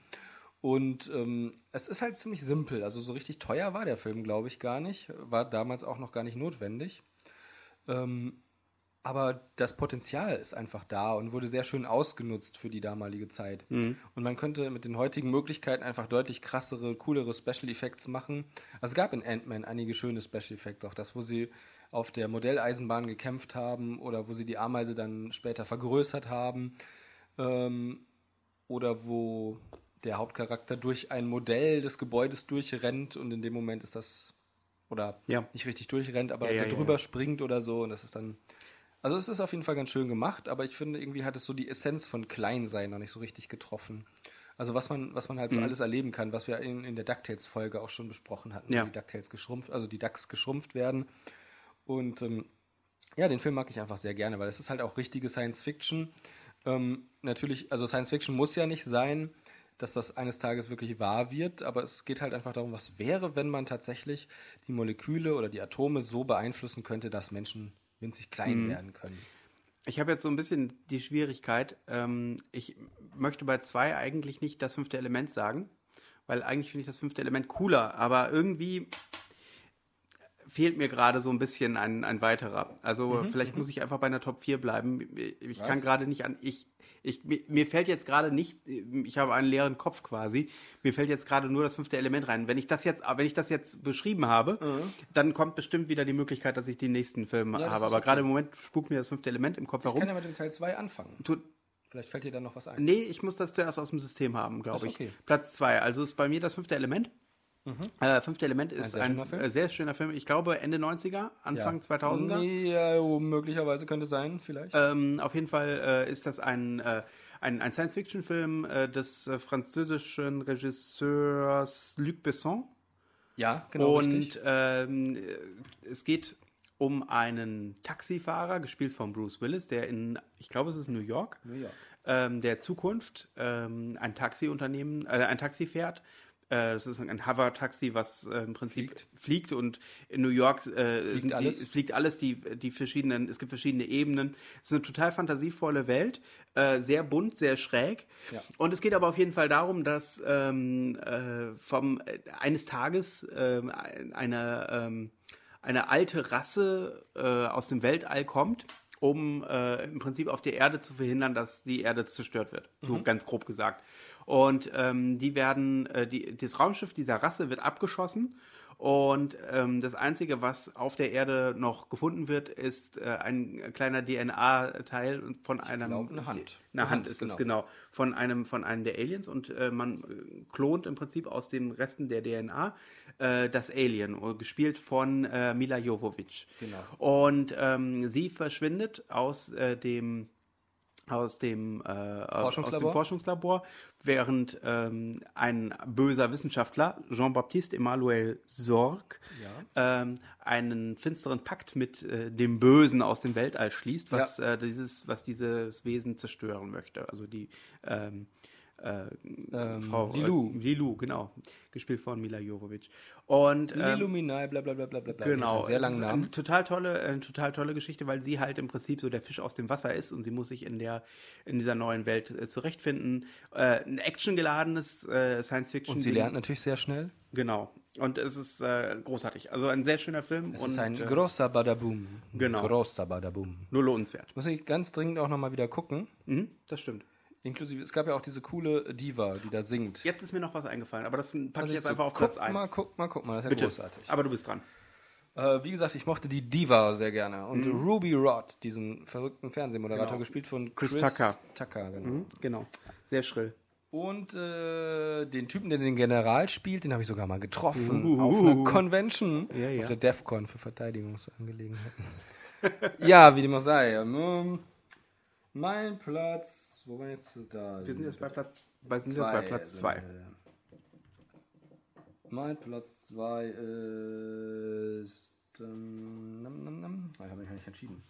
S2: Und ähm, es ist halt ziemlich simpel. Also so richtig teuer war der Film, glaube ich, gar nicht. War damals auch noch gar nicht notwendig. Ähm, Aber das Potenzial ist einfach da und wurde sehr schön ausgenutzt für die damalige Zeit.
S1: Mhm.
S2: Und man könnte mit den heutigen Möglichkeiten einfach deutlich krassere, coolere Special Effects machen. Also es gab in Ant-Man einige schöne Special Effects, auch das, wo sie auf der Modelleisenbahn gekämpft haben oder wo sie die Ameise dann später vergrößert haben. Ähm, oder wo der Hauptcharakter durch ein Modell des Gebäudes durchrennt und in dem Moment ist das oder
S1: Ja.
S2: nicht richtig durchrennt, aber
S1: Ja, ja,
S2: da
S1: ja,
S2: drüber
S1: ja.
S2: springt oder so und das ist dann also es ist auf jeden Fall ganz schön gemacht, aber ich finde irgendwie hat es so die Essenz von Kleinsein noch nicht so richtig getroffen. Also was man was man halt so alles erleben kann, was wir in, in der Ducktales Folge auch schon besprochen hatten,
S1: Ja.
S2: wie die Ducktales geschrumpft, also die Ducks geschrumpft werden und ähm, ja, den Film mag ich einfach sehr gerne, weil das ist halt auch richtige Science Fiction. Ähm, natürlich, also Science Fiction muss ja nicht sein, dass das eines Tages wirklich wahr wird, aber es geht halt einfach darum, was wäre, wenn man tatsächlich die Moleküle oder die Atome so beeinflussen könnte, dass Menschen winzig klein werden können.
S1: Ich habe jetzt so ein bisschen die Schwierigkeit, ähm, ich möchte bei zwei eigentlich nicht das fünfte Element sagen, weil eigentlich finde ich das fünfte Element cooler, aber irgendwie fehlt mir gerade so ein bisschen ein, ein weiterer. Also vielleicht muss ich einfach bei einer Top 4 bleiben. Ich kann
S2: Mhm, Was?
S1: gerade nicht an, ich, ich, mir, mir fällt jetzt gerade nicht, ich habe einen leeren Kopf quasi, mir fällt jetzt gerade nur das fünfte Element rein. Wenn ich das jetzt, wenn ich das jetzt beschrieben habe, dann kommt bestimmt wieder die Möglichkeit, dass ich den nächsten Film
S2: Mhm. das
S1: habe.
S2: ist
S1: Aber
S2: okay.
S1: gerade im Moment spukt mir das fünfte Element im Kopf
S2: Ich
S1: herum.
S2: kann ja mit dem Teil 2 anfangen.
S1: Tut-
S2: Vielleicht fällt dir dann noch was ein.
S1: Nee, ich muss das zuerst aus dem System haben,
S2: Ist
S1: glaube ich.
S2: okay. Mhm.
S1: Platz zwei. Also ist bei mir das fünfte Element. Äh, fünfte Element ist
S2: sehr
S1: ein,
S2: schöner Film.
S1: äh, sehr schöner Film. Ich glaube Ende 90er, Anfang 2000er.
S2: Nee, ja, oh, möglicherweise könnte sein, vielleicht.
S1: Ähm, auf jeden Fall äh, ist das ein, äh, ein, ein Science-Fiction-Film äh, des äh, französischen Regisseurs Luc Besson.
S2: ja, genau. richtig.
S1: Und ähm, es geht um einen Taxifahrer, gespielt von Bruce Willis, der in, ich glaube, es ist New York,
S2: New York.
S1: Ähm, der Zukunft ähm, ein Taxiunternehmen, äh, ein Taxi fährt. Äh, Das ist ein Hover-Taxi, was äh, im Prinzip fliegt.
S2: Fliegt.
S1: und in New York äh, fliegt, sind
S2: alles?
S1: Die, es fliegt alles, die, die verschiedenen, es gibt verschiedene Ebenen. Es ist eine total fantasievolle Welt, äh, sehr bunt, sehr schräg.
S2: Ja.
S1: Und es geht aber auf jeden Fall darum, dass ähm, äh, vom, äh, eines Tages ähm, ein- eine, ähm, eine alte Rasse äh, aus dem Weltall kommt, um äh, im Prinzip auf der Erde zu verhindern, dass die Erde zerstört wird.
S2: Mhm.
S1: So ganz grob gesagt. Und ähm, die werden, äh, die, das Raumschiff dieser Rasse wird abgeschossen. Und ähm, das Einzige, was auf der Erde noch gefunden wird, ist äh, ein kleiner DNA-Teil von einer
S2: glaub, eine Hand.
S1: Eine
S2: Eine
S1: Hand
S2: Hand,
S1: ist es,
S2: genau.
S1: genau. Von einem, von einem der Aliens und äh, man äh, klont im Prinzip aus den Resten der DNA äh, das Alien, äh, gespielt von äh, Mila Jovovich.
S2: Genau.
S1: Und ähm, sie verschwindet aus äh, dem aus dem, äh, aus dem
S2: Forschungslabor?
S1: Forschungslabor, während ähm, ein böser Wissenschaftler, Jean-Baptiste Emmanuel Sorg, ähm, einen finsteren Pakt mit äh, dem Bösen aus dem Weltall schließt, was, äh, dieses, was dieses Wesen zerstören möchte. Also die ähm, äh, Frau
S2: Lilu.
S1: Äh, Lilu, genau, gespielt von Mila Jovovich. Und ähm,
S2: Illuminai, bla bla bla bla bla. bla.
S1: Genau,
S2: Einen halt Sehr
S1: es
S2: langen
S1: ist
S2: Namen.
S1: Eine total tolle, eine total tolle Geschichte, weil sie halt im Prinzip so der Fisch aus dem Wasser ist und sie muss sich in der in dieser neuen Welt äh, zurechtfinden. Äh, ein actiongeladenes äh, Science Fiction.
S2: Und sie lernt natürlich sehr schnell.
S1: Genau. Und es ist äh, großartig. Also ein sehr schöner Film
S2: Es
S1: und
S2: ist ein
S1: äh,
S2: großer Badaboom.
S1: Genau.
S2: Großer Badaboom.
S1: nur lohnenswert.
S2: Muss ich ganz dringend auch nochmal wieder gucken.
S1: Mhm, das stimmt.
S2: Inklusive, es gab ja auch diese coole Diva, die da singt.
S1: Jetzt ist mir noch was eingefallen, aber das packe ich
S2: Also
S1: jetzt
S2: so,
S1: einfach auf
S2: guck
S1: Platz 1.
S2: Mal, guck mal, guck mal, das ist ja
S1: Bitte.
S2: großartig.
S1: Aber du bist dran.
S2: Äh, wie gesagt, ich mochte die Diva sehr gerne. Und Ruby Rod, diesen verrückten Fernsehmoderator,
S1: Mhm. Genau.
S2: gespielt von
S1: Chris
S2: Chris,
S1: Tucker.
S2: Tucker, genau.
S1: Mhm, genau. Sehr schrill.
S2: Und äh, den Typen, der den General spielt, den habe ich sogar mal getroffen.
S1: Uhuhu.
S2: Auf einer Convention.
S1: Ja, ja.
S2: Auf der DEFCON für Verteidigungsangelegenheiten. ja, wie dem auch sei. Ähm, mein Platz. Wo waren wir jetzt da?
S1: Wir sind jetzt bei Platz bei, sind jetzt bei Platz 2.
S2: also, Mein Platz 2 ist. Ähm, nam, nam, nam. Ah, Ich habe mich gar nicht entschieden.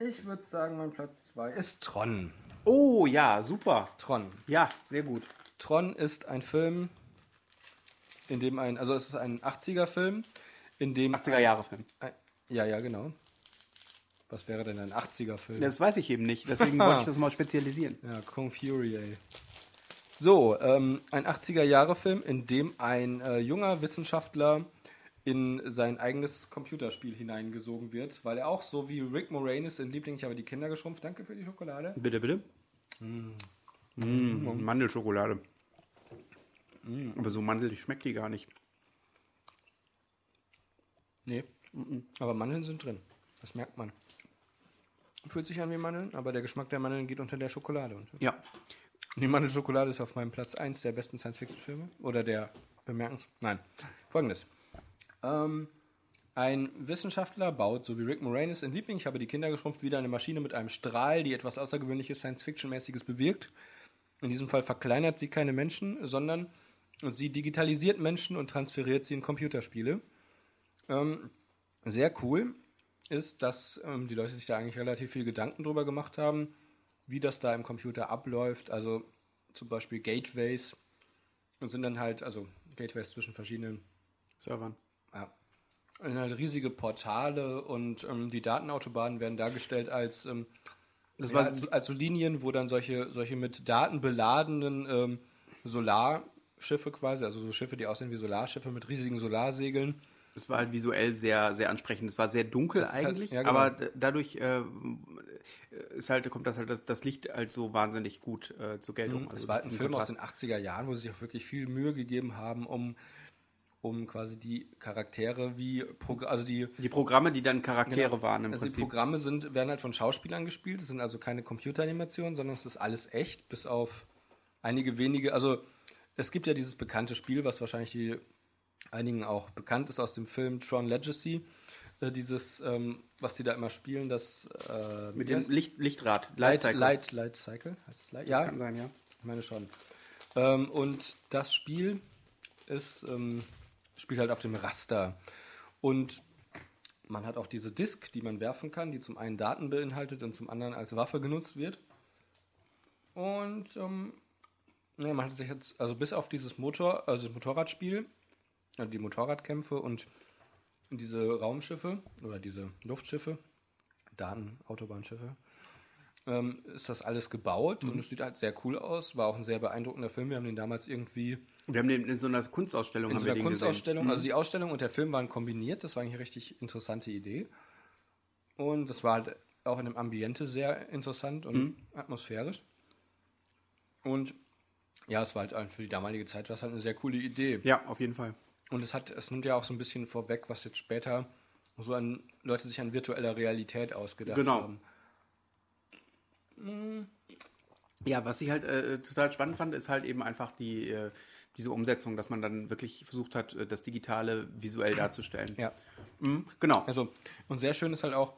S2: Ich würde sagen, mein Platz 2 ist Tron.
S1: Oh ja, super.
S2: Tron.
S1: Ja, sehr gut.
S2: Tron ist ein Film, in dem ein, also es ist ein 80er-Film, in dem.
S1: 80er Jahre Film.
S2: Ein, ja, ja, genau. Was wäre denn ein 80er-Film?
S1: Das weiß ich eben nicht, deswegen wollte ich das mal spezialisieren.
S2: Ja, Kung Fury, ey. So, ähm, ein 80er-Jahre-Film, in dem ein äh, junger Wissenschaftler in sein eigenes Computerspiel hineingesogen wird, weil er auch so wie Rick Moranis in Liebling, ich habe die Kinder geschrumpft, danke für die Schokolade.
S1: Bitte, bitte. Mm. Mandelschokolade. Mm, Aber so mandelig schmeckt die gar nicht.
S2: Nee, aber Mandeln sind drin. Das merkt man. Fühlt sich an wie Mandeln, aber der Geschmack der Mandeln geht unter der Schokolade. unter.
S1: Ja.
S2: Die Mandelschokolade ist auf meinem Platz 1 der besten Science-Fiction-Filme. Oder der bemerkens... Nein. Folgendes. Ähm, ein Wissenschaftler baut, so wie Rick Moranis in Liebling, ich habe die Kinder geschrumpft, wieder eine Maschine mit einem Strahl, die etwas Außergewöhnliches Science-Fiction-mäßiges bewirkt. In diesem Fall verkleinert sie keine Menschen, sondern sie digitalisiert Menschen und transferiert sie in Computerspiele. Ähm, sehr cool ist, dass ähm, die Leute sich da eigentlich relativ viel Gedanken drüber gemacht haben, wie das da im Computer abläuft. Also zum Beispiel Gateways und sind dann halt, also Gateways zwischen verschiedenen
S1: Servern.
S2: ja. Und halt riesige Portale und ähm, die Datenautobahnen werden dargestellt als, ähm,
S1: Das
S2: ja,
S1: war
S2: als, als so Linien, wo dann solche, solche mit Daten beladenen ähm, Solarschiffe quasi, also so Schiffe, die aussehen wie Solarschiffe mit riesigen Solarsegeln.
S1: Es war halt visuell sehr, sehr ansprechend. Es war sehr dunkel
S2: Das ist halt-
S1: eigentlich,
S2: ja, genau.
S1: aber d- dadurch äh, ist halt, kommt das halt das, das Licht halt so wahnsinnig gut äh, zur Geltung.
S2: Das war halt ein
S1: diesen
S2: Film
S1: Kontrast.
S2: aus den 80er Jahren, wo sie sich auch wirklich viel Mühe gegeben haben, um, um quasi die Charaktere wie, Progr- also die
S1: Die Programme, die dann Charaktere
S2: Genau.
S1: waren im
S2: also Die
S1: Prinzip.
S2: Programme sind, werden halt von Schauspielern gespielt. Es sind also keine Computeranimationen, sondern es ist alles echt, bis auf einige wenige. Also es gibt ja dieses bekannte Spiel, was wahrscheinlich die, einigen auch bekannt ist aus dem Film Tron Legacy. Äh, dieses, ähm, was die da immer spielen, das äh,
S1: Mit
S2: wie
S1: dem
S2: heißt-
S1: Licht, Lichtrad,
S2: Light,
S1: Cycles.
S2: Light, Light Cycle. Heißt es Light? Ja,
S1: kann sein, ja.
S2: ich meine schon. Ähm, und das Spiel ist, ähm, spielt halt auf dem Raster. Und man hat auch diese Disk, die man werfen kann, die zum einen Daten beinhaltet und zum anderen als Waffe genutzt wird. Und ähm, ja, man hat sich jetzt, also bis auf dieses Motor, also das Motorradspiel, also die Motorradkämpfe und diese Raumschiffe oder diese Luftschiffe, Daten, Autobahnschiffe, ähm, ist das alles gebaut
S1: Mhm.
S2: und es sieht halt sehr cool aus. War auch ein sehr beeindruckender Film. Wir haben den damals irgendwie
S1: Wir haben den in so einer Kunstausstellung
S2: in
S1: haben
S2: so
S1: wir
S2: einer
S1: den gesehen. Mhm. Mm.
S2: Kunstausstellung. Also die Ausstellung und der Film waren kombiniert. Das war eigentlich eine richtig interessante Idee. Und das war halt auch in dem Ambiente sehr interessant und
S1: Mhm.
S2: atmosphärisch. Und ja, es war halt ein- für die damalige Zeit war es halt eine sehr coole Idee.
S1: Ja, auf jeden Fall.
S2: Und es hat, es nimmt ja auch so ein bisschen vorweg, was jetzt später so an Leute sich an virtueller Realität ausgedacht
S1: Genau.
S2: haben.
S1: Ja, was ich halt äh, total spannend fand, ist halt eben einfach die, äh, diese Umsetzung, dass man dann wirklich versucht hat, äh, das Digitale visuell darzustellen.
S2: Ja.
S1: Mhm, genau.
S2: Also, und sehr schön ist halt auch,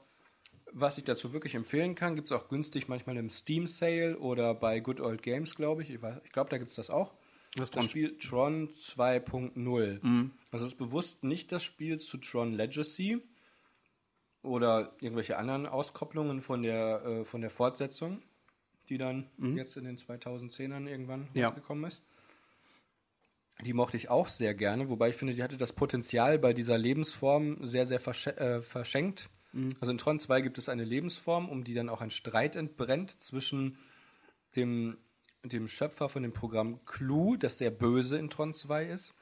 S2: was ich dazu wirklich empfehlen kann, gibt es auch günstig manchmal im Steam Sale oder bei Good Old Games, glaube ich. Ich, weiß- ich glaube, da gibt es das auch.
S1: Das
S2: das
S1: Tron-
S2: Spiel Tron 2.0. Also es ist bewusst nicht das Spiel zu Tron Legacy oder irgendwelche anderen Auskopplungen von der, äh, von der Fortsetzung, die dann jetzt in den 2010ern irgendwann
S1: Ja.
S2: rausgekommen ist. Die mochte ich auch sehr gerne, wobei ich finde, die hatte das Potenzial bei dieser Lebensform sehr, sehr versche äh, verschenkt. Also in Tron 2 gibt es eine Lebensform, um die dann auch ein Streit entbrennt zwischen dem, dem Schöpfer von dem Programm Clue, dass der Böse in Tron 2 ist.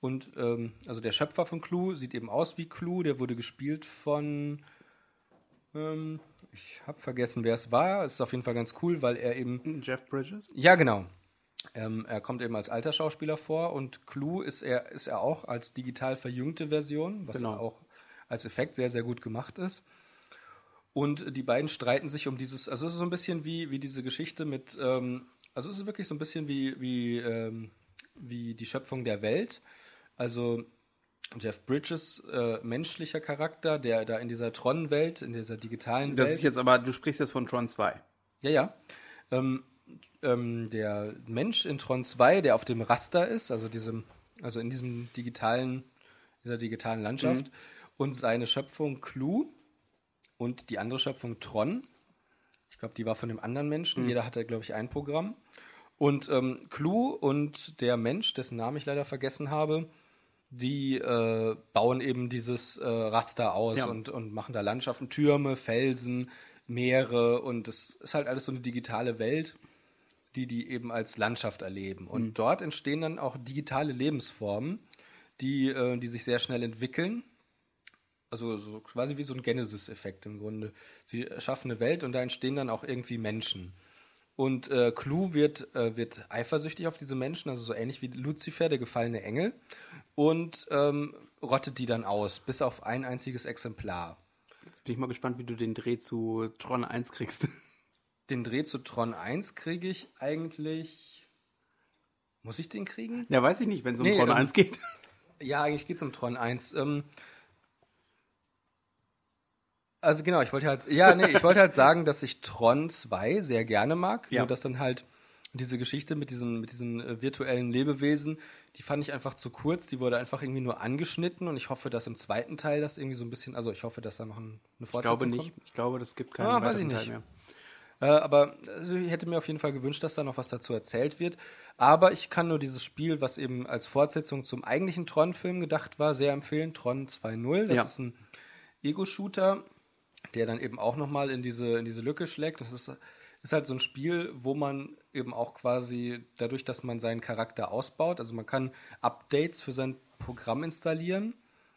S2: Und ähm, also der Schöpfer von Clue sieht eben aus wie Clue, der wurde gespielt von. Ähm, ich habe vergessen, wer es war. Es ist auf jeden Fall ganz cool, weil er eben
S1: Jeff Bridges?
S2: ja, genau. Ähm, er kommt eben als alter Schauspieler vor und Clue ist er, ist er auch als digital verjüngte Version, was
S1: Genau.
S2: auch als Effekt sehr, sehr gut gemacht ist. Und die beiden streiten sich um dieses, also es ist so ein bisschen wie, wie diese Geschichte mit, ähm, also es ist wirklich so ein bisschen wie, wie, ähm, wie die Schöpfung der Welt. Also Jeff Bridges äh, menschlicher Charakter, der da in dieser Tron-Welt, in dieser digitalen
S1: Das
S2: Welt.
S1: ist jetzt aber, du sprichst jetzt von Tron 2.
S2: Ja, ja. Ähm, ähm, der Mensch in Tron 2, der auf dem Raster ist, also diesem, also in diesem digitalen, dieser digitalen Landschaft, und seine Schöpfung Clue und die andere Schöpfung Tron. Ich glaube, die war von dem anderen Menschen. Jeder hatte, glaube ich, ein Programm. Und ähm, Clue und der Mensch, dessen Namen ich leider vergessen habe, die äh, bauen eben dieses äh, Raster aus
S1: Ja.
S2: und, und machen da Landschaften, Türme, Felsen, Meere und es ist halt alles so eine digitale Welt, die die eben als Landschaft erleben. Und dort entstehen dann auch digitale Lebensformen, die, äh, die sich sehr schnell entwickeln. Also so quasi wie so ein Genesis-Effekt im Grunde. Sie schaffen eine Welt und da entstehen dann auch irgendwie Menschen. Und äh, Clou wird, äh, wird eifersüchtig auf diese Menschen, also so ähnlich wie Lucifer, der gefallene Engel, und ähm, rottet die dann aus, bis auf ein einziges Exemplar.
S1: Jetzt bin ich mal gespannt, wie du den Dreh zu Tron 1 kriegst.
S2: Den Dreh zu Tron 1 kriege ich eigentlich. Muss ich den kriegen?
S1: Ja, weiß ich nicht, wenn es um
S2: Nee,
S1: Tron
S2: ähm,
S1: 1 geht.
S2: Ja, eigentlich geht es um Tron 1. Ähm, also genau, ich wollte halt, ja, nee, ich wollte halt sagen, dass ich Tron 2 sehr gerne mag,
S1: Ja.
S2: nur dass dann halt diese Geschichte mit diesen, mit diesen äh, virtuellen Lebewesen, die fand ich einfach zu kurz, die wurde einfach irgendwie nur angeschnitten und ich hoffe, dass im zweiten Teil das irgendwie so ein bisschen, also ich hoffe, dass da noch ein, eine
S1: Ich glaube
S2: Fortsetzung
S1: nicht. Ich glaube, das gibt keinen
S2: Ah, weiß
S1: weiteren
S2: ich
S1: Teil
S2: nicht.
S1: mehr.
S2: Äh, aber also ich hätte mir auf jeden Fall gewünscht, dass da noch was dazu erzählt wird. Aber ich kann nur dieses Spiel, was eben als Fortsetzung zum eigentlichen Tron-Film gedacht war, sehr empfehlen. Tron 2.0. Das
S1: Ja.
S2: ist ein Ego-Shooter, der dann eben auch nochmal in diese, in diese Lücke schlägt. Das ist, ist halt so ein Spiel, wo man eben auch quasi dadurch, dass man seinen Charakter ausbaut, also man kann Updates für sein Programm installieren.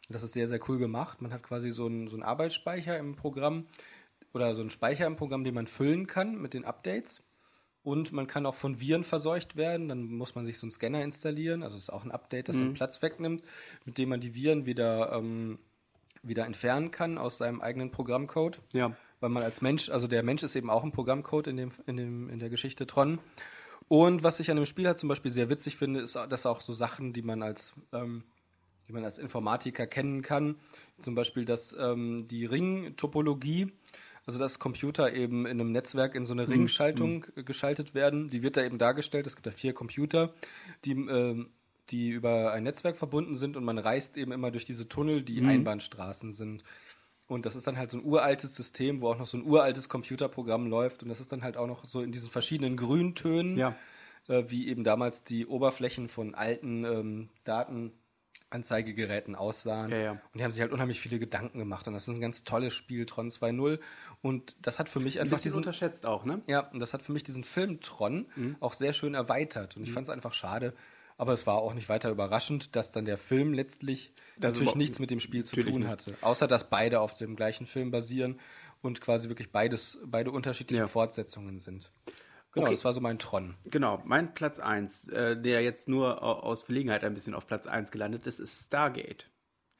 S2: Das ist sehr, sehr cool gemacht. Man hat quasi so einen, so einen Arbeitsspeicher im Programm oder so einen Speicher im Programm, den man füllen kann mit den Updates. Und man kann auch von Viren verseucht werden. Dann muss man sich so einen Scanner installieren. Also ist auch ein Update, das den Platz wegnimmt, mit dem man die Viren wieder, ähm, wieder entfernen kann aus seinem eigenen Programmcode.
S1: Ja.
S2: Weil man als Mensch, also der Mensch ist eben auch ein Programmcode in, dem, in, dem, in der Geschichte Tron. Und was ich an dem Spiel halt zum Beispiel sehr witzig finde, ist, dass auch so Sachen, die man als, ähm, die man als Informatiker kennen kann, zum Beispiel dass ähm, die Ringtopologie, also dass Computer eben in einem Netzwerk in so eine Ringschaltung äh, geschaltet werden, die wird da eben dargestellt. Es gibt da vier Computer, die, ähm, die über ein Netzwerk verbunden sind und man reist eben immer durch diese Tunnel, die Einbahnstraßen sind. Und das ist dann halt so ein uraltes System, wo auch noch so ein uraltes Computerprogramm läuft. Und das ist dann halt auch noch so in diesen verschiedenen Grüntönen,
S1: Ja.
S2: äh, wie eben damals die Oberflächen von alten ähm, Datenanzeigegeräten aussahen.
S1: Ja, ja.
S2: Und die haben sich halt unheimlich viele Gedanken gemacht. Und das ist ein ganz tolles Spiel, Tron 2.0. Und das hat für mich
S1: Ein
S2: einfach
S1: bisschen Mhm.
S2: diesen,
S1: unterschätzt auch, ne?
S2: ja, und das hat für mich diesen Film Tron auch sehr schön erweitert.
S1: Mhm.
S2: Und ich fand es einfach schade. Aber es war auch nicht weiter überraschend, dass dann der Film letztlich
S1: Das
S2: natürlich
S1: überhaupt-
S2: nichts mit dem Spiel zu
S1: natürlich
S2: tun
S1: nicht.
S2: hatte. Außer, dass beide auf dem gleichen Film basieren und quasi wirklich beides, beide unterschiedliche
S1: Ja.
S2: Fortsetzungen sind. Genau,
S1: Okay.
S2: das war so mein Tron.
S1: Genau, mein Platz 1, äh, der jetzt nur au- aus Verlegenheit ein bisschen auf Platz 1 gelandet ist, ist Stargate.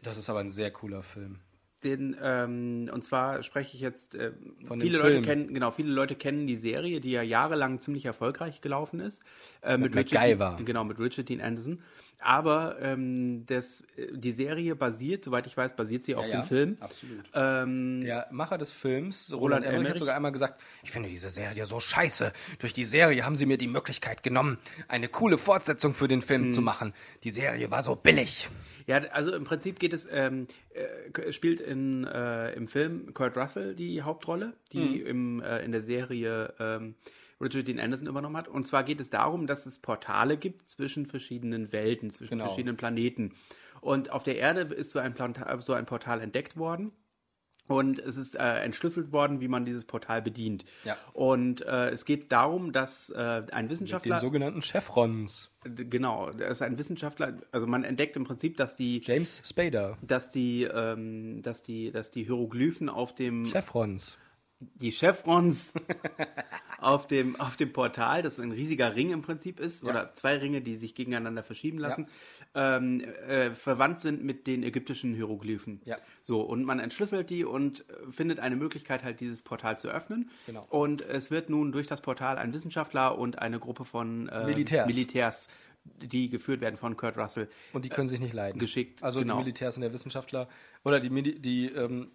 S2: Das ist aber ein sehr cooler Film.
S1: Den, ähm, und zwar spreche ich jetzt, äh,
S2: Von dem
S1: viele Leute
S2: Film.
S1: kennen, genau, viele Leute kennen die Serie, die ja jahrelang ziemlich erfolgreich gelaufen ist. Äh, mit Richard
S2: MacGyver.
S1: Dean, genau, mit Richard Dean Anderson. Aber ähm, das, äh, die Serie basiert, soweit ich weiß, basiert sie auf
S2: ja,
S1: dem Film.
S2: absolut.
S1: Ähm,
S2: Der Macher des Films,
S1: Roland
S2: Roland Emmerich, hat
S1: Emmerich.
S2: sogar einmal gesagt, ich finde diese Serie so scheiße. Durch die Serie haben sie mir die Möglichkeit genommen, eine coole Fortsetzung für den Film zu machen. Die Serie war so billig.
S1: Ja, also im Prinzip geht es, ähm, äh, k- spielt in, äh, im Film Kurt Russell die Hauptrolle,
S2: Mhm.
S1: die im, äh, in der Serie ähm, Richard Dean Anderson übernommen hat. Und zwar geht es darum, dass es Portale gibt zwischen verschiedenen Welten, zwischen
S2: Genau.
S1: verschiedenen Planeten. Und auf der Erde ist so ein, Planta so ein Portal entdeckt worden. Und es ist äh, entschlüsselt worden, wie man dieses Portal bedient.
S2: Ja.
S1: Und äh, es geht darum, dass äh, ein
S2: Den
S1: Wissenschaftler,
S2: sogenannten Chevrons.
S1: genau, dass ein Wissenschaftler, also man entdeckt im Prinzip, dass die
S2: James Spader.
S1: dass die, ähm, dass die, dass die Hieroglyphen auf dem,
S2: Chevrons.
S1: die Chevrons auf dem, auf dem Portal, das ein riesiger Ring im Prinzip ist, oder zwei Ringe, die sich gegeneinander verschieben lassen, ähm, äh, verwandt sind mit den ägyptischen Hieroglyphen.
S2: Ja.
S1: So, und man entschlüsselt die und äh, findet eine Möglichkeit, halt dieses Portal zu öffnen.
S2: Genau.
S1: Und es wird nun durch das Portal ein Wissenschaftler und eine Gruppe von äh,
S2: Militärs.
S1: Militärs, die geführt werden von Kurt Russell,
S2: Und die können sich nicht leiden.
S1: geschickt,
S2: Also
S1: genau.
S2: die Militärs und der Wissenschaftler. Oder die, Mili die ähm,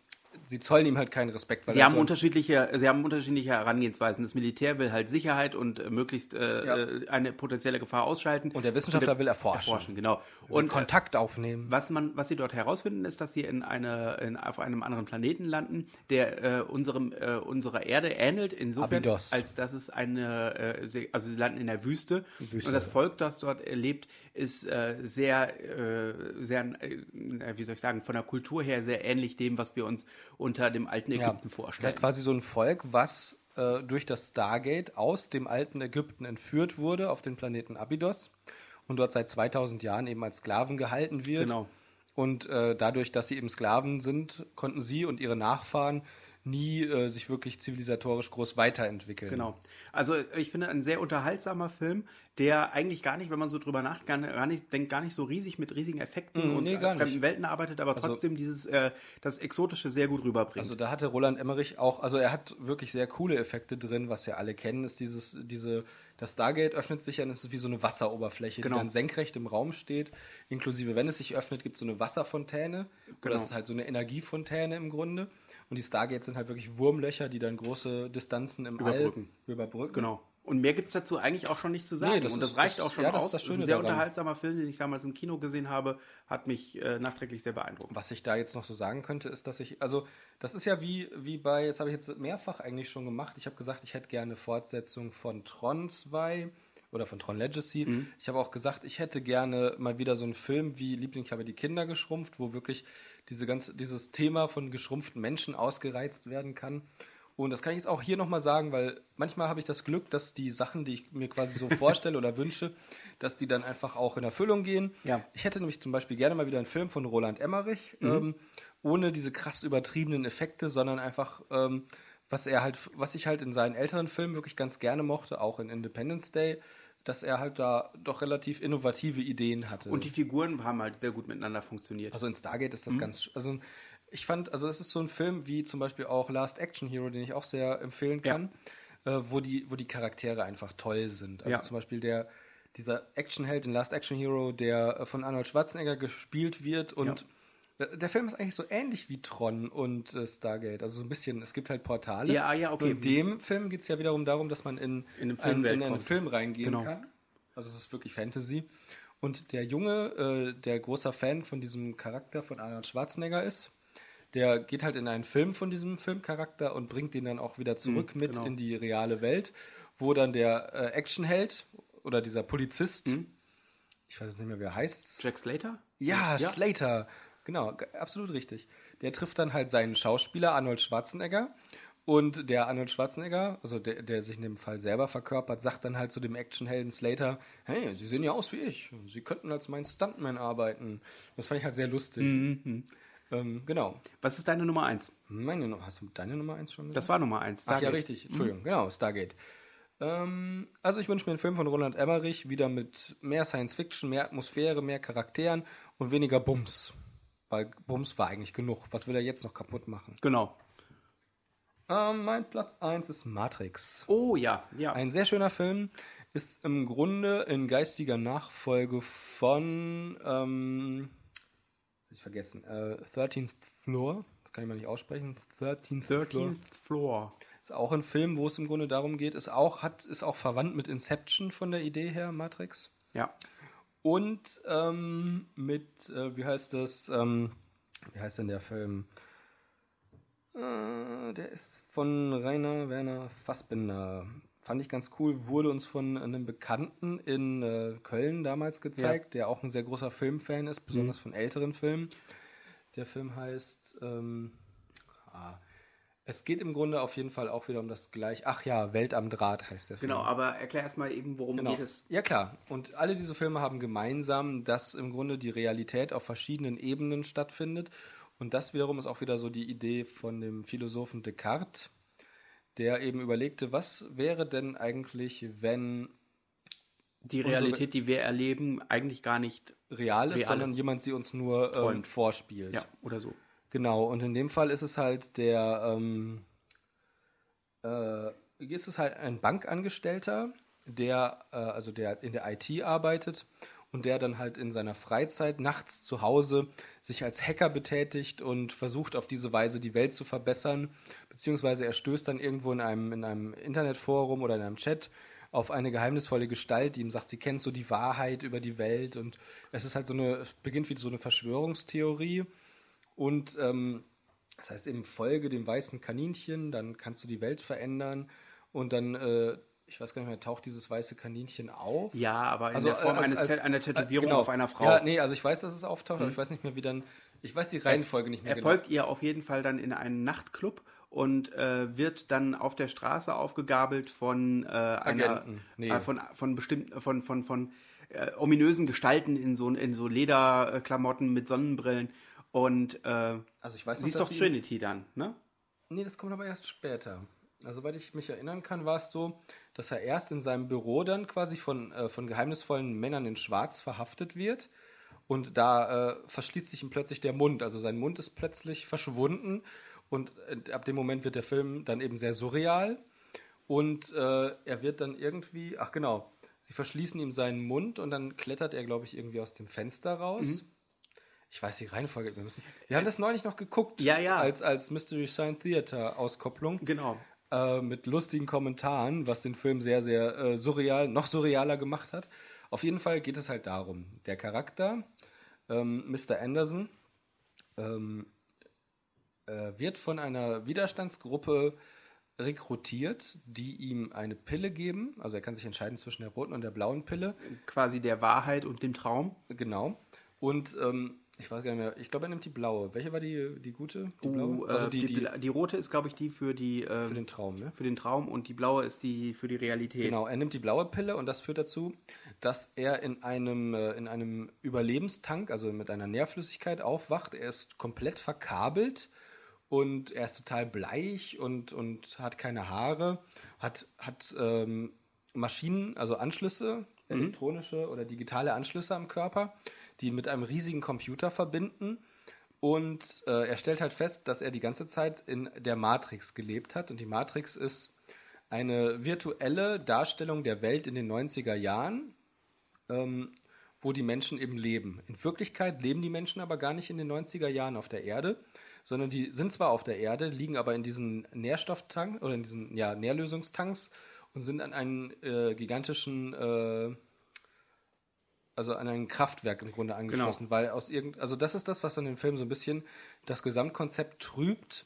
S2: sie zollen ihm halt keinen Respekt. Weil
S1: Sie
S2: er
S1: haben,
S2: so ein-
S1: unterschiedliche, sie haben unterschiedliche Herangehensweisen. Das Militär will halt Sicherheit und äh, möglichst äh,
S2: Ja.
S1: äh, eine potenzielle Gefahr ausschalten.
S2: Und der Wissenschaftler will erforschen.
S1: Erforschen, genau. Und äh,
S2: Kontakt aufnehmen.
S1: was, man, was sie dort herausfinden, ist, dass sie in eine, in, auf einem anderen Planeten landen, der äh, unserem, äh, unserer Erde ähnelt, insofern,
S2: Abydos.
S1: als dass es eine, äh, sie- also sie landen in der Wüste,
S2: Wüste.
S1: und das Volk, das dort äh, lebt, ist äh, sehr, äh, sehr, äh, wie soll ich sagen, von der Kultur her sehr ähnlich dem, was wir uns unter dem alten Ägypten
S2: Der
S1: vorstellen.
S2: hat quasi so ein Volk, was äh, durch das Stargate aus dem alten Ägypten entführt wurde auf den Planeten Abydos und dort seit 2000 Jahren eben als Sklaven gehalten wird.
S1: Genau.
S2: Und äh, dadurch, dass sie eben Sklaven sind, konnten sie und ihre Nachfahren nie äh, sich wirklich zivilisatorisch groß weiterentwickeln.
S1: Genau. Also ich finde ein sehr unterhaltsamer Film, der eigentlich gar nicht, wenn man so drüber nachdenkt, gar nicht- gar nicht, denkt, gar nicht so riesig mit riesigen Effekten
S2: Mm,
S1: und
S2: nee,
S1: äh,
S2: gar
S1: fremden
S2: nicht.
S1: Welten arbeitet, aber
S2: Also-
S1: trotzdem dieses äh, das Exotische sehr gut rüberbringt.
S2: Also da hatte Roland Emmerich auch, also er hat wirklich sehr coole Effekte drin, was ja alle kennen, ist dieses, diese, das Stargate öffnet sich ja und es ist wie so eine Wasseroberfläche,
S1: Genau.
S2: die dann senkrecht im Raum steht. Inklusive, wenn es sich öffnet, gibt es so eine Wasserfontäne. Oder
S1: Genau.
S2: es ist halt so eine Energiefontäne im Grunde. Und die Stargates sind halt wirklich Wurmlöcher, die dann große Distanzen im
S1: Überbrücken.
S2: All überbrücken.
S1: Genau. Und mehr gibt es dazu eigentlich auch schon nicht zu sagen.
S2: Nee, das
S1: und
S2: ist-
S1: das reicht
S2: das-
S1: auch schon
S2: ja, das
S1: aus.
S2: ist das
S1: Das ist ein
S2: Schöne
S1: sehr
S2: daran.
S1: unterhaltsamer Film, den ich damals im Kino gesehen habe, hat mich äh, nachträglich sehr beeindruckt.
S2: Was ich da jetzt noch so sagen könnte, ist, dass ich, also das ist ja wie, wie bei, jetzt habe ich jetzt mehrfach eigentlich schon gemacht, ich habe gesagt, ich hätte gerne Fortsetzung von Tron 2 oder von Tron Legacy. Ich habe auch gesagt, ich hätte gerne mal wieder so einen Film wie Liebling, ich habe die Kinder geschrumpft, wo wirklich diese ganze, dieses Thema von geschrumpften Menschen ausgereizt werden kann. Und das kann ich jetzt auch hier nochmal sagen, weil manchmal habe ich das Glück, dass die Sachen, die ich mir quasi so vorstelle oder wünsche, dass die dann einfach auch in Erfüllung gehen.
S1: Ja. Mhm.
S2: Ich hätte nämlich zum Beispiel gerne mal wieder einen Film von Roland Emmerich, ähm, ohne diese krass übertriebenen Effekte, sondern einfach, ähm, was er halt, was ich halt in seinen älteren Filmen wirklich ganz gerne mochte, auch in Independence Day, dass er halt da doch relativ innovative Ideen hatte.
S1: Und die Figuren haben halt sehr gut miteinander funktioniert.
S2: Also in Stargate
S1: Mhm.
S2: ist das ganz. sch- Also ich fand, also es ist so ein Film wie zum Beispiel auch Last Action Hero, den ich auch sehr empfehlen
S1: Ja.
S2: kann, äh, wo die, wo die Charaktere einfach toll sind. Also
S1: Ja.
S2: zum Beispiel der dieser Actionheld in Last Action Hero, der äh, von Arnold Schwarzenegger gespielt wird und äh, der- Der Film ist eigentlich so ähnlich wie Tron und äh, Stargate. Also so ein bisschen, es gibt halt Portale.
S1: Ja, ja, okay.
S2: Und in dem Film geht es ja wiederum darum, dass man in,
S1: In eine
S2: einen,
S1: Filmwelt
S2: in einen
S1: kommt.
S2: Film reingehen
S1: Genau.
S2: kann. Also es ist wirklich Fantasy. Und der Junge, äh, der großer Fan von diesem Charakter von Arnold Schwarzenegger ist, der geht halt in einen Film von diesem Filmcharakter und bringt den dann auch wieder zurück mit
S1: genau.
S2: in die reale Welt, wo dann der äh, Actionheld oder dieser Polizist,
S1: Mhm.
S2: ich weiß jetzt nicht mehr, wie er heißt,
S1: Jack Slater?
S2: ja, Slater. Genau, g- absolut richtig. Der trifft dann halt seinen Schauspieler Arnold Schwarzenegger. Und der Arnold Schwarzenegger, also der, der sich in dem Fall selber verkörpert, sagt dann halt zu dem Actionhelden Slater, hey, Sie sehen ja aus wie ich. Sie könnten als mein Stuntman arbeiten. Das fand ich halt sehr lustig. Ähm, genau.
S1: Was ist deine Nummer eins?
S2: Meine, Nu- hast du deine Nummer eins schon?
S1: Das war Nummer eins.
S2: Ach ja,
S1: Stargate.
S2: richtig. Entschuldigung, genau, Stargate. Ähm, also ich wünsche mir einen Film von Roland Emmerich, wieder mit mehr Science-Fiction, mehr Atmosphäre, mehr Charakteren und weniger Bums. Weil Bums war eigentlich genug. Was will er jetzt noch kaputt machen?
S1: Genau.
S2: Ähm, mein Platz 1 ist Matrix.
S1: Oh ja, ja.
S2: Ein sehr schöner Film. Ist im Grunde in geistiger Nachfolge von ähm, hab ich vergessen, äh, 13th Floor. Das kann ich mal nicht aussprechen. 13th, 13th Floor.
S1: 13th Floor.
S2: Ist auch ein Film, wo es im Grunde darum geht, ist auch, hat, ist auch verwandt mit Inception von der Idee her, Matrix.
S1: Ja.
S2: Und ähm, mit, äh, wie heißt das, ähm, wie heißt denn der Film? Äh, der ist von Rainer Werner Fassbinder. Fand ich ganz cool, wurde uns von einem Bekannten in äh, Köln damals gezeigt, der auch ein sehr großer Filmfan ist, besonders von älteren Filmen. Der Film heißt, ähm, ah, es geht im Grunde auf jeden Fall auch wieder um das gleiche. Ach ja, Welt am Draht heißt der Film.
S1: Genau, aber erklär erstmal eben, worum
S2: Genau.
S1: geht es.
S2: Ja, klar. Und alle diese Filme haben gemeinsam, dass im Grunde die Realität auf verschiedenen Ebenen stattfindet. Und das wiederum ist auch wieder so die Idee von dem Philosophen Descartes, der eben überlegte, was wäre denn eigentlich, wenn
S1: Die
S2: Unsere-
S1: Realität, die wir erleben, eigentlich gar nicht.
S2: real ist,
S1: Real
S2: sondern
S1: ist.
S2: jemand sie uns nur ähm,
S1: Träumt.
S2: vorspielt.
S1: Ja, oder so.
S2: Genau, und in dem Fall ist es halt der, ähm, äh, ist es halt ein Bankangestellter, der, äh, also der in der IT arbeitet und der dann halt in seiner Freizeit nachts zu Hause sich als Hacker betätigt und versucht auf diese Weise die Welt zu verbessern, beziehungsweise er stößt dann irgendwo in einem, in einem Internetforum oder in einem Chat auf eine geheimnisvolle Gestalt, die ihm sagt, sie kennt so die Wahrheit über die Welt und es ist halt so eine, es beginnt wie so eine Verschwörungstheorie. Und ähm, das heißt eben, folge dem weißen Kaninchen, dann kannst du die Welt verändern. Und dann, äh, ich weiß gar nicht mehr, taucht dieses weiße Kaninchen auf?
S1: Ja, aber in
S2: Also,
S1: der Form
S2: als-
S1: eines,
S2: als-
S1: Tat- einer
S2: äh,
S1: Tätowierung
S2: genau.
S1: auf einer Frau. Mhm.
S2: Ja, nee, also ich weiß, dass es auftaucht, aber ich weiß nicht mehr, wie dann. Ich weiß die Reihenfolge nicht mehr genau.
S1: Er folgt ihr auf jeden Fall dann in einen Nachtclub und äh, wird dann auf der Straße aufgegabelt von äh, einer
S2: Agenten, nee.
S1: äh, von von bestimmten von von von äh, ominösen Gestalten in so, in so Lederklamotten mit Sonnenbrillen. Und äh,
S2: Also ich weiß noch,
S1: sie ist
S2: dass
S1: doch
S2: sie-
S1: Trinity dann, ne?
S2: Nee, das kommt aber erst später. Also, soweit ich mich erinnern kann, war es so, dass er erst in seinem Büro dann quasi von, äh, von geheimnisvollen Männern in Schwarz verhaftet wird. Und da äh, verschließt sich ihm plötzlich der Mund. Also sein Mund ist plötzlich verschwunden. Und äh, ab dem Moment wird der Film dann eben sehr surreal. Und äh, er wird dann irgendwie, ach genau, sie verschließen ihm seinen Mund und dann klettert er, glaube ich, irgendwie aus dem Fenster raus.
S1: Mhm.
S2: Ich weiß die Reihenfolge. Wir, müssen, wir haben das neulich noch geguckt. Also,
S1: Ja, ja.
S2: Als, als Mystery Science Theater Auskopplung.
S1: Genau.
S2: Äh, mit lustigen Kommentaren, was den Film sehr, sehr äh, surreal, noch surrealer gemacht hat. Auf jeden Fall geht es halt darum, der Charakter, ähm, Mr. Anderson, ähm, äh, wird von einer Widerstandsgruppe rekrutiert, die ihm eine Pille geben. Also er kann sich entscheiden zwischen der roten und der blauen Pille.
S1: Quasi der Wahrheit und dem Traum.
S2: Genau. Und ähm, ich weiß gar nicht mehr, ich glaube, er nimmt die blaue. Welche war die, die gute? Die
S1: Uh,
S2: blaue?
S1: äh,
S2: Also
S1: die,
S2: die, die
S1: die rote ist, glaube ich, die für die äh,
S2: für den Traum, ne?
S1: für den Traum und die blaue ist die für die Realität.
S2: Genau, er nimmt die blaue Pille und das führt dazu, dass er in einem, äh, in einem Überlebenstank, also mit einer Nährflüssigkeit aufwacht. Er ist komplett verkabelt und er ist total bleich und, und hat keine Haare, hat, hat ähm, Maschinen, also Anschlüsse, elektronische oder digitale Anschlüsse am Körper, die ihn mit einem riesigen Computer verbinden. Und äh, er stellt halt fest, dass er die ganze Zeit in der Matrix gelebt hat. Und die Matrix ist eine virtuelle Darstellung der Welt in den 90er Jahren, ähm, wo die Menschen eben leben. In Wirklichkeit leben die Menschen aber gar nicht in den 90er Jahren auf der Erde, sondern die sind zwar auf der Erde, liegen aber in diesen Nährstofftanks oder in diesen ja, Nährlösungstanks und sind an einen äh, gigantischen, äh, also an ein Kraftwerk im Grunde angeschlossen, weil aus irgend, also das ist das, was an dem Film so ein bisschen das Gesamtkonzept trübt.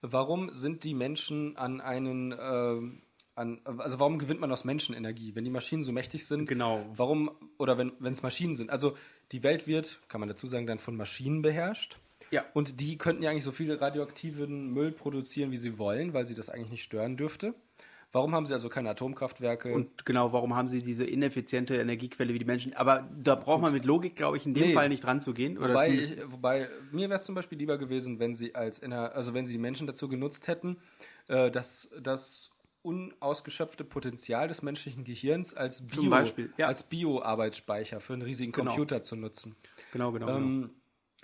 S2: Warum sind die Menschen an einen, ähm, an, also warum gewinnt man aus Menschen Energie, wenn die Maschinen so mächtig sind?
S1: Genau.
S2: Warum, oder wenn es Maschinen sind? Also die Welt wird, kann man dazu sagen, dann von Maschinen beherrscht.
S1: Ja.
S2: Und die könnten ja eigentlich so viel radioaktiven Müll produzieren, wie sie wollen, weil sie das eigentlich nicht stören dürfte. Warum haben sie also keine Atomkraftwerke?
S1: Und genau, warum haben sie diese ineffiziente Energiequelle wie die Menschen? Aber da braucht man mit Logik, glaube ich, in dem
S2: Nee.
S1: Fall nicht ranzugehen. Oder
S2: Wobei,
S1: zumindest-
S2: ich, wobei mir wäre es zum Beispiel lieber gewesen, wenn sie als inner, also wenn sie die Menschen dazu genutzt hätten, äh, dass das unausgeschöpfte Potenzial des menschlichen Gehirns als
S1: Zum
S2: Bio,
S1: Beispiel, ja.
S2: als Bio-Arbeitsspeicher für einen riesigen
S1: Genau.
S2: Computer zu nutzen.
S1: genau, genau. genau.
S2: Ähm,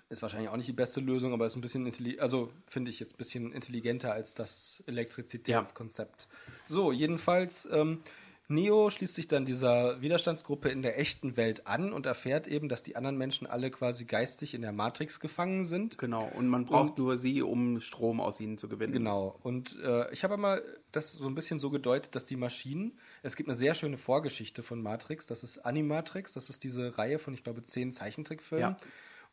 S2: ist wahrscheinlich auch nicht die beste Lösung, aber ist ein bisschen intelli- also finde ich jetzt ein bisschen intelligenter als das Elektrizitätskonzept. So, jedenfalls, ähm, Neo schließt sich dann dieser Widerstandsgruppe in der echten Welt an und erfährt eben, dass die anderen Menschen alle quasi geistig in der Matrix gefangen sind.
S1: Genau, und man braucht nur sie, um Strom aus ihnen zu gewinnen.
S2: Genau. Und äh, ich habe immer das so ein bisschen so gedeutet, dass die Maschinen, es gibt eine sehr schöne Vorgeschichte von Matrix, das ist Animatrix, das ist diese Reihe von, ich glaube, zehn Zeichentrickfilmen.
S1: Ja.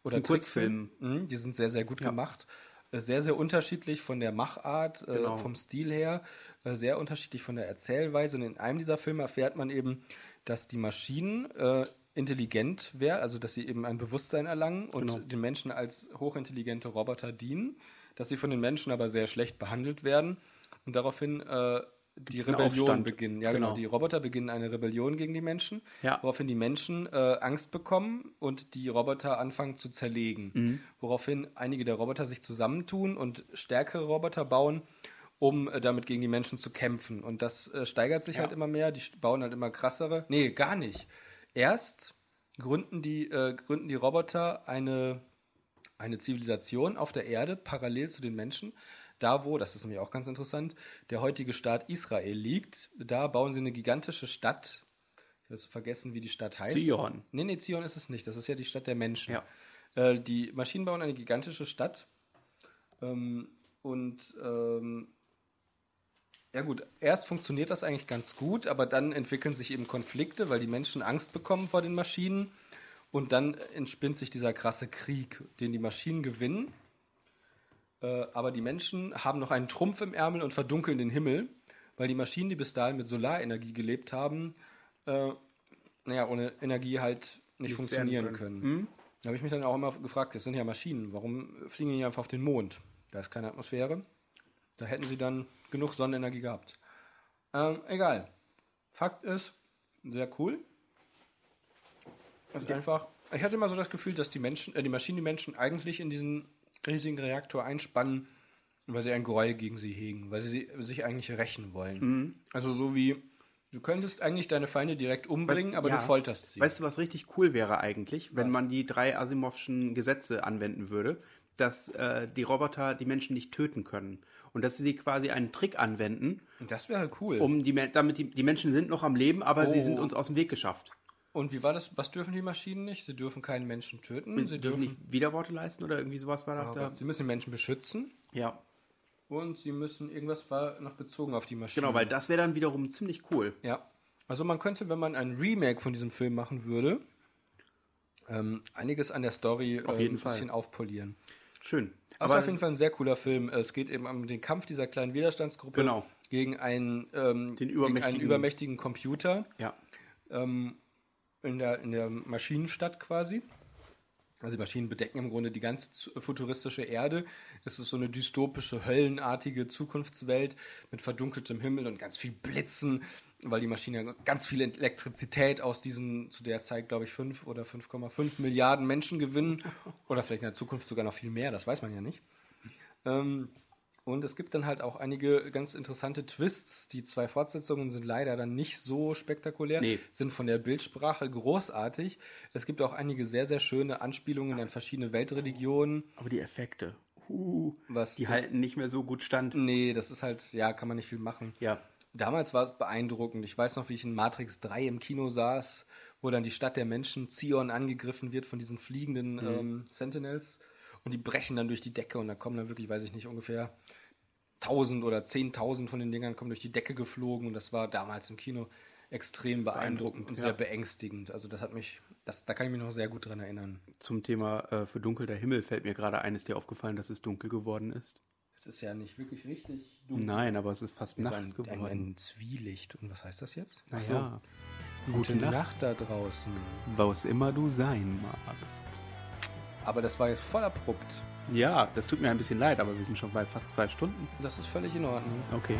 S2: Oder
S1: ein Kurzfilm.
S2: Trickfilmen. Mhm, die sind sehr, sehr gut gemacht. Äh, Sehr, sehr unterschiedlich von der Machart,
S1: Genau.
S2: äh, vom Stil her, äh, sehr unterschiedlich von der Erzählweise. Und in einem dieser Filme erfährt man eben, dass die Maschinen äh, intelligent wären, also dass sie eben ein Bewusstsein erlangen und
S1: Genau.
S2: den Menschen als hochintelligente Roboter dienen, dass sie von den Menschen aber sehr schlecht behandelt werden und daraufhin äh, die
S1: Gibt's einen
S2: Rebellion
S1: Aufstand.
S2: beginnen. Ja, genau.
S1: Genau.
S2: Die Roboter beginnen eine Rebellion gegen die Menschen,
S1: Ja.
S2: woraufhin die Menschen äh, Angst bekommen und die Roboter anfangen zu zerlegen.
S1: Mhm.
S2: Woraufhin einige der Roboter sich zusammentun und stärkere Roboter bauen, um äh, damit gegen die Menschen zu kämpfen. Und das äh, steigert sich
S1: Ja.
S2: halt immer mehr. Die st- bauen halt immer krassere. Nee, gar nicht. Erst gründen die, äh, gründen die Roboter eine eine Zivilisation auf der Erde parallel zu den Menschen. Da, wo, das ist nämlich auch ganz interessant, der heutige Staat Israel liegt, da bauen sie eine gigantische Stadt. Ich habe jetzt vergessen, wie die Stadt heißt.
S1: Zion.
S2: Nee, nee, Zion ist es nicht. Das ist ja die Stadt der Menschen.
S1: Ja.
S2: Äh, die Maschinen bauen eine gigantische Stadt. Ähm, und ähm, ja gut, erst funktioniert das eigentlich ganz gut, aber dann entwickeln sich eben Konflikte, weil die Menschen Angst bekommen vor den Maschinen. Und dann entspinnt sich dieser krasse Krieg, den die Maschinen gewinnen. Äh, aber die Menschen haben noch einen Trumpf im Ärmel und verdunkeln den Himmel, weil die Maschinen, die bis dahin mit Solarenergie gelebt haben, äh, naja, ohne Energie halt nicht
S1: Nichts
S2: funktionieren
S1: werden
S2: können.
S1: können.
S2: Da habe ich mich dann auch immer gefragt, das sind ja Maschinen, warum fliegen die nicht einfach auf den Mond? Da ist keine Atmosphäre. Da hätten sie dann genug Sonnenenergie gehabt. Ähm, egal. Fakt ist, sehr cool. Also einfach. Ich hatte immer so das Gefühl, dass die Menschen, äh, die Maschinen die Menschen eigentlich in diesen riesigen Reaktor einspannen, weil sie ein Gräuel gegen sie hegen, weil sie sich eigentlich rächen wollen.
S1: Mhm.
S2: Also so wie, du könntest eigentlich deine Feinde direkt umbringen, aber
S1: Ja.
S2: du folterst sie.
S1: Weißt du, was richtig cool wäre eigentlich, wenn man die drei Asimovschen Gesetze anwenden würde, dass äh, die Roboter die Menschen nicht töten können und dass sie quasi einen Trick anwenden,
S2: Und das wäre cool.
S1: um die Men- damit die, die Menschen sind noch am Leben, aber sie
S2: Oh.
S1: sind uns aus dem Weg geschafft.
S2: Und wie war das? Was dürfen die Maschinen nicht? Sie dürfen keinen Menschen töten. Sie
S1: Sie dürfen nicht Widerworte leisten oder irgendwie sowas war doch
S2: aber
S1: da.
S2: sie müssen die Menschen beschützen.
S1: Ja,
S2: Und sie müssen irgendwas war noch bezogen auf die Maschinen.
S1: genau, weil das wäre dann wiederum ziemlich cool.
S2: Ja. Also man könnte, wenn man ein Remake von diesem Film machen würde, ähm, einiges an der Story auf
S1: jeden
S2: ein
S1: Fall.
S2: bisschen aufpolieren.
S1: Schön.
S2: Aber
S1: Aber
S2: auf jeden Fall ein sehr cooler Film. Es geht eben um den Kampf dieser kleinen Widerstandsgruppe
S1: Genau.
S2: gegen einen, ähm,
S1: Den
S2: gegen einen
S1: übermächtigen-
S2: übermächtigen Computer
S1: ja,
S2: in der, in der Maschinenstadt quasi. Also die Maschinen bedecken im Grunde die ganze zu- äh, futuristische Erde. Es ist so eine dystopische, höllenartige Zukunftswelt mit verdunkeltem Himmel und ganz viel Blitzen, weil die Maschinen ja ganz viel Elektrizität aus diesen zu der Zeit, glaube ich, 5 oder 5,5 Milliarden Menschen gewinnen. Oder vielleicht in der Zukunft sogar noch viel mehr, das weiß man ja nicht. Ähm, und es gibt dann halt auch einige ganz interessante Twists. Die zwei Fortsetzungen sind leider dann nicht so spektakulär,
S1: Nee.
S2: sind von der Bildsprache großartig. Es gibt auch einige sehr, sehr schöne Anspielungen an verschiedene Weltreligionen.
S1: aber die Effekte. Uh,
S2: Was-
S1: die halten nicht mehr so gut stand.
S2: Nee, das ist halt, ja, kann man nicht viel machen.
S1: Ja.
S2: Damals war es beeindruckend. Ich weiß noch, wie ich in Matrix 3 im Kino saß, wo dann die Stadt der Menschen, Zion, angegriffen wird von diesen fliegenden ähm, Sentinels. Und die brechen dann durch die Decke und da kommen dann wirklich, weiß ich nicht, ungefähr 1000 oder 10.000 von den Dingern kommen durch die Decke geflogen. Und das war damals im Kino extrem beeindruckend,
S1: Beeindruckend,
S2: und
S1: ja.
S2: sehr beängstigend. Also das hat mich, das, da kann ich mich noch sehr gut dran erinnern.
S1: Zum Thema äh, verdunkelter Himmel fällt mir gerade eines dir aufgefallen, dass es dunkel geworden ist.
S2: Es ist ja nicht wirklich richtig
S1: Nein, aber es ist fast Nacht
S2: Ein, ein,
S1: geworden.
S2: ein Zwielicht. Und was heißt das jetzt?
S1: Ach
S2: Ach
S1: so.
S2: so.
S1: Gute
S2: Gute
S1: Nacht.
S2: Nacht da draußen.
S1: Was immer du sein magst.
S2: Aber das war jetzt voll abrupt.
S1: Ja, das tut mir ein bisschen leid, aber wir sind schon bei fast zwei Stunden.
S2: Das ist völlig in Ordnung.
S1: Okay.